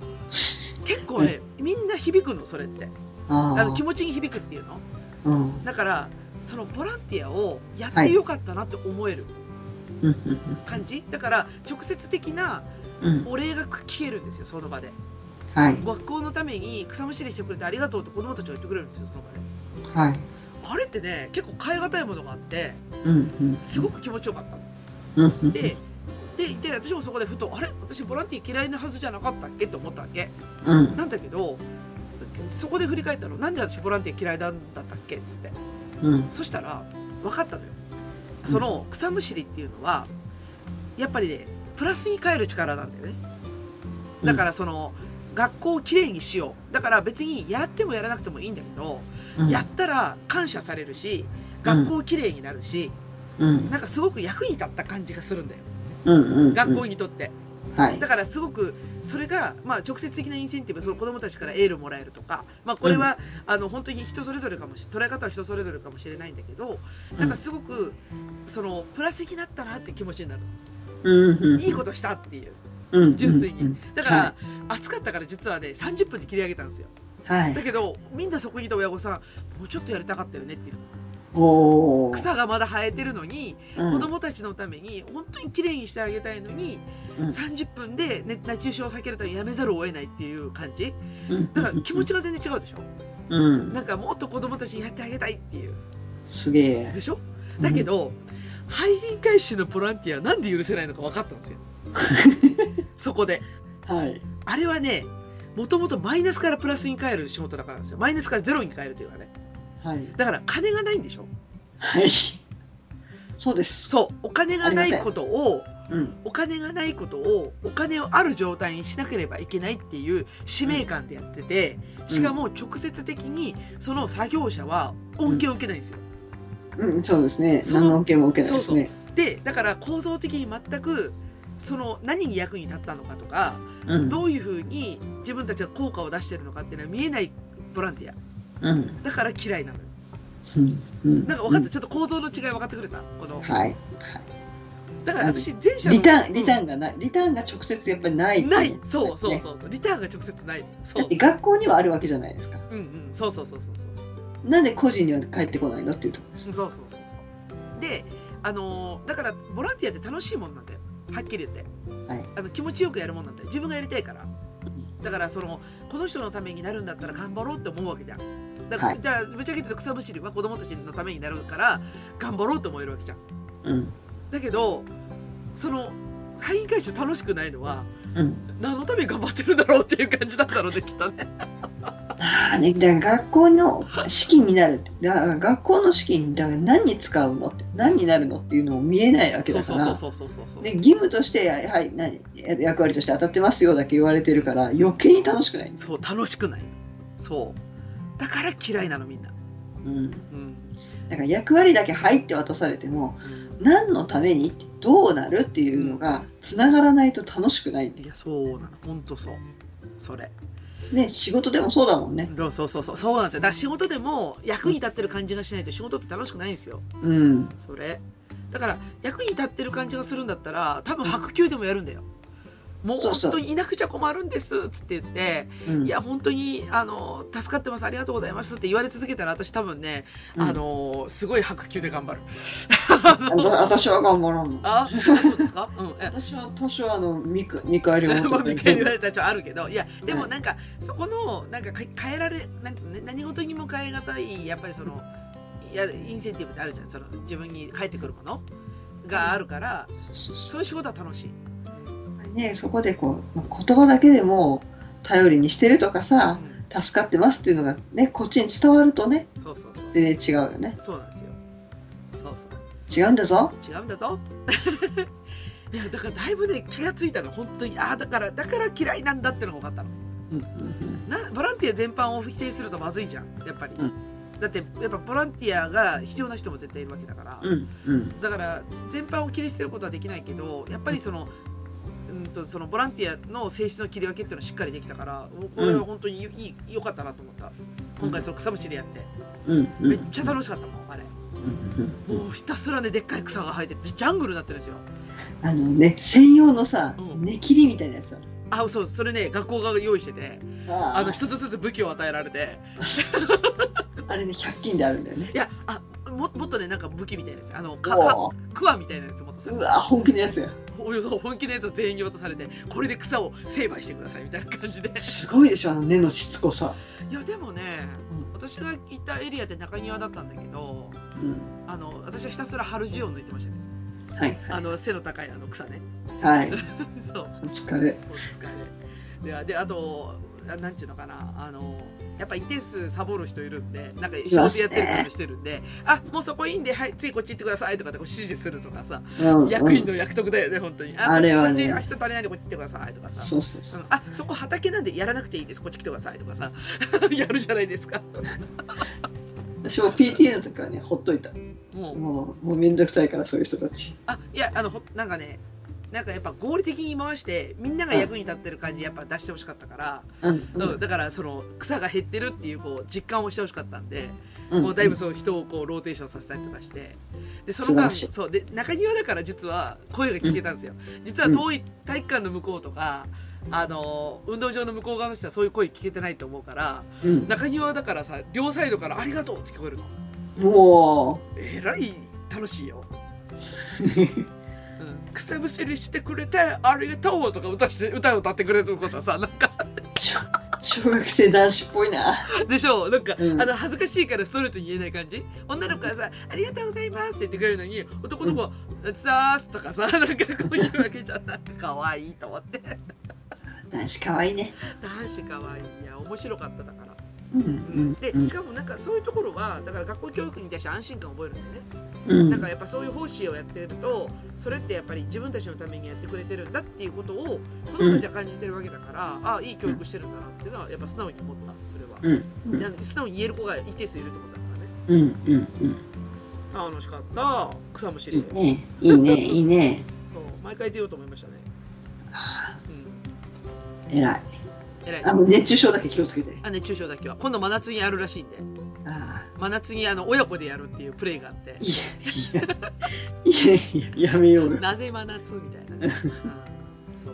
Speaker 2: 結構ねみんな響くのそれって
Speaker 3: う。あ
Speaker 2: あの
Speaker 3: あ
Speaker 2: 気。持ちに響くっていうの
Speaker 3: うん。
Speaker 2: だからそのボランティアをやってよかったなって思える
Speaker 3: うん。うん
Speaker 2: 感じ、だから直接的な
Speaker 3: うん。
Speaker 2: お礼が消えるんですよその場で
Speaker 3: はい。
Speaker 2: 学校のために草むしりしてくれてありがとうって子供たちが言ってくれるんですよその場で
Speaker 3: はい。
Speaker 2: あれってね結構変え難いものがあって
Speaker 3: うん。うん。
Speaker 2: すごく気持ちよかったの
Speaker 3: うん。うん。
Speaker 2: ででいて私もそこでふとあれ私ボランティア嫌いなはずじゃなかったっけって思ったわけ
Speaker 3: うん。
Speaker 2: なんだけどそこで振り返ったのなんで私ボランティア嫌いなんだったっけっつって
Speaker 3: うん。
Speaker 2: そしたら分かったのよその草むしりっていうのはやっぱりねプラスに変える力なんだよねだからその学校をきれいにしようだから別にやってもやらなくてもいいんだけど、
Speaker 3: うん
Speaker 2: やったら感謝されるし
Speaker 3: う
Speaker 2: 学
Speaker 3: ん
Speaker 2: 校きれいになるし、
Speaker 3: うん。
Speaker 2: なんかすごく役に立った感じがするんだよ
Speaker 3: うん。うん。
Speaker 2: 学校にとって、
Speaker 3: はい
Speaker 2: だ。からすごくそれが、まあ、直接的なインセンティブその子どもたちからエールもらえるとか、まあ、これは、あの本当に人それぞれかもし捉え方は人それぞれかもしれないんだけどなんかすごくそのプラスになったなって気持ちになる
Speaker 3: うん。うん。
Speaker 2: いいことしたっていう
Speaker 3: と
Speaker 2: 純粋に。だから、
Speaker 3: は
Speaker 2: 暑かったから実はね30分で切り上げたんですよ
Speaker 3: はい
Speaker 2: だ。けどみんなそこにいた親御さんもうちょっとやりたかったよねっていう
Speaker 3: おお。
Speaker 2: 草がまだ生えてるのに
Speaker 3: 子
Speaker 2: 子供たちのために本当に綺麗にしてあげたいのに、
Speaker 3: うん
Speaker 2: 30分で熱熱中症を避けるためにやめざるを得ないっていう感じ
Speaker 3: うん
Speaker 2: だから気持ちが全然違うでしょ
Speaker 3: うん。
Speaker 2: なんかもっと子供たちにやってあげたいっていう
Speaker 3: すげえ
Speaker 2: で。しょだけど、廃人回収のボランティアなんで許せないのか分かったんですよそこで
Speaker 3: はい。
Speaker 2: あれはねもともとマイナスからプラスに変える仕事だからなんですよマイナスからゼロに変えるというかね
Speaker 3: はい。
Speaker 2: だから金がないんでしょ
Speaker 3: はい。そうです。
Speaker 2: そうお金がないことを
Speaker 3: うん。
Speaker 2: お金がないことをお金をある状態にしなければいけないっていう使命感でやってて、
Speaker 3: ん
Speaker 2: しかも直接的にその作業者は恩恵を受けないんですよ。
Speaker 3: うん、そうですね。
Speaker 2: その
Speaker 3: 何の恩恵も受けないですね。
Speaker 2: でだから構造的に全くその何に役に立ったのかとか、
Speaker 3: うん。
Speaker 2: どういうふうに自分たちが効果を出してるのかっていうのは見えないボランティア
Speaker 3: うん。
Speaker 2: だから嫌いなのよ。
Speaker 3: うん。うん。
Speaker 2: なんか分かった、ちょっと構造の違い分かってくれたこの
Speaker 3: はい。
Speaker 2: だから私前者の
Speaker 3: リターン、リタ
Speaker 2: ン、
Speaker 3: ーンがない。リターンが直接やっぱりない。
Speaker 2: ないそうそう
Speaker 3: ね
Speaker 2: そうそうリターンが直接ないそ
Speaker 3: だ
Speaker 2: う
Speaker 3: って学校にはあるわけじゃないですか。
Speaker 2: うんうんそうそうそうそうそうそう
Speaker 3: なんで個人には返ってこないのっていうところです。
Speaker 2: そうそうそうそうであのーだからボランティアって楽しいもんなんだよはっきり言って、
Speaker 3: はい
Speaker 2: あの気持ちよくやるもんなんだよ自分がやりたいからだからそのこの人のためになるんだったら頑張ろうって思うわけじゃんだから、
Speaker 3: はい
Speaker 2: じゃあぶっちゃけ言うと草むしりは子供たちのためになるから頑張ろうって思えるわけじゃん
Speaker 3: うん。
Speaker 2: だけどその会員会社楽しくないのは
Speaker 3: うん。
Speaker 2: 何のために頑張ってるんだろうっていう感じだったのできっと
Speaker 3: (laughs)
Speaker 2: ね
Speaker 3: ああね、だから学校の資金になるって。だから学校の資金、だから何に使うのって、何になるのっていうのも見えないわけ
Speaker 2: そう
Speaker 3: だか
Speaker 2: そう
Speaker 3: ら。
Speaker 2: そうそうそうそうそう
Speaker 3: で義務として、はい、何役割として当たってますよだけ言われてるから余計に楽しくないんです。
Speaker 2: そう楽しくないそうだから嫌いなのみんな
Speaker 3: うん、だ
Speaker 2: うん、
Speaker 3: から役割だけ入って渡されても
Speaker 2: うん
Speaker 3: 何のためにってどうなるっていうのがつながらないと楽しくないんで
Speaker 2: いやそうなの本当そうそれ
Speaker 3: すね仕事でもそうだもんね。
Speaker 2: そうそうそうそうそうなんですよだから仕事でも役に立ってる感じがしないと仕事って楽しくないんですよ
Speaker 3: うん、
Speaker 2: それだから役に立ってる感じがするんだったら多分白球でもやるんだよもう
Speaker 3: そうそ
Speaker 2: 本
Speaker 3: う
Speaker 2: 当にいなくちゃ困るんですっつって言って
Speaker 3: うん
Speaker 2: いや本当にあの助かってますありがとうございますって言われ続けたら私多分ね、
Speaker 3: うん
Speaker 2: あのすごい白球で頑張る
Speaker 3: あの私は頑張らんの
Speaker 2: ああそうですかうんえ
Speaker 3: 私は多少あの見く見返りを
Speaker 2: (laughs) まあ、
Speaker 3: 求め
Speaker 2: 見返り
Speaker 3: て
Speaker 2: は多少あるけどいやでも
Speaker 3: はい
Speaker 2: なんか、そこのなんかか変えられなんていうのね何事にも変え難いやっぱりそのいやインセンティブってあるじゃんその自分に返ってくるものがあるから
Speaker 3: そう
Speaker 2: そういう仕事は楽しい。
Speaker 3: ね、そこでこうまあ言葉だけでも頼りにしてるとかさ
Speaker 2: う
Speaker 3: 助かってますっていうのがねこっちに伝わるとね
Speaker 2: ん、そうそうそう。
Speaker 3: 全然違うよね
Speaker 2: そうなんですよ。そうそう。
Speaker 3: 違うんだぞ
Speaker 2: 違うんだぞ。 (laughs) いやだからだいぶね気がついたの本当にああだからだから嫌いなんだってのが分かったの。
Speaker 3: うんうん
Speaker 2: なボランティア全般を否定するとまずいじゃんやっぱり、
Speaker 3: うん
Speaker 2: だってやっぱボランティアが必要な人も絶対いるわけだから、
Speaker 3: うんうんうん
Speaker 2: だから全般を切り捨てることはできないけどやっぱりその,、うん、とそのボランティアの性質の切り分けっていうのはしっかりできたからこれは本当にいい良かったなと思った今回その草むしりやって
Speaker 3: うんうん
Speaker 2: めっちゃ楽しかったもんあれ
Speaker 3: うん
Speaker 2: もうひたすらねでっかい草が生えててジャングルになってるんですよ
Speaker 3: あのね専用のさ
Speaker 2: うん
Speaker 3: 根切りみたいなやつ
Speaker 2: あそうそれね学校が用意してて
Speaker 3: あ
Speaker 2: あの一つずつ武器を与えられて
Speaker 3: あれね100均であるんだよね
Speaker 2: いやあももっとねなんか武器みたいなやつあのかか
Speaker 3: おー
Speaker 2: クワみたいなやつ持たさ
Speaker 3: う
Speaker 2: れて
Speaker 3: わ本気のやつや
Speaker 2: およそ本気のやつを全員に渡されてこれで草を成敗してくださいみたいな感じです
Speaker 3: ごいでしょあの根のしつこさ、
Speaker 2: いやでもね
Speaker 3: うん
Speaker 2: 私が行ったエリアって中庭だったんだけど
Speaker 3: うん、
Speaker 2: あの私はひたすら春ジオン抜いてましたね
Speaker 3: はい
Speaker 2: あの背の高いあの草ね (laughs)
Speaker 3: はい
Speaker 2: そう
Speaker 3: お
Speaker 2: お疲
Speaker 3: 疲れ
Speaker 2: れであであとあなんていうのかなあのやっぱ一定数サボる人いるんでなんか仕事やってる感じしてるんで「あもうそこいいんではいついこっち行ってください」とかってこう指示するとかさ
Speaker 3: うん
Speaker 2: 役員の役得だよね、本当に。
Speaker 3: あれはね
Speaker 2: こっち、あ人足りないんでこっち来てくださいとかさ。
Speaker 3: そうそうそううん
Speaker 2: あそこ畑なんでやらなくていいです、こっち来てくださいとかさ。 (laughs) やるじゃないですか。
Speaker 3: 私も PTA の時はねほっといた
Speaker 2: もう、
Speaker 3: もうもうめんどくさいからそういう人たち
Speaker 2: あいや、あの、ほなんかね、なんかやっぱ合理的に回して、みんなが役に立ってる感じ、やっぱ出してほしかったから、
Speaker 3: うん
Speaker 2: うんだから、その、草が減ってるっていう、こう、実感をしてほしかったんで、
Speaker 3: うん
Speaker 2: もうだいぶそう、人をこう、ローテーションさせたりとかして、で、その
Speaker 3: 素晴
Speaker 2: 間、
Speaker 3: らしい
Speaker 2: そう、で、中庭だから実は声が聞けたんですよ。実は遠い体育館の向こうとか、あの、運動場の向こう側の人はそういう声聞けてないと思うから、
Speaker 3: うん
Speaker 2: 中庭だからさ、両サイドからありがとうって聞こえるの。
Speaker 3: も
Speaker 2: えらい楽しいよ。
Speaker 3: う
Speaker 2: うん、草むしりしてくれてありがとうとか歌して歌を歌ってくれることはさなんか
Speaker 3: (laughs) 小小学生男子っぽいな
Speaker 2: でしょうなんか、
Speaker 3: うん
Speaker 2: あの恥ずかしいからストレートに言えない感じ女の子はさ「ありがとうございます」って言ってくれるのに男の子は「うさーす」とかさなんかこういうわけじゃなくかわいいと思って
Speaker 3: 男子可愛いね
Speaker 2: 男子かわいいいや面白かっただから、
Speaker 3: うん
Speaker 2: うん、
Speaker 3: う
Speaker 2: で
Speaker 3: ん
Speaker 2: しかもなんかそういうところはだから学校教育に対して安心感を覚えるんだよね
Speaker 3: うん
Speaker 2: なんかやっぱそういう奉仕をやってるとそれってやっぱり自分たちのためにやってくれてるんだっていうことを子供たちは感じてるわけだから、ああいい教育してるんだなっていうのはやっぱ素直に思ったそれは、
Speaker 3: うんうん
Speaker 2: なんで素直に言える子が一定数いるってことだからね
Speaker 3: うんうん
Speaker 2: あ楽しかった草むし
Speaker 3: うんい
Speaker 2: り
Speaker 3: いねいいねいいね
Speaker 2: そう毎回出ようと思いましたね
Speaker 3: あ
Speaker 2: うん
Speaker 3: ー偉い
Speaker 2: えらい
Speaker 3: あの熱中症だけ気をつけて
Speaker 2: あ熱中症だけは今度真夏にやるらしいんで
Speaker 3: あ
Speaker 2: 真夏にあの親子でやるっていうプレイがあって
Speaker 3: ーいやいやいやいややめようよ
Speaker 2: なぜ真夏みたいなね、
Speaker 3: (laughs)
Speaker 2: うんそう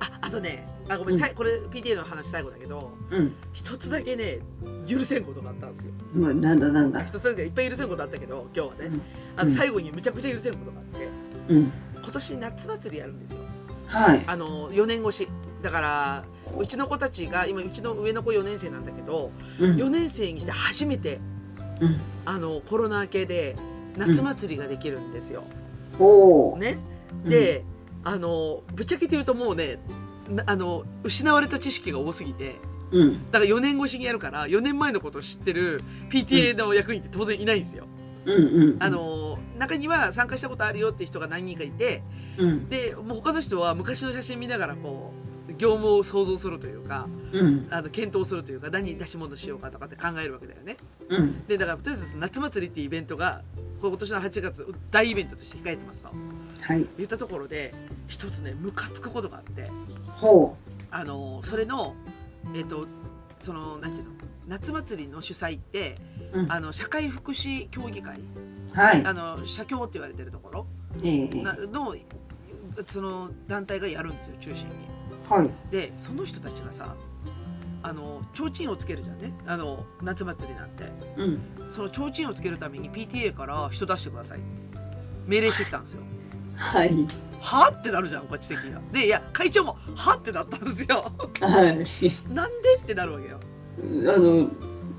Speaker 2: ああとねあごめん、さいこれ PTA の話最後だけど、
Speaker 3: うん
Speaker 2: 一つだけね許せんことがあったんですよ
Speaker 3: もうなんだなんだ
Speaker 2: 一つだけいっぱい許せんことあったけど今日はね、
Speaker 3: うん
Speaker 2: あの
Speaker 3: うん
Speaker 2: 最後にむちゃくちゃ許せんことがあって
Speaker 3: うん
Speaker 2: 今年夏祭りやるんですよ
Speaker 3: はい
Speaker 2: あの4年越しだからうちの子たちが今うちの上の子4年生なんだけど
Speaker 3: うん
Speaker 2: 4年生にして初めて
Speaker 3: うん
Speaker 2: あのコロナ明けで夏祭りができるんですよ、
Speaker 3: おお
Speaker 2: ねで、あのぶっちゃけて言うともうねなあの失われた知識が多すぎて
Speaker 3: うん
Speaker 2: だから4年越しにやるから4年前のことを知ってる PTA の役員って当然いないんですよ。
Speaker 3: うんうん
Speaker 2: あの中には参加したことあるよって人が何人かいて
Speaker 3: うん
Speaker 2: でもう他の人は昔の写真見ながらこう業務を想像するというか
Speaker 3: うん
Speaker 2: あの検討するというか何出し物しようかとかって考えるわけだよね。
Speaker 3: うん
Speaker 2: でだからとりあえず夏祭りっていうイベントがこれ今年の8月大イベントとして控えてますと
Speaker 3: はい
Speaker 2: 言ったところで一つねムカつくことがあって
Speaker 3: ほ
Speaker 2: あのそれのえっ、とそのなんていうの夏祭りの主催って
Speaker 3: ううん
Speaker 2: あの社会福祉協議会
Speaker 3: はい
Speaker 2: あの社協って言われてるところ
Speaker 3: ええ
Speaker 2: なのその団体がやるんですよ中心に。
Speaker 3: はい
Speaker 2: でその人たちがさあの提灯をつけるじゃんねあの夏祭りなんて
Speaker 3: うん
Speaker 2: その提灯をつけるために PTA から人出してくださいって命令してきたんですよ。
Speaker 3: はい
Speaker 2: はってなるじゃんこっち的には。でいや会長も
Speaker 3: (laughs)
Speaker 2: はってなったんですよ。
Speaker 3: はい
Speaker 2: なんでってなるわけよ。
Speaker 3: あの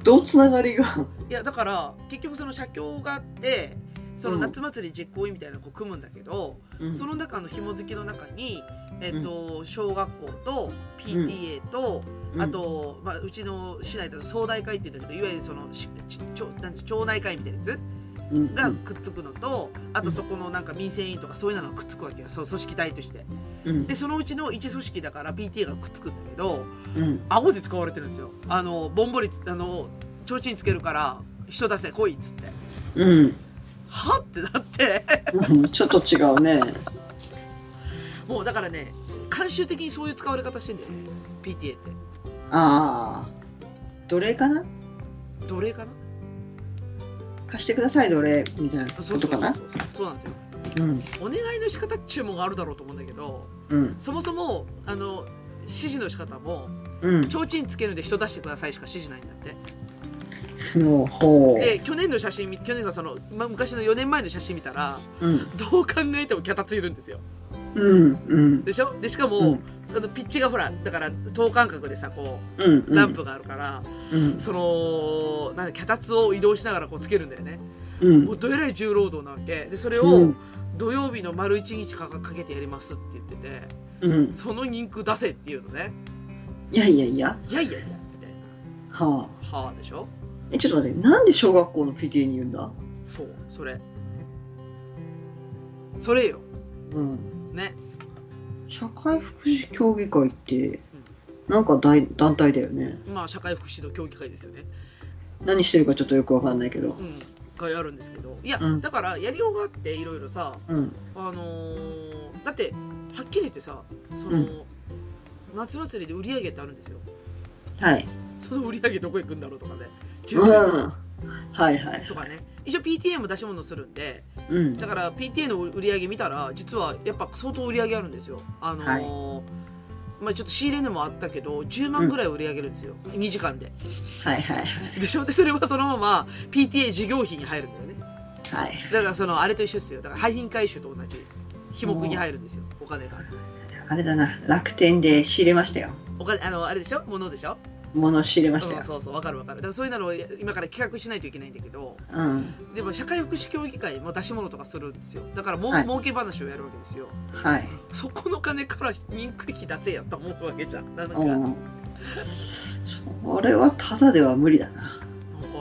Speaker 3: どうつながりが
Speaker 2: いやだから結局その社協があってその
Speaker 3: うん
Speaker 2: 夏祭り実行委員みたいなのをこう組むんだけど、
Speaker 3: うん
Speaker 2: その中の紐付きの中に、えっと小学校と PTA と、
Speaker 3: うん
Speaker 2: あと、まあ、うちの市内だと総大会っていうんだけどいわゆるそのしち町なんて町内会みたいなやつ
Speaker 3: うん
Speaker 2: がくっつくのとあとそこのなんか民生委員とかそういうのがくっつくわけよそう組織体として。
Speaker 3: うん
Speaker 2: でそのうちの一組織だから PTA がくっつくんだけど
Speaker 3: うん
Speaker 2: 顎で使われてるんですよ。あのぼんぼりつあの提灯つけるから人出せ来いっつって。
Speaker 3: うん
Speaker 2: はってなって
Speaker 3: うんちょっと違うね
Speaker 2: もうだからね慣習的にそういう使われ方してんだよね PTA って
Speaker 3: ああ奴隷かな
Speaker 2: 奴隷かな
Speaker 3: 貸してください奴隷みたいなこ
Speaker 2: そう
Speaker 3: と
Speaker 2: そうそう
Speaker 3: かな
Speaker 2: そうそうなんですよ
Speaker 3: うん
Speaker 2: お願いの仕方っちゅうもんがあるだろうと思うんだけど
Speaker 3: うん
Speaker 2: そもそもあの指示の仕方も
Speaker 3: うん
Speaker 2: 提灯つけるんで人出してくださいしか指示ないんだって
Speaker 3: もうほ
Speaker 2: で去年の写真見去年さその、ま、昔の4年前の写真見たら
Speaker 3: ううん
Speaker 2: どう考えても脚立いるんですよ
Speaker 3: うんうん
Speaker 2: でしょでしかも、
Speaker 3: うん
Speaker 2: あのピッチがほらだから等間隔でさこ
Speaker 3: うんう
Speaker 2: うんランプがあるから、
Speaker 3: うん
Speaker 2: そのなんだ脚立を移動しながらこうつけるんだよね
Speaker 3: うん
Speaker 2: もうどえらい重労働なわけでそれ
Speaker 3: う
Speaker 2: を
Speaker 3: ん
Speaker 2: 土曜日の丸一日かかけてやりますって言ってて
Speaker 3: うん
Speaker 2: その人空出せっていうのね
Speaker 3: いやいやいや
Speaker 2: いやいやいやみたい
Speaker 3: はあ
Speaker 2: なはあでしょ
Speaker 3: えちょっと待ってなんで小学校の PTA に言うんだ
Speaker 2: そうそれそれよ
Speaker 3: うん
Speaker 2: ね
Speaker 3: 社会福祉協議会ってなんか大団体だよね
Speaker 2: まあ社会福祉の協議会ですよね
Speaker 3: 何してるかちょっとよくわかんないけど
Speaker 2: うん会あるんですけどいや、
Speaker 3: うん
Speaker 2: だからやりようがあっていろいろさ
Speaker 3: うん
Speaker 2: あのーだってはっきり言ってさその、
Speaker 3: う
Speaker 2: 夏祭りで売り上げってあるんですよ
Speaker 3: はい
Speaker 2: その売り上げどこ行くんだろうとかねジ
Speaker 3: う
Speaker 2: ュ
Speaker 3: ん
Speaker 2: ース
Speaker 3: はいはい
Speaker 2: とかね一応 PTA も出し物するんで
Speaker 3: うん
Speaker 2: だから PTA の売り上げ見たら実はやっぱ相当売り上げあるんですよあのー
Speaker 3: はい
Speaker 2: まあちょっと仕入れ値もあったけど10万ぐらい売り上げるんですよ、2時間で
Speaker 3: はいはいはい
Speaker 2: でしょでそれはそのまま PTA 事業費に入るんだよね
Speaker 3: はい
Speaker 2: だからそのあれと一緒ですよだから廃品回収と同じ費目に入るんですよお金が
Speaker 3: あれだな楽天で仕入れましたよ
Speaker 2: お金あのあれでしょ物でしょ
Speaker 3: 物を仕入れました
Speaker 2: うん
Speaker 3: よ
Speaker 2: そうそうわかるわかるだからそういうのを今から企画しないといけないんだけど
Speaker 3: うん
Speaker 2: でも社会福祉協議会も出し物とかするんですよだからもう、
Speaker 3: はい
Speaker 2: 儲け話をやるわけですよ
Speaker 3: はい
Speaker 2: そこの金から人食費出せよと思うわけじゃんなんか、
Speaker 3: う
Speaker 2: なんか
Speaker 3: んそれはただでは無理だな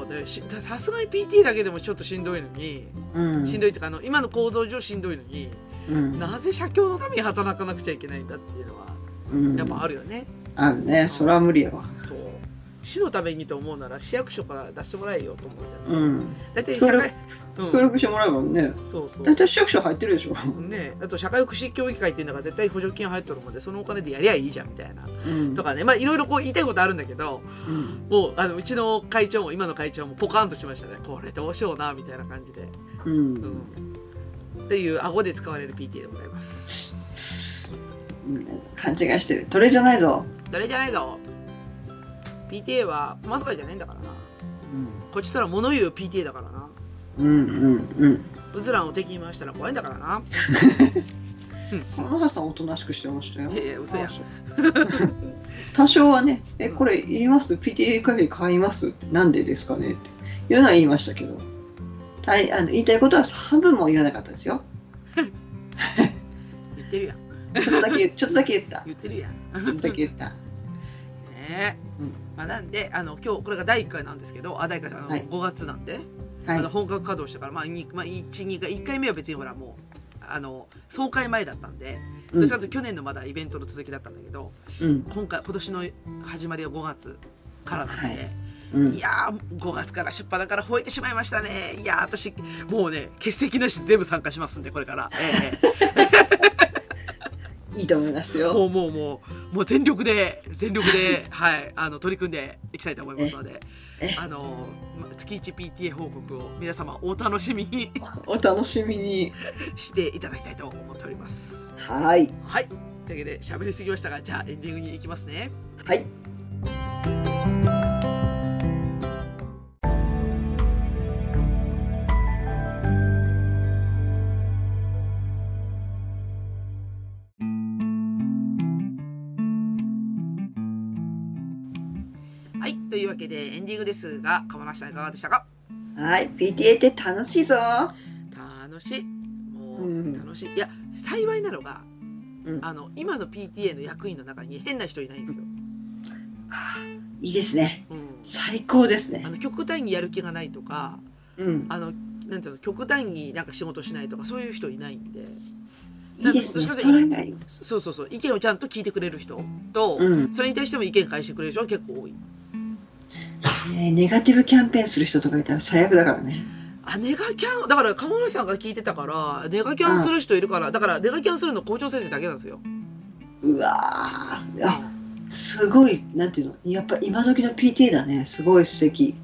Speaker 2: ねしさすがに PT だけでもちょっとしんどいのに、
Speaker 3: うん
Speaker 2: しんどいっていうかあの今の構造上しんどいのに、
Speaker 3: うん
Speaker 2: なぜ社協のために働かなくちゃいけないんだっていうのは
Speaker 3: うん
Speaker 2: やっぱあるよね、
Speaker 3: あるねそれは無理やわ
Speaker 2: そう市のためにと思うなら市役所から出してもらえよと思うじゃ、
Speaker 3: うんん
Speaker 2: だいたい社会、
Speaker 3: 協
Speaker 2: う
Speaker 3: 力してもらえばね
Speaker 2: ん、そうそう
Speaker 3: 大体市役所入ってるでしょ
Speaker 2: ね、あと社会福祉協議会っていうのが絶対補助金入っとるもんでそのお金でやりゃいいじゃんみたいな
Speaker 3: うん
Speaker 2: とかねまあいろいろこう言いたいことあるんだけど
Speaker 3: うん
Speaker 2: もうあのうちの会長も今の会長もポカンとしましたねこれどうしようなみたいな感じで、う
Speaker 3: う
Speaker 2: んん、っていう顎で使われる PTA でございます
Speaker 3: うん勘違いしてる奴隷じゃないぞ
Speaker 2: 誰じゃないぞ PTA はまさかじゃないんだからな
Speaker 3: うん
Speaker 2: こっちとら物言う PTA だからな
Speaker 3: うんうんうん
Speaker 2: うずらんを敵に回したら怖いんだからな
Speaker 3: 野原さんおとなしくしてましたよ
Speaker 2: いやいや嘘や
Speaker 3: あそう (laughs) 多少はね「えこれいります ?PTA カフェ買います?」って「なんでですかね?」っていうのは言いましたけどたいあの言いたいことは半分も言わなかったですよ
Speaker 2: 言ってるやん
Speaker 3: ちょっと
Speaker 2: (laughs)
Speaker 3: だけちょっとだけ言った
Speaker 2: 言ってるやん
Speaker 3: ちょっとだけ
Speaker 2: (laughs)
Speaker 3: 言った
Speaker 2: ねえ、
Speaker 3: うん
Speaker 2: まあ、なんであの今日これが第1回なんですけどあ第1回あの、
Speaker 3: はい
Speaker 2: 5月なんで、
Speaker 3: は
Speaker 2: あ
Speaker 3: い
Speaker 2: の本格稼働してから、まあにまあ、1, 2回1回目は別にほらもうあの総会前だったんで、
Speaker 3: うん
Speaker 2: どちらかというと去年のまだイベントの続きだったんだけど
Speaker 3: うん
Speaker 2: 今回今年の始まりは5月からなんで、
Speaker 3: はい
Speaker 2: い
Speaker 3: うん
Speaker 2: やー5月から出版から吠えてしまいましたねいやー私もうね欠席なしで全部参加しますんでこれから、ええ
Speaker 3: いいと思います (laughs) よ
Speaker 2: もうもうもうもう全力で全力で、はい、あの取り組んでいきたいと思いますので
Speaker 3: ええ
Speaker 2: あのま月一 PTA 報告を皆様お楽しみに
Speaker 3: お楽しみに
Speaker 2: していただきたいと思っております。
Speaker 3: はい
Speaker 2: はい。というわけで喋りすぎましたが、じゃあエンディングに行きますね。
Speaker 3: はい
Speaker 2: はい。というわわけでエンディングですが鎌梨さんいかがでしたか
Speaker 3: はい、PTA って楽しいぞ。
Speaker 2: 楽しいも
Speaker 3: う
Speaker 2: うん楽しいいや幸いなのが
Speaker 3: うん
Speaker 2: あの今の PTA の役員の中に変な人いないんですよ、
Speaker 3: あいいですね。
Speaker 2: うん、
Speaker 3: 最高です
Speaker 2: あ
Speaker 3: ね。
Speaker 2: の極端にやる気がないとか
Speaker 3: うん、
Speaker 2: あのなんていうの極端になんか仕事しないとかそういう人いないんで
Speaker 3: いいですね。
Speaker 2: なんかどちらかというと
Speaker 3: それがいい。
Speaker 2: そうそうそう意見をちゃんと聞いてくれる人と、
Speaker 3: うん、
Speaker 2: それに対しても意見返してくれる人が結構多い
Speaker 3: ねネガティブキャンペーンする人とかいたら最悪だからね。
Speaker 2: あネガキャンだから鴨野さんが聞いてたからネガキャンする人いるからだからネガキャンするの校長先生だけなんですよ
Speaker 3: うわーあ、すごい、なんていうの、やっぱ今時の PTA だね。すごい
Speaker 2: (laughs)
Speaker 3: 素敵。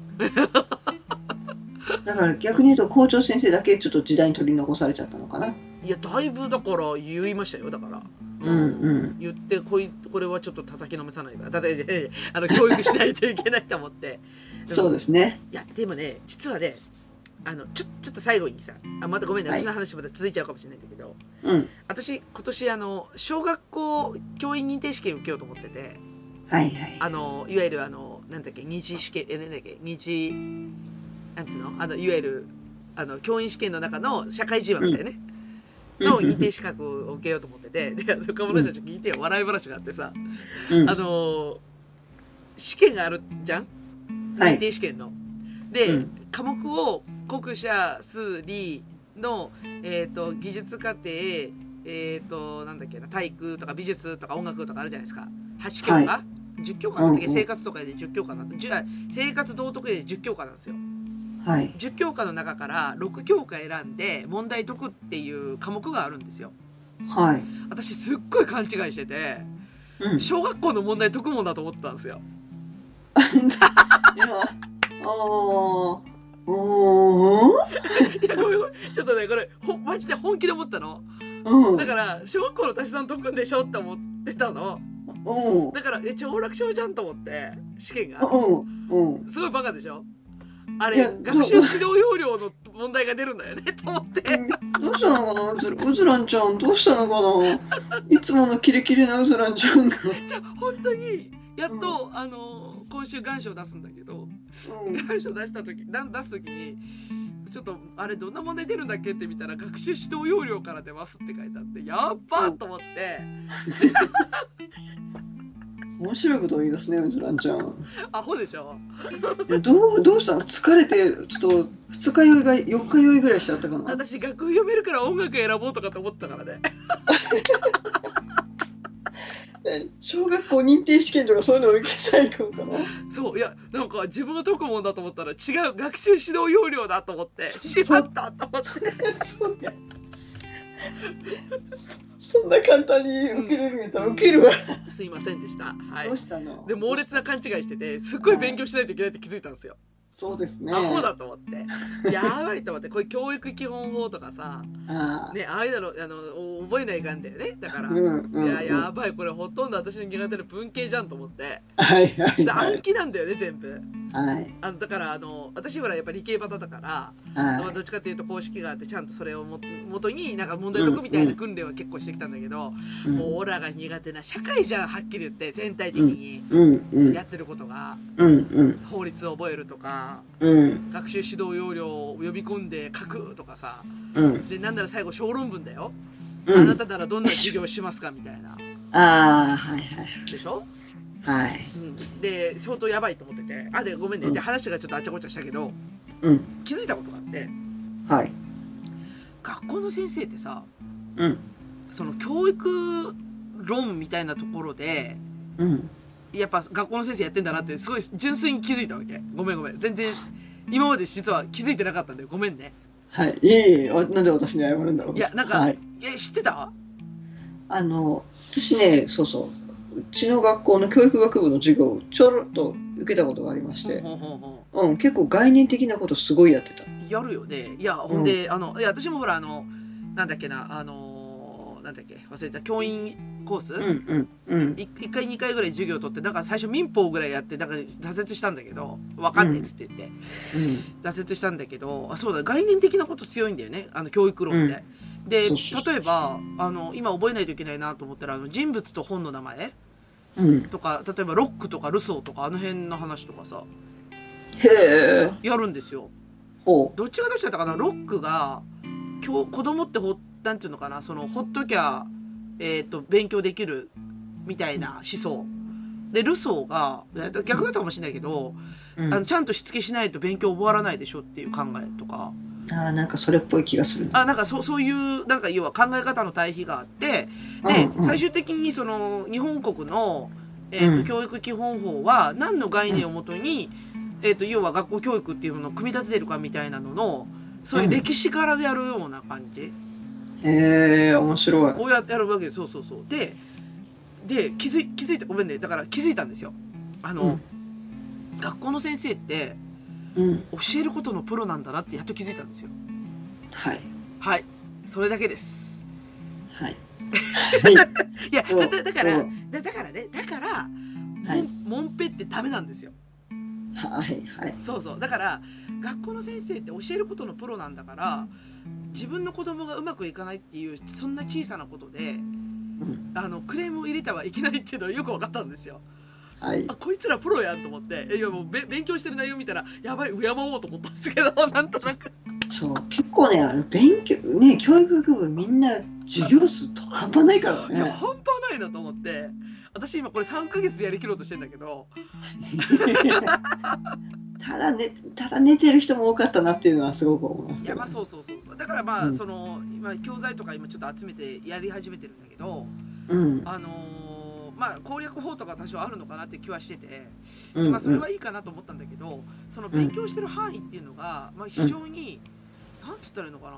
Speaker 3: だから逆に言うと校長先生だけちょっと時代に取り残されちゃったのかな。
Speaker 2: いやだいぶだから言いましたよだから、
Speaker 3: うんうん。
Speaker 2: 言ってこいこれはちょっと叩きのめさないと叩いてあの教育しないといけないと思って
Speaker 3: そうですね。
Speaker 2: いやでもね実はねあのちょちょっと最後にさあまたごめんね
Speaker 3: はい
Speaker 2: 私の話また続いちゃうかもしれないんだけど
Speaker 3: うん。
Speaker 2: 私今年あの小学校教員認定試験受けようと思ってて
Speaker 3: はいはい。
Speaker 2: あのいわゆるあのなんだっけ二次試験えなんだっけ二次なんつうのあのいわゆるあの教員試験の中の社会人枠だよね、の認定資格を受けようと思っててで若者たちに聞いて笑い話があってさ、
Speaker 3: うん
Speaker 2: あの試験があるじゃん
Speaker 3: は
Speaker 2: 認
Speaker 3: い。
Speaker 2: 定試験の。で、
Speaker 3: うん
Speaker 2: 科目を国社数理の、えー、と技術課程えっ、となんだっけな体育とか美術とか音楽とかあるじゃないですか8教科、10教科なんだっけ
Speaker 3: うんうん
Speaker 2: 生活とかで10教科なんだじゅあ生活道徳で10教科なんですよ
Speaker 3: はい。
Speaker 2: 10教科の中から6教科選んで問題解くっていう科目があるんですよ
Speaker 3: はい。
Speaker 2: 私すっごい勘違いしてて
Speaker 3: う
Speaker 2: (laughs)
Speaker 3: ん。(laughs)
Speaker 2: 小学校の問題解くもんだと思ってたんですよ
Speaker 3: いやおーおー
Speaker 2: いやごめんごめんちょっとねこれほマジで本気で思ったの
Speaker 3: うん
Speaker 2: だから小学校の足し算解くんでしょって思ってたの
Speaker 3: うん
Speaker 2: だからえ超楽勝じゃんと思って試験が
Speaker 3: うんうん
Speaker 2: すごいバカでしょあ
Speaker 3: い
Speaker 2: れ
Speaker 3: や
Speaker 2: 学習指導要領の問題が出るんだよねと思って
Speaker 3: どうしたのかなうずうずらんちゃんどうしたのかないつものキレキレなうずらんちゃんが、
Speaker 2: じゃあ本当にやっと、あの今週願書を出すんだけど (laughs)
Speaker 3: うん、
Speaker 2: 願書出した時な出す時にちょっとあれどんな問題出るんだっけって見たら学習指導要領から出ますって書いてあってやっばーと思って
Speaker 3: 面白いことを言い出すねうずらんちゃんい
Speaker 2: アホでしょ
Speaker 3: やどうどうしたの疲れてちょっと二日酔いが四日酔いぐらいしちゃったかな
Speaker 2: 私楽譜読めるから音楽選ぼうとかと思ってたからね (laughs)
Speaker 3: え小学校認定試験とかそういうのを受けたいのかな
Speaker 2: そういやなんか自分が解くもんだと思ったら違う学習指導要領だと思ってしまったと思って
Speaker 3: そうねそんな簡単に受けれるんやったら受けるわ、
Speaker 2: すいませんでしたは
Speaker 3: どう
Speaker 2: い
Speaker 3: したの
Speaker 2: で猛烈な勘違いしててすっごい勉強しないといけないって気づいたんですよ
Speaker 3: そうですね
Speaker 2: アホだと思ってやばいと思ってこれ教育基本法とかさ
Speaker 3: ああ、
Speaker 2: ねああいうのあのお覚えないかんだよねだから
Speaker 3: うん
Speaker 2: い
Speaker 3: うんうん
Speaker 2: ややばいこれほとんど私の苦手な文系じゃんと思って
Speaker 3: はいはい
Speaker 2: で
Speaker 3: は
Speaker 2: 暗
Speaker 3: い
Speaker 2: 記なんだよね全部
Speaker 3: はい
Speaker 2: あのだからあの私ほらやっぱ理系バタだからまあ
Speaker 3: は
Speaker 2: どっちかっていうと公式があってちゃんとそれをも元になんか問題解くみたいな訓練は結構してきたんだけど、
Speaker 3: いうん
Speaker 2: もうオラが苦手な社会じゃんはっきり言って全体的に
Speaker 3: うんうん
Speaker 2: やってることが
Speaker 3: うん
Speaker 2: 法律を覚えるとか
Speaker 3: うんうん
Speaker 2: 学習指導要領を読み込んで書くとかさ
Speaker 3: うん
Speaker 2: でなんなら最後小論文だよ、
Speaker 3: う
Speaker 2: あ
Speaker 3: ん
Speaker 2: なたならどんな授業をしますかみたいな
Speaker 3: ああはいはい
Speaker 2: でしょ、
Speaker 3: はい
Speaker 2: うん、で相当やばいと思っててあでごめんねで話がちょっとあちゃこちゃしたけど
Speaker 3: うん
Speaker 2: 気づいたことがあって
Speaker 3: はい
Speaker 2: 学校の先生ってさ
Speaker 3: うん
Speaker 2: その教育論みたいなところで
Speaker 3: うん
Speaker 2: やっぱ学校の先生やってんだなってすごい純粋に気づいたわけごめんごめん全然今まで実は気づいてなかったんでごめんね
Speaker 3: はいいえいえあなんで私に謝るんだろう
Speaker 2: いやなんか
Speaker 3: はい、
Speaker 2: え知ってた
Speaker 3: あの私ねそうそううちの学校の教育学部の授業をちょろっと受けたことがありまし
Speaker 2: ほん
Speaker 3: て
Speaker 2: ほんほんほ
Speaker 3: うん結構概念的なことすごいやってた
Speaker 2: んやるよねいやほんで、あのいや私もほらあのなんだっけなあのなんだっけ忘れた教員コース、
Speaker 3: うんうんうん
Speaker 2: い一1回2回ぐらい授業取ってなんか最初民法ぐらいやってなんか挫折したんだけどわかんないっつって言って、挫折したんだけどあそうだ概念的なこと強いんだよねあの教育論って。で
Speaker 3: そうそうそう
Speaker 2: 例えばあの今覚えないといけないなと思ったらあの人物と本の名前
Speaker 3: うん。
Speaker 2: とか例えばロックとかルソーとかあの辺の話とかさ
Speaker 3: へえ。
Speaker 2: やるんですよ
Speaker 3: ほ
Speaker 2: どっちがどっちだったかなロックが今日子供ってほなんていうのかなそのほっときゃ、えー、と勉強できるみたいな思想でルソーがえーと逆だったかもしれないけど、
Speaker 3: う。うん、
Speaker 2: あ
Speaker 3: あ
Speaker 2: のちゃんとしつけしないと勉強終わらないでしょっていう考えとか
Speaker 3: ーなんかそれっぽい気がするな。
Speaker 2: あなんかそうそういうなんか要は考え方の対比があってで、
Speaker 3: うんうん
Speaker 2: 最終的にその日本国の、えーと
Speaker 3: うん
Speaker 2: 教育基本法は何の概念をもとに、えー、と要は学校教育っていうものを組み立ててるかみたいなののそういう歴史からやるような感じ
Speaker 3: へえ、面白い。
Speaker 2: をややるわけですそうそうそうでで気づい気づいたごめんねだから気づいたんですよ。あの、学校の先生って
Speaker 3: うん。
Speaker 2: 教えることのプロなんだなってやっと気づいたんですよ。
Speaker 3: はい。
Speaker 2: はいそれだけです。
Speaker 3: はい。
Speaker 2: いや
Speaker 3: うん
Speaker 2: だだから
Speaker 3: う
Speaker 2: だだからねだから、
Speaker 3: はい
Speaker 2: もんもんぺってダメなんですよ
Speaker 3: はい。はい。
Speaker 2: そうそうだから学校の先生って教えることのプロなんだから自分の子供がうまくいかないっていうそんな小さなことで
Speaker 3: うん
Speaker 2: あのクレームを入れてはいけないっていうのはよく分かったんですよ
Speaker 3: はい
Speaker 2: あ。こいつらプロやんと思ってえいやもうべ勉強してる内容見たらやばい敬おうと思ったんですけど (laughs) なんとなく
Speaker 3: そう。結構ね、あの勉強、ね、教育部みんな授業数と半端ないから
Speaker 2: いや
Speaker 3: ね。
Speaker 2: 半端ないなと思って私今これ3ヶ月でやりきろうとしてんだけど
Speaker 3: (laughs) ただね、ただ寝てる人も多かったなっていうのはすごく思う。
Speaker 2: いやまあそうそうそうそうだからまあ、
Speaker 3: うん
Speaker 2: その今教材とか今ちょっと集めてやり始めてるんだけど
Speaker 3: うん。
Speaker 2: あのーまあ攻略法とか多少あるのかなって気はしてて、
Speaker 3: うん。
Speaker 2: まあ、それはいいかなと思ったんだけどその勉強してる範囲っていうのが、まあ、非常に何て言ったらいいのかな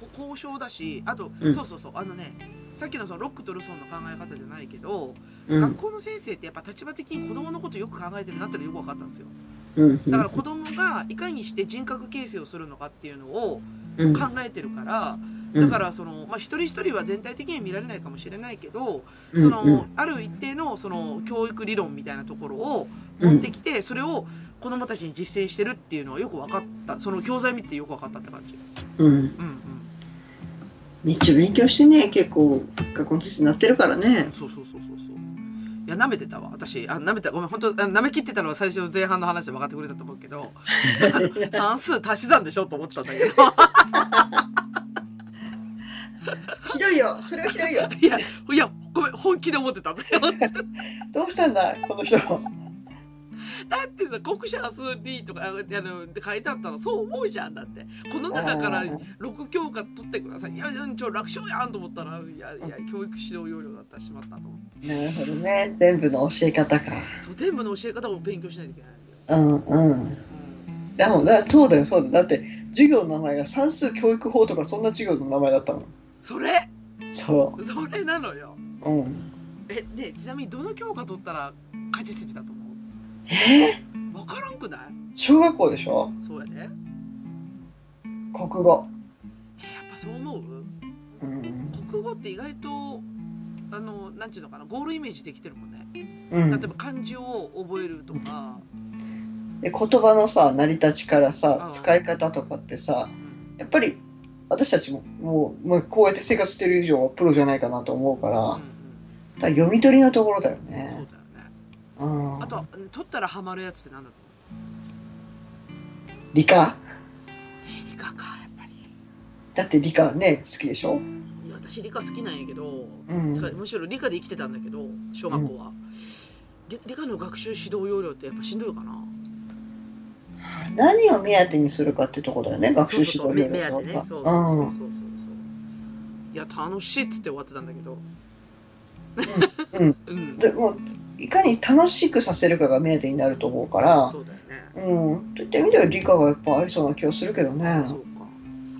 Speaker 2: こ交渉だしあと、
Speaker 3: うん
Speaker 2: そうそうそうあのねさっきのそのロックとルソンの考え方じゃないけど、
Speaker 3: うん。
Speaker 2: 学校の先生ってやっぱ立場的に子供のことよく考えてるなってのがよく分かったんですよ
Speaker 3: うん。
Speaker 2: だから子供がいかにして人格形成をするのかっていうのを
Speaker 3: うん、
Speaker 2: 考えてるから、だからその、まあ、一人一人は全体的には見られないかもしれないけど、
Speaker 3: うん、
Speaker 2: そ
Speaker 3: うん
Speaker 2: の、ある一定のその教育理論みたいなところを持ってきて、それを子どもたちに実践してるっていうのはよく分かったその教材見てよく分かったって感じ。
Speaker 3: うん。
Speaker 2: うん
Speaker 3: めっちゃ勉強してね、結構、学校の先生になってるから
Speaker 2: う (laughs)
Speaker 3: ね
Speaker 2: ん、。そうそうそうそうそういや舐めてたわ私あ舐めてたごめん本当あ舐め切ってたのは最初の前半の話で分かってくれたと思うけ
Speaker 3: (laughs)
Speaker 2: どあの算数足し算でしょと思ったんだけど
Speaker 3: ひどいよ、それはひどいよ。
Speaker 2: (laughs) いやいやごめん本気で思ってたんだよ
Speaker 3: どうしたんだ、こ
Speaker 2: (laughs)
Speaker 3: の人。
Speaker 2: だってさ国者数 D とかああのって書いてあったのそう思うじゃんだってこの中から
Speaker 3: あー
Speaker 2: 6教科取ってくださいいやいやちょ楽勝やんと思ったらいやいや教育指導要領だったらしまったと思って
Speaker 3: なるほどね、全部の教え方か。
Speaker 2: そう全部の教え方を勉強しないといけないんだよ、
Speaker 3: うんうん。
Speaker 2: うん、
Speaker 3: でもだそうだよそうだよだって授業の名前が算数教育法とかそんな授業の名前だったの
Speaker 2: それ
Speaker 3: そ
Speaker 2: それなのよ
Speaker 3: ううん
Speaker 2: えでちなみにどの教科取ったら勝ち筋だと思う
Speaker 3: え
Speaker 2: 分からんくない
Speaker 3: ー、小学校でしょ
Speaker 2: そうやで、ね、
Speaker 3: 国語
Speaker 2: えやっぱそう思う
Speaker 3: うん、
Speaker 2: 国語って意外とあのなんていうのかなゴールイメージできてるもんね
Speaker 3: う
Speaker 2: 例え
Speaker 3: ん、
Speaker 2: ば漢字を覚えるとか、
Speaker 3: で言葉のさ成り立ちから
Speaker 2: う
Speaker 3: さ
Speaker 2: ん
Speaker 3: 使い方とかってさ
Speaker 2: うん
Speaker 3: やっぱり私たちももうもうこうやって生活してる以上はプロじゃないかなと思うから
Speaker 2: うんうん
Speaker 3: ただ読み取りのところだよ
Speaker 2: そうだよ
Speaker 3: ね
Speaker 2: ね。
Speaker 3: うん
Speaker 2: あとは取ったらハマるやつってなんだと
Speaker 3: 理科
Speaker 2: 思うえ理科かやっぱり
Speaker 3: だって理科ね好きでしょ、
Speaker 2: いや私理科好きなんやけど、
Speaker 3: うん
Speaker 2: てかむしろ理科で生きてたんだけど小学校は、り理科の学習指導要領ってやっぱしんどいかな
Speaker 3: 何を目当てにするかってとこだよね学習
Speaker 2: そうそう
Speaker 3: 指導
Speaker 2: そう目目当てねそうそうそうそうそうそういや楽しいっつって終わってたんだけど
Speaker 3: うんうん
Speaker 2: うん
Speaker 3: でもういかに楽しくさせるかが目当てになると思うから
Speaker 2: そうだよね
Speaker 3: うんといった意味では理科がやっぱ合いそうな気がするけどね
Speaker 2: そうか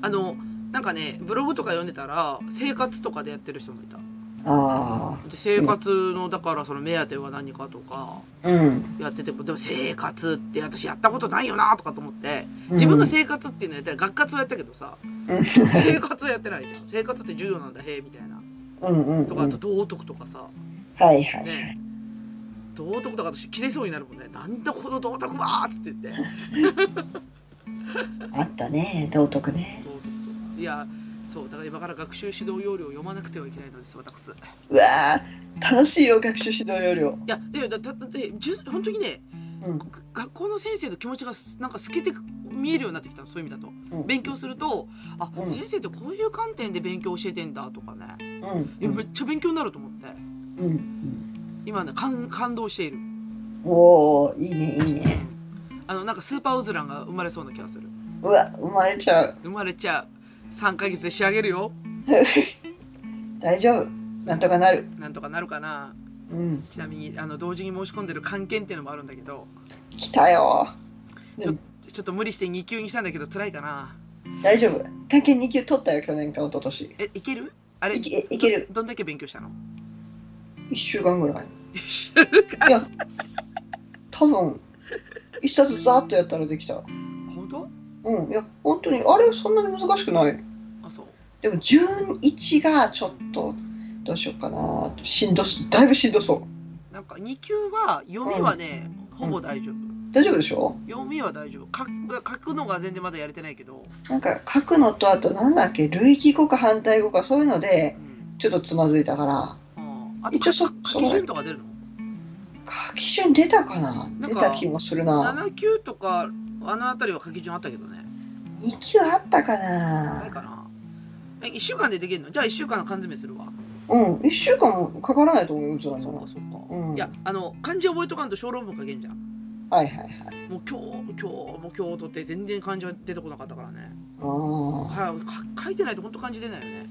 Speaker 2: あのなんかねブログとか読んでたら生活とかでやってる人もいた
Speaker 3: あ
Speaker 2: で生活のだからその目当ては何かとか
Speaker 3: あうん
Speaker 2: やっててもでも生活って私やったことないよなとかと思って自分が生活っていうのやったら学活はやったけどさ生活はやってないじゃん生活って重要なんだへえみたいな
Speaker 3: うんうんうん
Speaker 2: とかあと道徳とかさ
Speaker 3: はいはいはい、
Speaker 2: ね道徳とか私切れそうになるもんねなんだこの道徳はっつって言って
Speaker 3: あったね道徳ね
Speaker 2: 道徳いやそうだから今から学習指導要領を読まなくてはいけないのです私
Speaker 3: うわー楽しいよ、学習指導要領。
Speaker 2: いやいやだだだってじゅ本当にね
Speaker 3: うん。
Speaker 2: が学校の先生の気持ちがすなんか透けて見えるようになってきたのそういう意味だと
Speaker 3: うん
Speaker 2: 勉強するとあ、
Speaker 3: うん
Speaker 2: 先生ってこういう観点で勉強教えてんだとかね
Speaker 3: うん。
Speaker 2: いやめっちゃ勉強になると思って
Speaker 3: うん。
Speaker 2: 今ね感感動している、
Speaker 3: おお、いいね、いいね。
Speaker 2: あのなんかスーパーオズランが生まれそうな気がする
Speaker 3: うわ、生まれちゃう。 (laughs)
Speaker 2: 生まれちゃう3ヶ月で仕上げるよ
Speaker 3: 大丈夫。なんとかなる。
Speaker 2: なんとかなるかな
Speaker 3: うん。
Speaker 2: ちなみにあの同時に申し込んでる関係っていうのもあるんだけど
Speaker 3: 来たよ。
Speaker 2: ちょちょっと無理して2級にしたんだけど辛いかな
Speaker 3: 大丈夫。関係2級取ったよ、去年か一昨年。
Speaker 2: えいけるあれ
Speaker 3: いけいける
Speaker 2: どどんだけ勉強したの
Speaker 3: 1週間ぐらい。いや、多分、一冊ざーっとやったらできた。
Speaker 2: 本当
Speaker 3: うん。いや、本当に、あれ、そんなに難しくない。
Speaker 2: あそう
Speaker 3: でも、11がちょっと、どうしようかな。しんどす、だいぶしんどそう。
Speaker 2: なんか2級は読みはね、ほぼ大丈夫、
Speaker 3: 大丈夫でしょ
Speaker 2: 読みは大丈夫書く書くのが全然まだやれてないけど、
Speaker 3: なんか書くのとあとなんだっけ類義語か反対語かそういうので
Speaker 2: うん
Speaker 3: ちょっとつまずいたから
Speaker 2: あーあと
Speaker 3: 一応そ
Speaker 2: 書書き順とか出るの
Speaker 3: 書き順出たかな
Speaker 2: なん
Speaker 3: 出
Speaker 2: か
Speaker 3: た気もするな
Speaker 2: 7級とかあの辺りは書き順あったけどね
Speaker 3: 2級あったか
Speaker 2: ない
Speaker 3: な
Speaker 2: かなえ1週間でできるのじゃあ1週間の缶詰するわ
Speaker 3: うん1週間もかからないと思うようずら
Speaker 2: そ
Speaker 3: な
Speaker 2: っからそっか、
Speaker 3: うん
Speaker 2: いやあの漢字覚えとかんと小論文書けんじゃん
Speaker 3: はいはいはい
Speaker 2: もう今日今日も今日とって全然漢字は出てこなかったからね
Speaker 3: あー
Speaker 2: かか書いてないと本当漢字出ないよね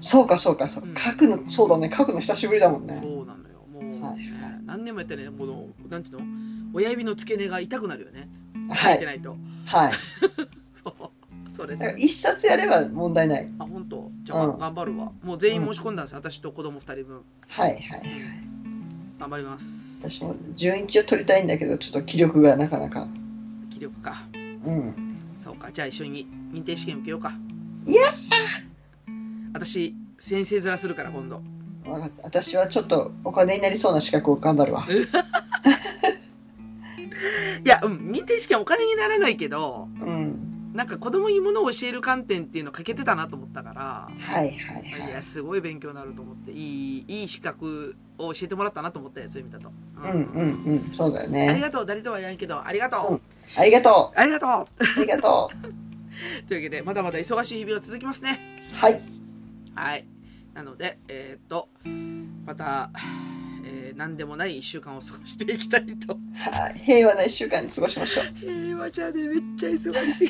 Speaker 3: そうかそうかそう
Speaker 2: うん
Speaker 3: 書くのそうだね書くの久しぶりだもんね
Speaker 2: そうなのよ。もう、ね
Speaker 3: はいはい
Speaker 2: 何年もやってね、この、なんていうの親指の付け根が痛くなるよね。書
Speaker 3: はい
Speaker 2: て
Speaker 3: い
Speaker 2: ないと。
Speaker 3: はい
Speaker 2: そう。それ
Speaker 3: だ
Speaker 2: そ
Speaker 3: から
Speaker 2: れ。
Speaker 3: 一冊やれば問題ない
Speaker 2: あ、本当じゃあ、
Speaker 3: うん
Speaker 2: 頑張るわ。もう全員申し込んだんですよ。私と子供二人分。
Speaker 3: はいはい
Speaker 2: 頑張ります。
Speaker 3: 私も11を取りたいんだけどちょっと気力がなかなか
Speaker 2: 気力か。
Speaker 3: うん
Speaker 2: そうか。じゃあ一緒に認定試験受けようか。
Speaker 3: いや
Speaker 2: 私、先生面するから、今度。
Speaker 3: わかった私はちょっとお金になりそうな資格を頑張るわ
Speaker 2: いや、うん。認定試験お金にならないけど、
Speaker 3: うん
Speaker 2: なんか子供にものを教える観点っていうの欠けてたなと思ったから、
Speaker 3: はいはいはい
Speaker 2: いやすごい勉強になると思っていいいい資格を教えてもらったなと思ってそういう意味だと、
Speaker 3: うんうんうん、そうだよ
Speaker 2: あり
Speaker 3: ね。
Speaker 2: がとう誰とは言わんけどありがとう、
Speaker 3: うんありがと
Speaker 2: ありがと
Speaker 3: う、ありがと
Speaker 2: うというわけでまだまだ忙しい日々が続きますね
Speaker 3: う。はい、
Speaker 2: はいなのでえーっとまた、えー何でもない1週間を過ごしていきたいと
Speaker 3: はい平和な一週間に過ごしましょう。
Speaker 2: 平和ちゃんねめっちゃ忙しい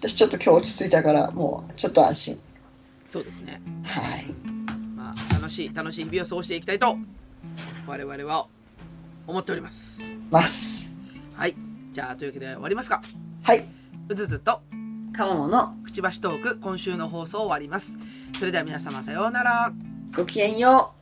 Speaker 3: 私ちょっと今日落ち着いたから、もうちょっと安心。
Speaker 2: そうですね
Speaker 3: はい、
Speaker 2: まあ楽しい楽しい日々を過ごしていきたいと我々は思っております
Speaker 3: ます。
Speaker 2: はいじゃあというわけで終わりますか
Speaker 3: はい、
Speaker 2: うずうずと
Speaker 3: かもの、
Speaker 2: くちばしトーク今週の放送終わりますそれでは皆様さようなら
Speaker 3: ごきげんよう。